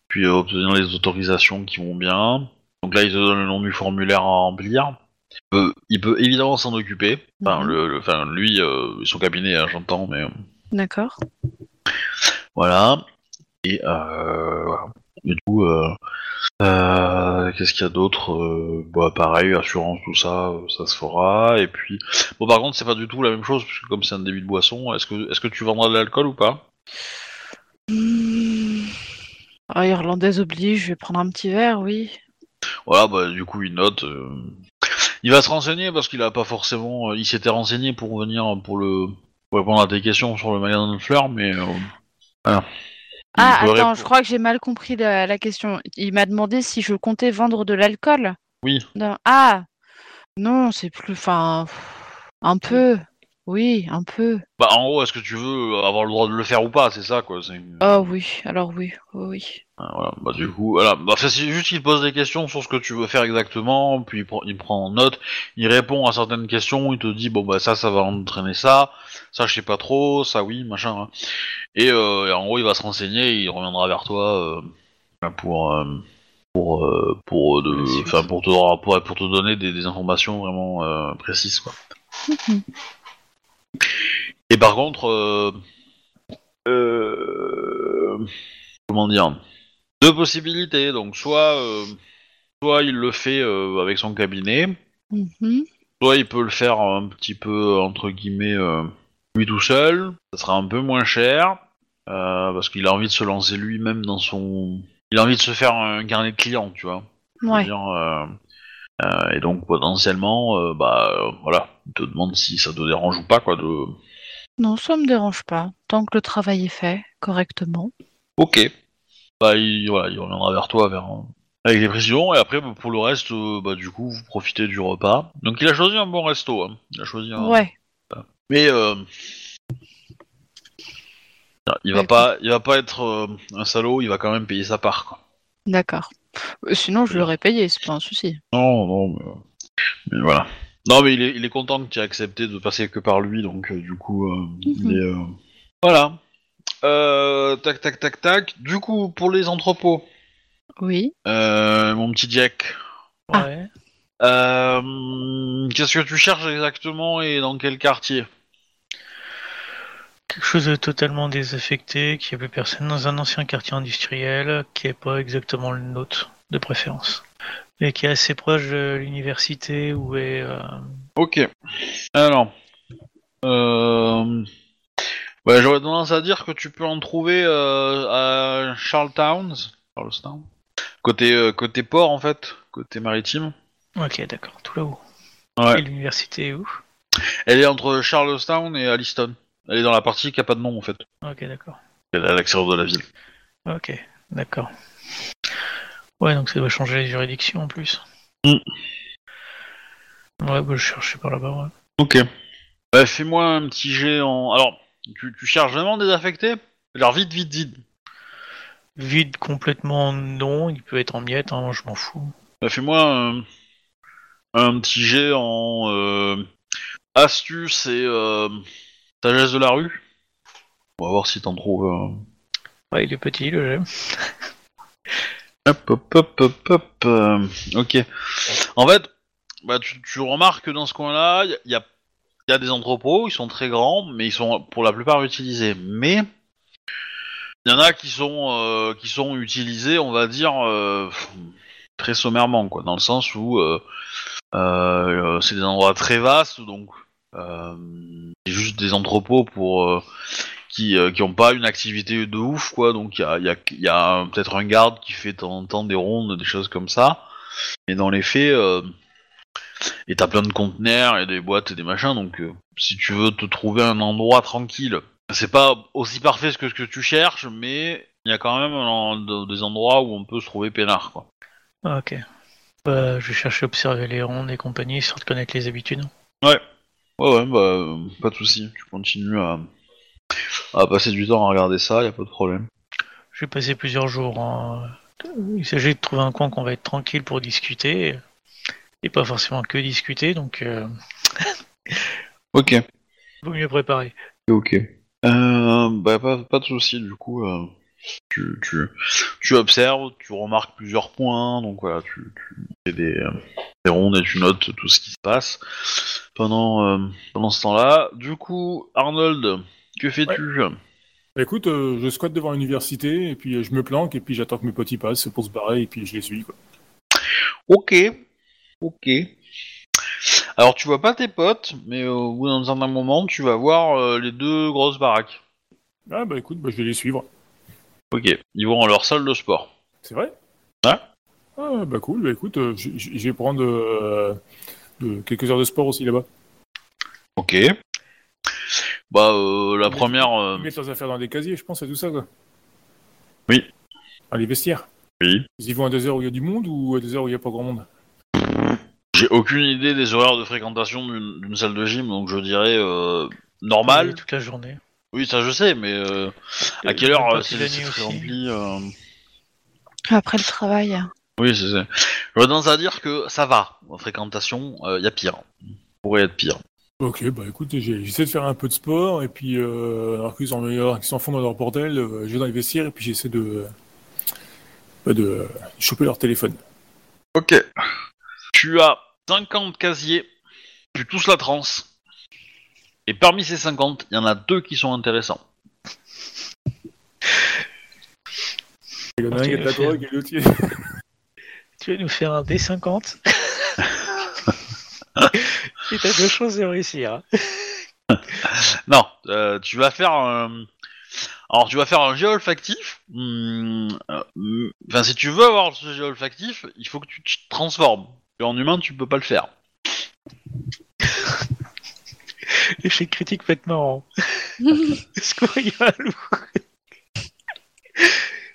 puis euh, obtenir les autorisations qui vont bien. Donc là, il te donne le nom du formulaire à remplir. Il peut, il peut évidemment s'en occuper. Enfin,
Mhm.
le, le- enfin, lui, euh, son cabinet, hein, j'entends, mais... euh,
D'accord.
voilà. Et euh, voilà. Et du coup, euh, euh, qu'est-ce qu'il y a d'autre Euh, Bah pareil, assurance, tout ça, euh, ça se fera. Et puis, bon par contre, c'est pas du tout la même chose parce que comme c'est un débit de boisson, est-ce que est-ce que tu vendras de l'alcool ou pas
Hmm. Ah, irlandaise oblige, je vais prendre un petit verre, oui.
Voilà, bah du coup, il note. euh, Il va se renseigner parce qu'il a pas forcément. euh, Il s'était renseigné pour venir pour le pour répondre à tes questions sur le magasin de fleurs, mais euh, voilà. Il
Ah,
peut
attends,
répondre.
je crois que j'ai mal compris la, la question. Il m'a demandé si je comptais vendre de l'alcool.
Oui.
Non. Ah, non, c'est plus. Enfin, un peu. Oui, un peu.
Bah, en gros, est-ce que tu veux avoir le droit de le faire ou pas C'est ça, quoi. c'est-
Ah oui, alors oui, oui, oui.
Ah, voilà. Bah, du coup, voilà. Bah, ça, c'est juste qu'il pose des questions sur ce que tu veux faire exactement, puis il prend, il prend note, il répond à certaines questions, il te dit, bon, bah, ça, ça va entraîner ça, ça, je sais pas trop, ça, oui, machin. hein. Et, euh, et en gros, il va se renseigner, et il reviendra vers toi euh, pour. euh, pour, euh, pour, de,
La suite.
enfin, pour, te, pour, pour te donner des, des informations vraiment euh, précises. Quoi.
Mhm.
Et par contre, euh, euh, comment dire Deux possibilités. Donc, soit, euh, soit il le fait euh, avec son cabinet,
Mhm.
soit il peut le faire un petit peu, entre guillemets, euh, lui tout seul. Ça sera un peu moins cher, euh, parce qu'il a envie de se lancer lui-même dans son. Il a envie de se faire un carnet de clients, tu vois. Je veux
Ouais.
dire, euh, euh, et donc, potentiellement, euh, bah, euh, voilà, il te demande si ça te dérange ou pas, quoi, de.
Non, ça me dérange pas, tant que le travail est fait correctement.
Ok. Bah, il, voilà, il reviendra vers toi vers, euh, avec les précisions. Et après, bah, pour le reste, euh, bah, du coup, vous profitez du repas. Donc, il a choisi un bon resto. hein. Il a choisi un...
Ouais.
Mais euh, il va
Ouais,
pas, il va pas être euh, un salaud. Il va quand même payer sa part. Quoi.
D'accord. Euh, Sinon, je
Bien.
l'aurais payé, c'est pas un souci.
Non, non, mais, euh, mais voilà. Non, mais il est, il est content que tu aies accepté de passer que par lui, donc euh, du coup, euh, il est, euh, voilà. Euh, tac, tac, tac, tac. Du coup, pour les entrepôts,
Oui.
euh, mon petit Jack,
Ah.
Ouais.
Euh, Qu'est-ce que tu cherches exactement et dans quel quartier
<laughs> Quelque chose de totalement désaffecté, qui n'y plus personne dans un ancien quartier industriel, qui n'est pas exactement le nôtre, de préférence. Et qui est assez proche de l'université où est. euh,
Ok. Alors, euh, ouais, j'aurais tendance à dire que tu peux en trouver euh, à Charlestown, Charlestown, côté euh, côté port en fait, côté maritime.
Ok, d'accord, tout là-haut.
Ouais.
Et l'université est où
Elle est entre Charlestown et Alliston. Elle est dans la partie qui a pas de nom en fait.
Ok, d'accord.
Elle est à l'extérieur de la ville.
Ok, d'accord. Ouais, donc ça doit changer les juridictions en plus.
Mm.
Ouais, bah, je cherchais par là-bas, ouais.
Ok. Bah, Fais-moi un petit jet en. Alors, tu, tu cherches vraiment désaffecté Alors vite, vite, vite.
Vide complètement, non, il peut être en miettes, hein, je m'en fous.
Bah, Fais-moi un, un petit jet en euh, astuce et euh, sagesse de la rue. On va voir si t'en trouves. euh.
Ouais, il est petit, le j'aime.
Hop, hop, hop, hop, hop. euh, ok. En fait, bah, tu, tu remarques que dans ce coin-là, il y, a- y a des entrepôts, ils sont très grands, mais ils sont pour la plupart utilisés. Mais il y en a qui sont, euh, qui sont utilisés, on va dire, euh, très sommairement, quoi, dans le sens où euh, euh, c'est des endroits très vastes, donc euh, c'est juste des entrepôts pour. euh, qui n'ont pas une activité de ouf quoi donc il y a, il y a- il y a un- peut-être un garde qui fait de temps en temps des rondes des choses comme ça mais dans les faits euh, et t'as plein de conteneurs et des boîtes et des machins donc euh, si tu veux te trouver un endroit tranquille c'est pas aussi parfait que ce que tu cherches mais il y a quand même un- de- des endroits où on peut se trouver peinard quoi
Ah, ok. Bah, je cherchais à observer les rondes et compagnie, histoire de connaître les habitudes.
ouais ouais bah euh, pas de souci tu continues à, à passer du temps à regarder ça y a pas de problème
J'ai passé plusieurs jours en... Il s'agit de trouver un coin qu'on va être tranquille pour discuter, et pas forcément que discuter, donc euh,
ok
vaut mieux préparer.
Ok. Euh, bah, pas, pas de souci du coup. euh, tu, tu, tu observes, tu remarques plusieurs points, donc voilà, tu, tu fais des, euh, des rondes et tu notes tout ce qui se passe pendant, euh, pendant ce temps-là. Du coup, Arnold, que fais-tu
Bah, écoute, euh, je squatte devant l'université, et puis euh, je me planque, et puis j'attends que mes potes y passent pour se barrer, et puis je les suis. Quoi.
Ok, ok. Alors tu vois pas tes potes, mais euh, au bout d'un certain moment, tu vas voir euh, les deux grosses baraques.
Ah bah écoute, bah, je vais les suivre.
Ok, ils vont à leur salle de sport.
C'est vrai
Ouais.
Ah bah cool, bah écoute, euh, je je- je vais prendre euh, de- quelques heures de sport aussi là-bas.
Ok. Bah euh, la
Mais-
première. euh,
Ils mettent leurs affaires dans des casiers, je pense, et tout ça, quoi.
Oui.
Dans les vestiaires.
Oui.
Ils y vont à des heures où il y a du monde ou à des heures où il n'y a pas grand monde
J'ai aucune idée des horaires de fréquentation d'une d'une salle de gym, donc je dirais euh, normal.
Toute la journée.
Oui, ça je sais, mais euh, à
Et
quelle heure
même
euh,
partie
c'est
de la
c'est
nuit
très
aussi.
rempli euh,
Après le travail.
Oui, c'est ça. J'aurais tendance à dire que ça va. En fréquentation, euh, il y a pire. Pourrait être pire.
Ok, bah écoute, j'ai- j'essaie de faire un peu de sport, et puis euh, alors qu'ils s'en alors qu'ils s'en font dans leur bordel, euh, je vais dans les vestiaires, et puis j'essaie de, euh, bah, de euh, choper leur téléphone.
Ok. Tu as 50 casiers, tu tous la transe. Et parmi ces 50, il y en a deux qui sont intéressants.
Il y en a un qui a de la drogue, et l'autre qui- <laughs>
Tu vas nous faire un D50 Et t'as deux choses de réussir. hein.
Non, euh, tu vas faire un... Alors, tu vas faire un jet olfactif. Hmm, euh, hmm. Enfin, si tu veux avoir ce jet olfactif, il faut que tu te transformes. Et en humain, tu peux pas le faire.
Échec critique peut être marrant. Est-ce qu'il y a un loup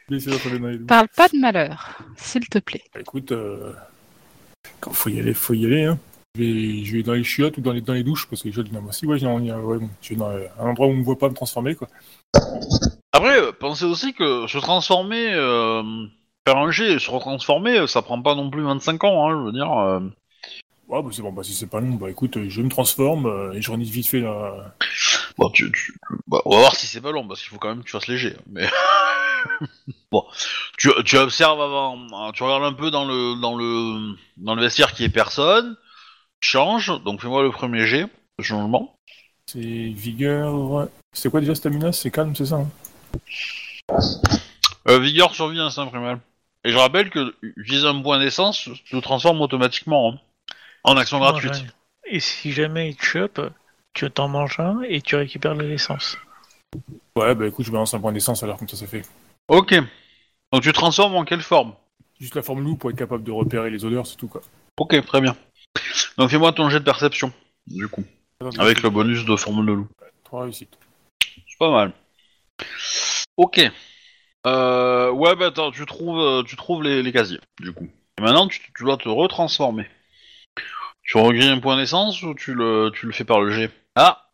Laissez leur problème dans les-
Parle pas de malheur, s'il te plaît.
Bah, écoute, euh, quand faut y aller, faut y aller. Hein. Je, vais, je vais dans les chiottes ou dans les, dans les douches, parce que les chiottes, moi aussi, ouais, je vais dans- ouais, bon, je vais dans euh, un endroit où on me voit pas me transformer, quoi.
Après, euh, pensez aussi que se transformer, euh, faire un jet et se retransformer, euh, ça prend pas non plus 25 ans, hein, je veux dire. euh.
Ouais, bah, c'est bon, bah, si c'est pas long, bah écoute, euh, je me transforme euh, et je renifle vite fait là.
Bon, tu, tu- bah, on va voir si c'est pas long, parce qu'il faut quand même que tu fasses léger. hein, Mais... <laughs> bon, tu, tu observes avant, hein, tu regardes un peu dans le, dans le, dans le vestiaire qui est personne, tu changes, donc fais-moi le premier jet, de changement.
C'est vigueur. C'est quoi déjà stamina C'est calme, c'est ça hein
Euh, vigueur, survie, instinct primal. Et je rappelle que utiliser un point d'essence, tu te transformes automatiquement hein, en action gratuite.
Mange un. Et si jamais il te chope, tu t'en manges un et tu récupères de l'essence.
Ouais, bah écoute, je balance un point d'essence alors, comme ça, ça fait.
Ok. Donc tu te transformes en quelle forme
Juste la forme loup pour être capable de repérer les odeurs, c'est tout, quoi.
Ok, très bien. Donc fais-moi ton jet de perception, du coup, Ah, avec le bonus de forme de loup.
Trois réussites.
C'est pas mal. Ok. Euh, ouais, bah attends, tu trouves, euh, tu trouves les, les casiers, du coup. Et maintenant, tu, tu dois te retransformer. Tu regrilles un point d'essence ou tu le, tu le fais par le G Ah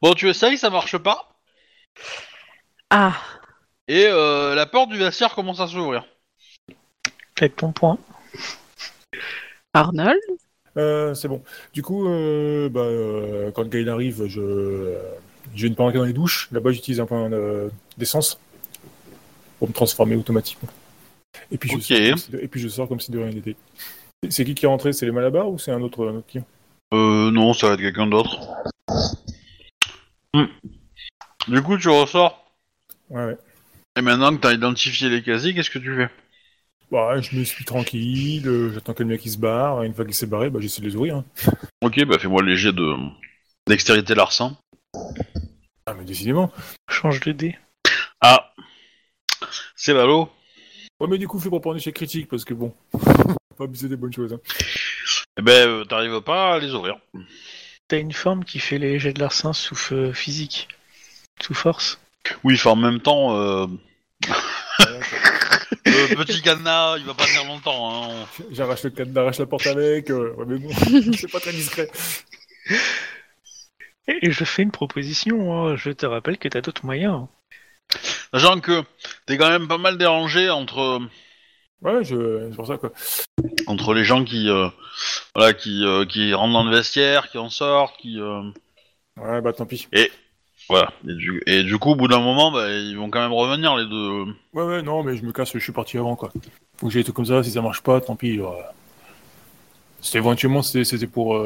Bon, tu essayes, ça marche pas.
Ah,
Et euh, la porte du vestiaire commence à s'ouvrir.
Avec ton point.
Arnold
Euh, c'est bon. Du coup, euh, bah, euh, quand Gaël arrive, je, euh, je ne pas rentrer dans les douches. Là-bas, j'utilise un point euh, d'essence pour me transformer automatiquement. Et puis, je
Ok.
sors comme si de- et puis je sors comme si de rien n'était. C'est- C'est qui qui est rentré C'est les Malabar ou c'est un autre, un autre client
Euh, non, ça va être quelqu'un d'autre. Hmm. Du coup, tu ressors.
Ouais, ouais.
Et maintenant que t'as identifié les casiers, qu'est-ce que tu fais
Bah, je me suis tranquille, euh, j'attends que le mec il se barre. Une fois qu'il s'est barré, bah, j'essaie de les ouvrir. hein.
Ok, bah fais-moi le léger de dextérité larcin.
Ah, mais décidément.
Change de dé.
Ah C'est ballot.
Ouais, mais du coup, fais pour prendre chez critique parce que bon, faut pas abuser des bonnes choses. hein.
Eh ben, euh, t'arrives pas à les ouvrir.
T'as une forme qui fait les jets de l'arsen sous feu physique. Sous force.
Oui, enfin, en même temps, <laughs> euh, le Euh, petit cadenas, il va pas tenir longtemps. Hein.
J'arrache le cadenas, j'arrache la porte avec. euh, ouais, mais bon, c'est pas très discret.
Et je fais une proposition, hein. je te rappelle que t'as d'autres moyens.
Sachant que t'es quand même pas mal dérangé entre
Ouais, je... c'est pour ça quoi.
entre les gens qui euh, voilà qui euh, qui rentrent dans le vestiaire, qui en sortent, qui euh,
Ouais, bah tant pis.
Voilà. Et du, et du coup, au bout d'un moment, bah, ils vont quand même revenir, les deux.
Ouais, ouais, non, mais je me casse, je suis parti avant quoi. Faut que j'aille tout comme ça, si ça marche pas, tant pis. euh. C'était éventuellement c'était c'était pour euh,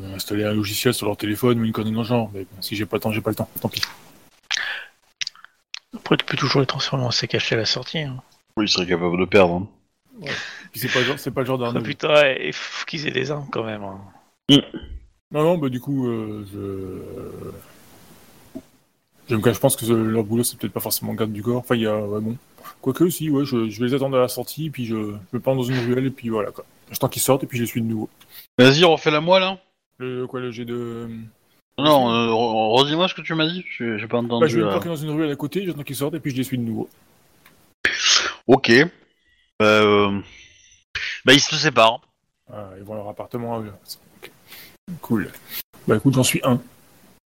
euh, installer un logiciel sur leur téléphone ou une connerie dans le genre, mais bon, si j'ai pas le temps, j'ai pas le temps, tant pis.
Après, tu peux toujours les transformer en sac à la sortie. hein.
Oui, ils seraient capables de perdre. hein.
Puis c'est pas le genre, c'est pas le genre
Ah,
d'arnaque.
putain, ouais, il faut qu'ils aient des armes quand même. hein.
Non, non, bah du coup, euh, je... Je, me cache, je pense que ce- leur boulot, c'est peut-être pas forcément garde du corps. Enfin, il y a... Ouais, bon. Quoique, si, ouais, je, je vais les attendre à la sortie, puis je, je me pends dans une ruelle, et puis voilà, quoi. J'attends qu'ils sortent, et puis je les suis de nouveau.
Vas-y, refais-la moi, là.
Le, quoi, le jet de...
Non, euh, re- redis-moi ce que tu m'as dit. J'ai j'ai pas
Bah,
entendu. euh,
je vais me
là.
planquer dans une ruelle à côté, j'attends qu'ils sortent, et puis je les suis de nouveau.
Ok. Bah, euh, bah, ils se séparent.
Ah, ils vont à leur appartement à eux. Ok. Cool. Bah écoute, j'en suis un.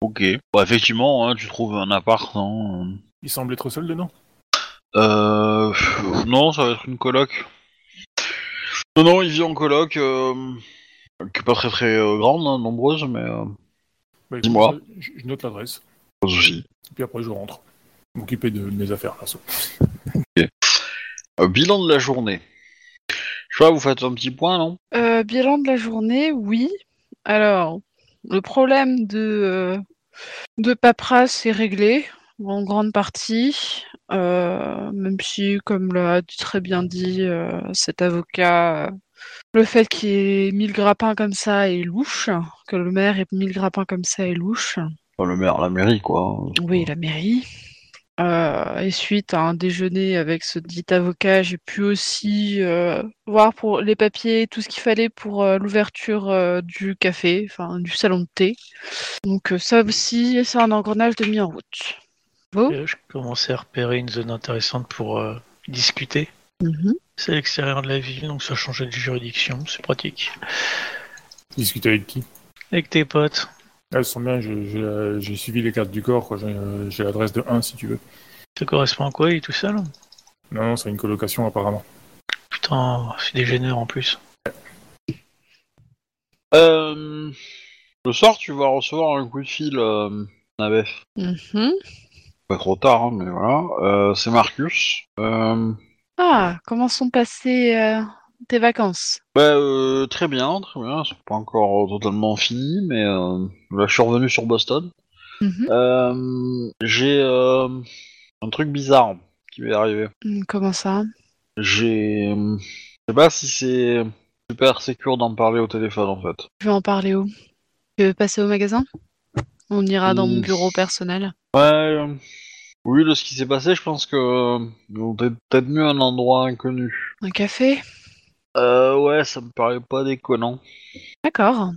Ok. Bah, effectivement, hein, tu trouves un appart. hein.
Il semble être seul dedans.
Euh, pff, non, ça va être une coloc. Non, non, il vit en coloc, euh, qui est pas très très euh, grande, hein, nombreuse, mais euh,
Bah, écoute,
Dis-moi.
Je je note l'adresse.
pas de souci.
Puis après, je rentre. M'occuper de mes affaires, perso.
Euh, bilan de la journée. Je sais pas, vous faites un petit point, non
Euh, bilan de la journée, oui. Alors, le problème de, euh, de paperasse est réglé en grande partie, Euh, même si, comme l'a très bien dit euh, cet avocat, euh, le fait qu'il y ait 1000 grappins comme ça est louche, que le maire ait 1000 grappins comme ça est louche.
Enfin, Le maire, la mairie, quoi.
Oui, la mairie. Euh, et suite à un déjeuner avec ce dit avocat, j'ai pu aussi euh, voir pour les papiers tout ce qu'il fallait pour euh, l'ouverture euh, du café, enfin du salon de thé. Donc euh, ça aussi, c'est un engrenage de mis en route. Vous
Et là, Euh, je commençais à repérer une zone intéressante pour euh, discuter. C'est à l'extérieur de la ville, donc ça changeait de juridiction, c'est pratique.
Discuter avec qui
Avec tes potes,
Elles sont bien, je- je la- j'ai suivi les cartes du corps, quoi. J'ai euh, j'ai l'adresse de 1 si tu veux.
ça correspond à quoi Il est tout seul
Non, non, c'est une colocation apparemment.
Putain, c'est dégénère en plus.
Euh, le soir, tu vas recevoir un coup de fil, euh, Nabef.
Mhm.
Pas trop tard, hein, mais voilà. Euh, c'est Marcus. Euh,
Ah, comment sont passées euh, tes vacances?
bah, euh, très bien, très bien. C'est pas encore euh, totalement fini, mais euh, là, je suis revenu sur Boston.
Mhm.
Euh, j'ai euh, un truc bizarre qui m'est arrivé.
Hum, Comment ça?
J'ai. euh, Je sais pas si c'est super sécure d'en parler au téléphone en fait.
Je vais en parler où? Tu veux passer au magasin? On ira dans mon
Mm.
bureau personnel.
Ouais. euh, Oui, de ce qui s'est passé, je pense que euh, on est peut-être mieux à un endroit inconnu.
Un café?
Euh, ouais, ça me paraît pas déconnant.
D'accord.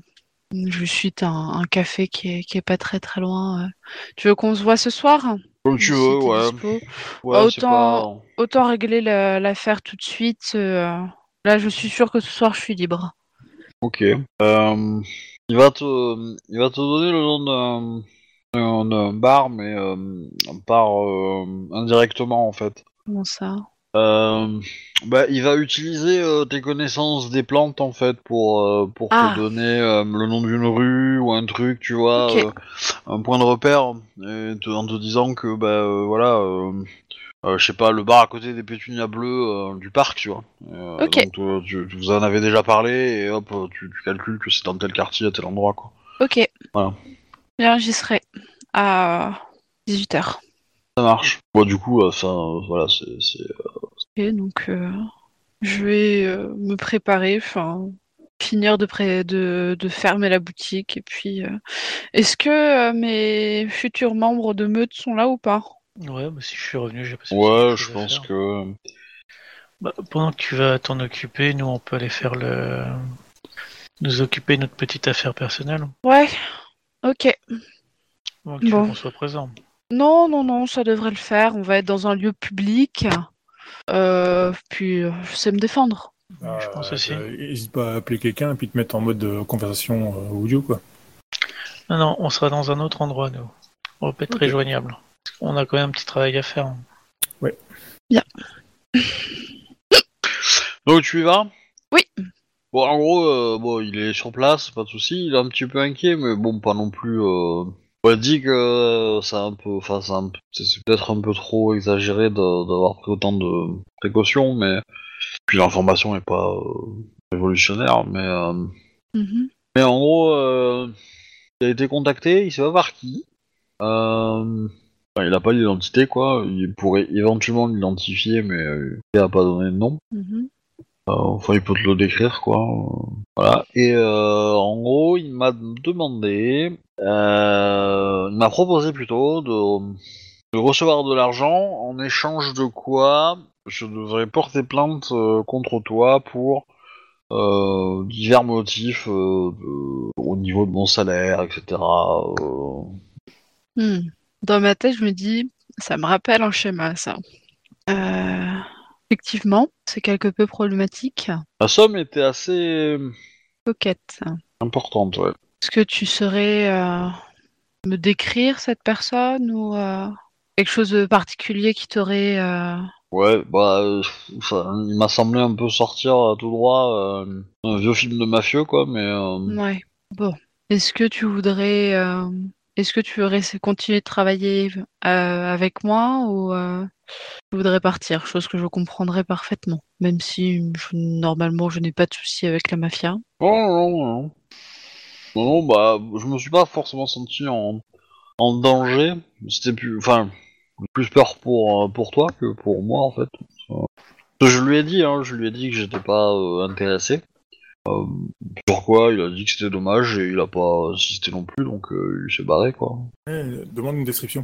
Je suis un, un café qui est, qui est pas très très loin. euh. Tu veux qu'on se voit ce soir?
Comme tu
Si
veux,
t'es
ouais.
dispo.
Ouais, c'est
Autant-
pas-
Autant régler la- l'affaire tout de suite. euh. Là, je suis sûre que ce soir, je suis libre.
Ok. Euh, il va te, il va te donner le nom d'un, d'un- d'un bar, mais euh, par euh, indirectement en fait.
Comment ça?
Euh, bah, il va utiliser euh, tes connaissances des plantes en fait pour euh, pour
Ah.
te donner euh, le nom d'une rue ou un truc, tu vois,
Ok.
euh, un point de repère, et te- en te disant que bah euh, voilà. euh, euh, je sais pas, le bar à côté des pétunias bleues euh, du parc, tu vois. Euh,
Ok.
Donc, euh, tu, tu- vous en avez déjà parlé, et hop, euh, tu, tu calcules que c'est dans tel quartier, à tel endroit, quoi.
Ok.
Voilà.
Bien, j'y serai à 18h.
Ça marche. Bon, du coup, euh, ça, euh, voilà, c'est... c'est-
Ok, donc euh, je vais euh, me préparer, enfin finir de, pré- de, de fermer la boutique. Et puis, euh, est-ce que euh, mes futurs membres de Meute sont là ou pas?
Ouais, bah si je suis revenu, j'ai passé
Ouais,
quelque
je
chose à
pense
faire.
que...
Bah, pendant que tu vas t'en occuper, nous on peut aller faire le. nous occuper de notre petite affaire personnelle.
Ouais, ok.
Pendant que tu veux
Bon.
qu'on soit présent.
Non, non, non, ça devrait le faire. On va être dans un lieu public. Euh, puis, euh, je sais me défendre.
Ah,
je pense aussi.
bah N'hésite Euh, pas à appeler quelqu'un et puis te mettre en mode euh, conversation euh, audio, quoi.
Non, non, on sera dans un autre endroit, nous. On va pas être
Ok.
très joignable. On a quand même un petit travail à faire. hein.
Donc, tu y vas
Oui.
Bon, en gros, euh, bon, il est sur place, pas de souci. il est un petit peu inquiet, mais bon, pas non plus... Euh... On dit que euh, c'est un peu... Enfin, c'est un peu- c'est- c'est peut-être un peu trop exagéré de- d'avoir pris autant de précautions, mais... Puis l'information est pas euh, révolutionnaire, mais... euh,
Mhm.
Mais en gros, euh, il a été contacté, il sait pas par qui. Euh, enfin, il a pas d'identité, quoi. Il pourrait éventuellement l'identifier, mais euh, il a pas donné de nom.
mhm.
Euh, enfin, il peut te le décrire, quoi. Euh, voilà. Et euh, en gros, il m'a demandé... euh, il m'a proposé plutôt de, de recevoir de l'argent en échange de quoi je devrais porter plainte euh, contre toi pour euh, divers motifs euh, de- au niveau de mon salaire, etc. euh.
Hmm. Dans ma tête, je me dis, ça me rappelle un schéma, ça. Euh, effectivement, c'est quelque peu problématique.
La somme était assez
coquette.
Importante, ouais.
Est-ce que tu saurais euh, me décrire cette personne ou euh, quelque chose de particulier qui t'aurait... euh,
Ouais, bah, euh, ça- il m'a semblé un peu sortir euh, tout droit euh, un vieux film de mafieux, quoi, mais euh,
Ouais. Bon. Est-ce que tu voudrais... euh, Est-ce que tu voudrais continuer de travailler euh, avec moi ou euh, tu voudrais partir? Chose que je comprendrais parfaitement. Même si hum, je- normalement je n'ai pas de soucis avec la mafia.
non, Oh, non, non, non. Non, non, bah, je me suis pas forcément senti en, en danger. C'était plus, enfin, plus peur pour euh, pour toi que pour moi, en fait. Euh, Je lui ai dit, hein, je lui ai dit que j'étais pas euh, intéressé. Euh, sur quoi, il a dit que c'était dommage et il a pas insisté non plus, donc euh, il s'est barré, quoi.
Euh, demande une description.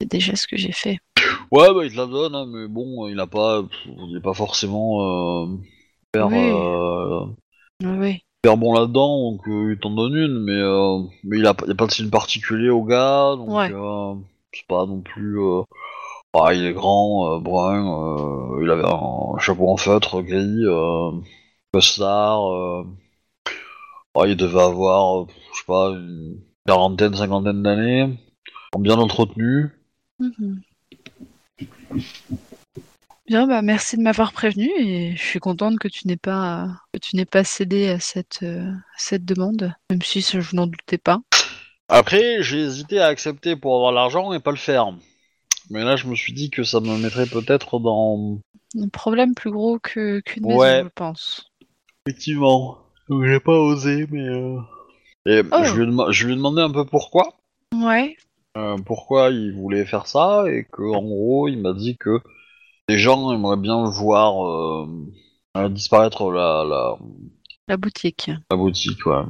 C'est déjà ce que j'ai fait.
Ouais, bah, il te la donne, hein, mais bon, il a pas, pff, il est pas forcément euh, hyper,
Oui.
euh,
Oui.
hyper bon là-dedans, donc euh, il t'en donne une, mais, euh, mais il, a, pas- il a pas de signe particulier au gars, donc
Ouais.
euh, c'est pas non plus. euh, bah, il est grand, euh, brun, euh, il avait un chapeau en feutre gris, euh, costard. euh, bah, il devait avoir, euh, je sais pas, une quarantaine, cinquantaine d'années, bien entretenu.
Mhm. Bien, bah merci de m'avoir prévenu et je suis contente que tu n'aies pas que tu n'aies pas cédé à cette euh, à cette demande, même si ça, je n'en doutais pas.
Après, j'ai hésité à accepter pour avoir l'argent et pas le faire. Mais là, je me suis dit que ça me mettrait peut-être dans.
Un problème plus gros que qu'une
Ouais.
maison, je pense.
Effectivement. Donc, j'ai pas osé, mais. euh, Et
Oh.
je, lui ai dema- je lui ai demandé un peu pourquoi.
Ouais.
euh, pourquoi il voulait faire ça, et que, en gros, il m'a dit que les gens aimeraient bien voir euh, euh, disparaître la, la,
La boutique.
la boutique, ouais.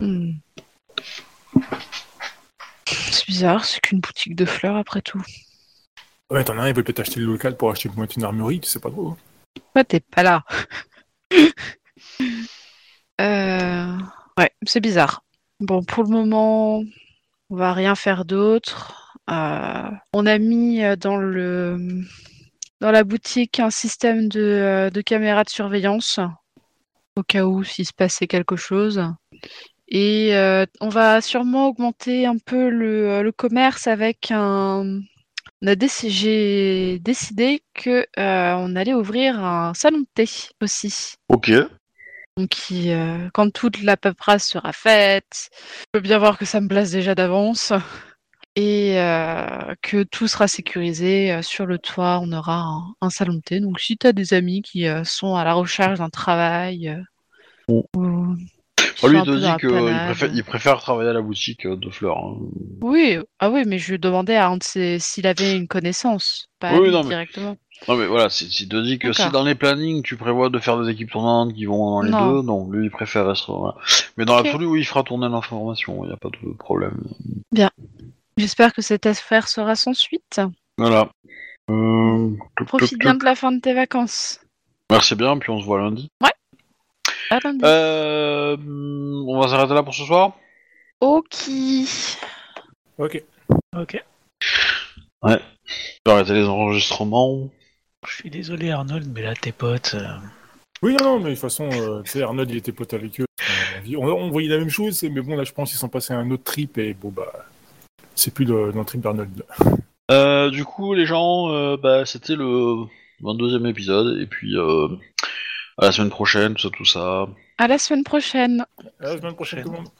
Hmm. C'est bizarre, c'est qu'une boutique de fleurs après tout.
Ouais, Oh, t'en as un, il peut peut-être acheter le local pour acheter pour mettre une armurerie, tu sais pas trop. hein.
Pourquoi t'es pas là <laughs> Euh, Ouais, c'est bizarre. Bon, pour le moment, on va rien faire d'autre. Euh, on a mis euh, dans le dans la boutique un système de, euh, de caméras de surveillance au cas où s'il se passait quelque chose. Et euh, on va sûrement augmenter un peu le, le commerce avec un. On a déc- J'ai décidé que euh, on allait ouvrir un salon de thé aussi.
Ok.
Donc, qui, euh, quand toute la paperasse sera faite, je peux bien voir que ça me place déjà d'avance <laughs> et euh, que tout sera sécurisé. Euh, Sur le toit, on aura un, un salon de thé. Donc, si tu as des amis qui euh, sont à la recherche d'un travail, euh,
Bon.
ou qui
Oh. Ah, lui, il
sont un peu
te
dans
dit
la
qu'il
panade.
préfère, il préfère travailler à la boutique euh, de fleurs. hein.
Oui, ah oui, mais je demandais à un de ses- s'il avait une connaissance, pas à
Oui,
lui
non, mais-
directement.
Non mais voilà, si si te dit que si
D'accord.
dans les plannings tu prévois de faire des équipes tournantes qui vont dans les
Non.
deux, donc lui il préfère rester. voilà. Mais dans
Ok.
l'absolu, oui, il fera tourner l'information, il n'y a pas de problème.
J'espère que cette affaire sera sans suite.
Voilà. Euh... toc,
Profite
toc,
bien
toc.
de la fin de tes vacances.
Merci bien, puis on se voit lundi.
À lundi.
Euh... On va s'arrêter là pour ce soir
Ok.
Ok.
Ok.
Ouais. On va arrêter les enregistrements.
Je suis désolé Arnold, mais là tes potes. euh,
Oui, non, non, mais de toute façon, euh, tu sais, Arnold, il était pote avec eux. Euh, On, on voyait la même chose, c'est- mais bon, là, je pense qu'ils sont passés à un autre trip, et bon, bah, c'est plus le, dans le trip d'Arnold.
Euh, du coup, les gens, euh, bah, c'était le 22e épisode, et puis euh, à la semaine prochaine, tout ça, tout ça.
À la semaine prochaine.
À la Euh, semaine prochaine, tout le monde.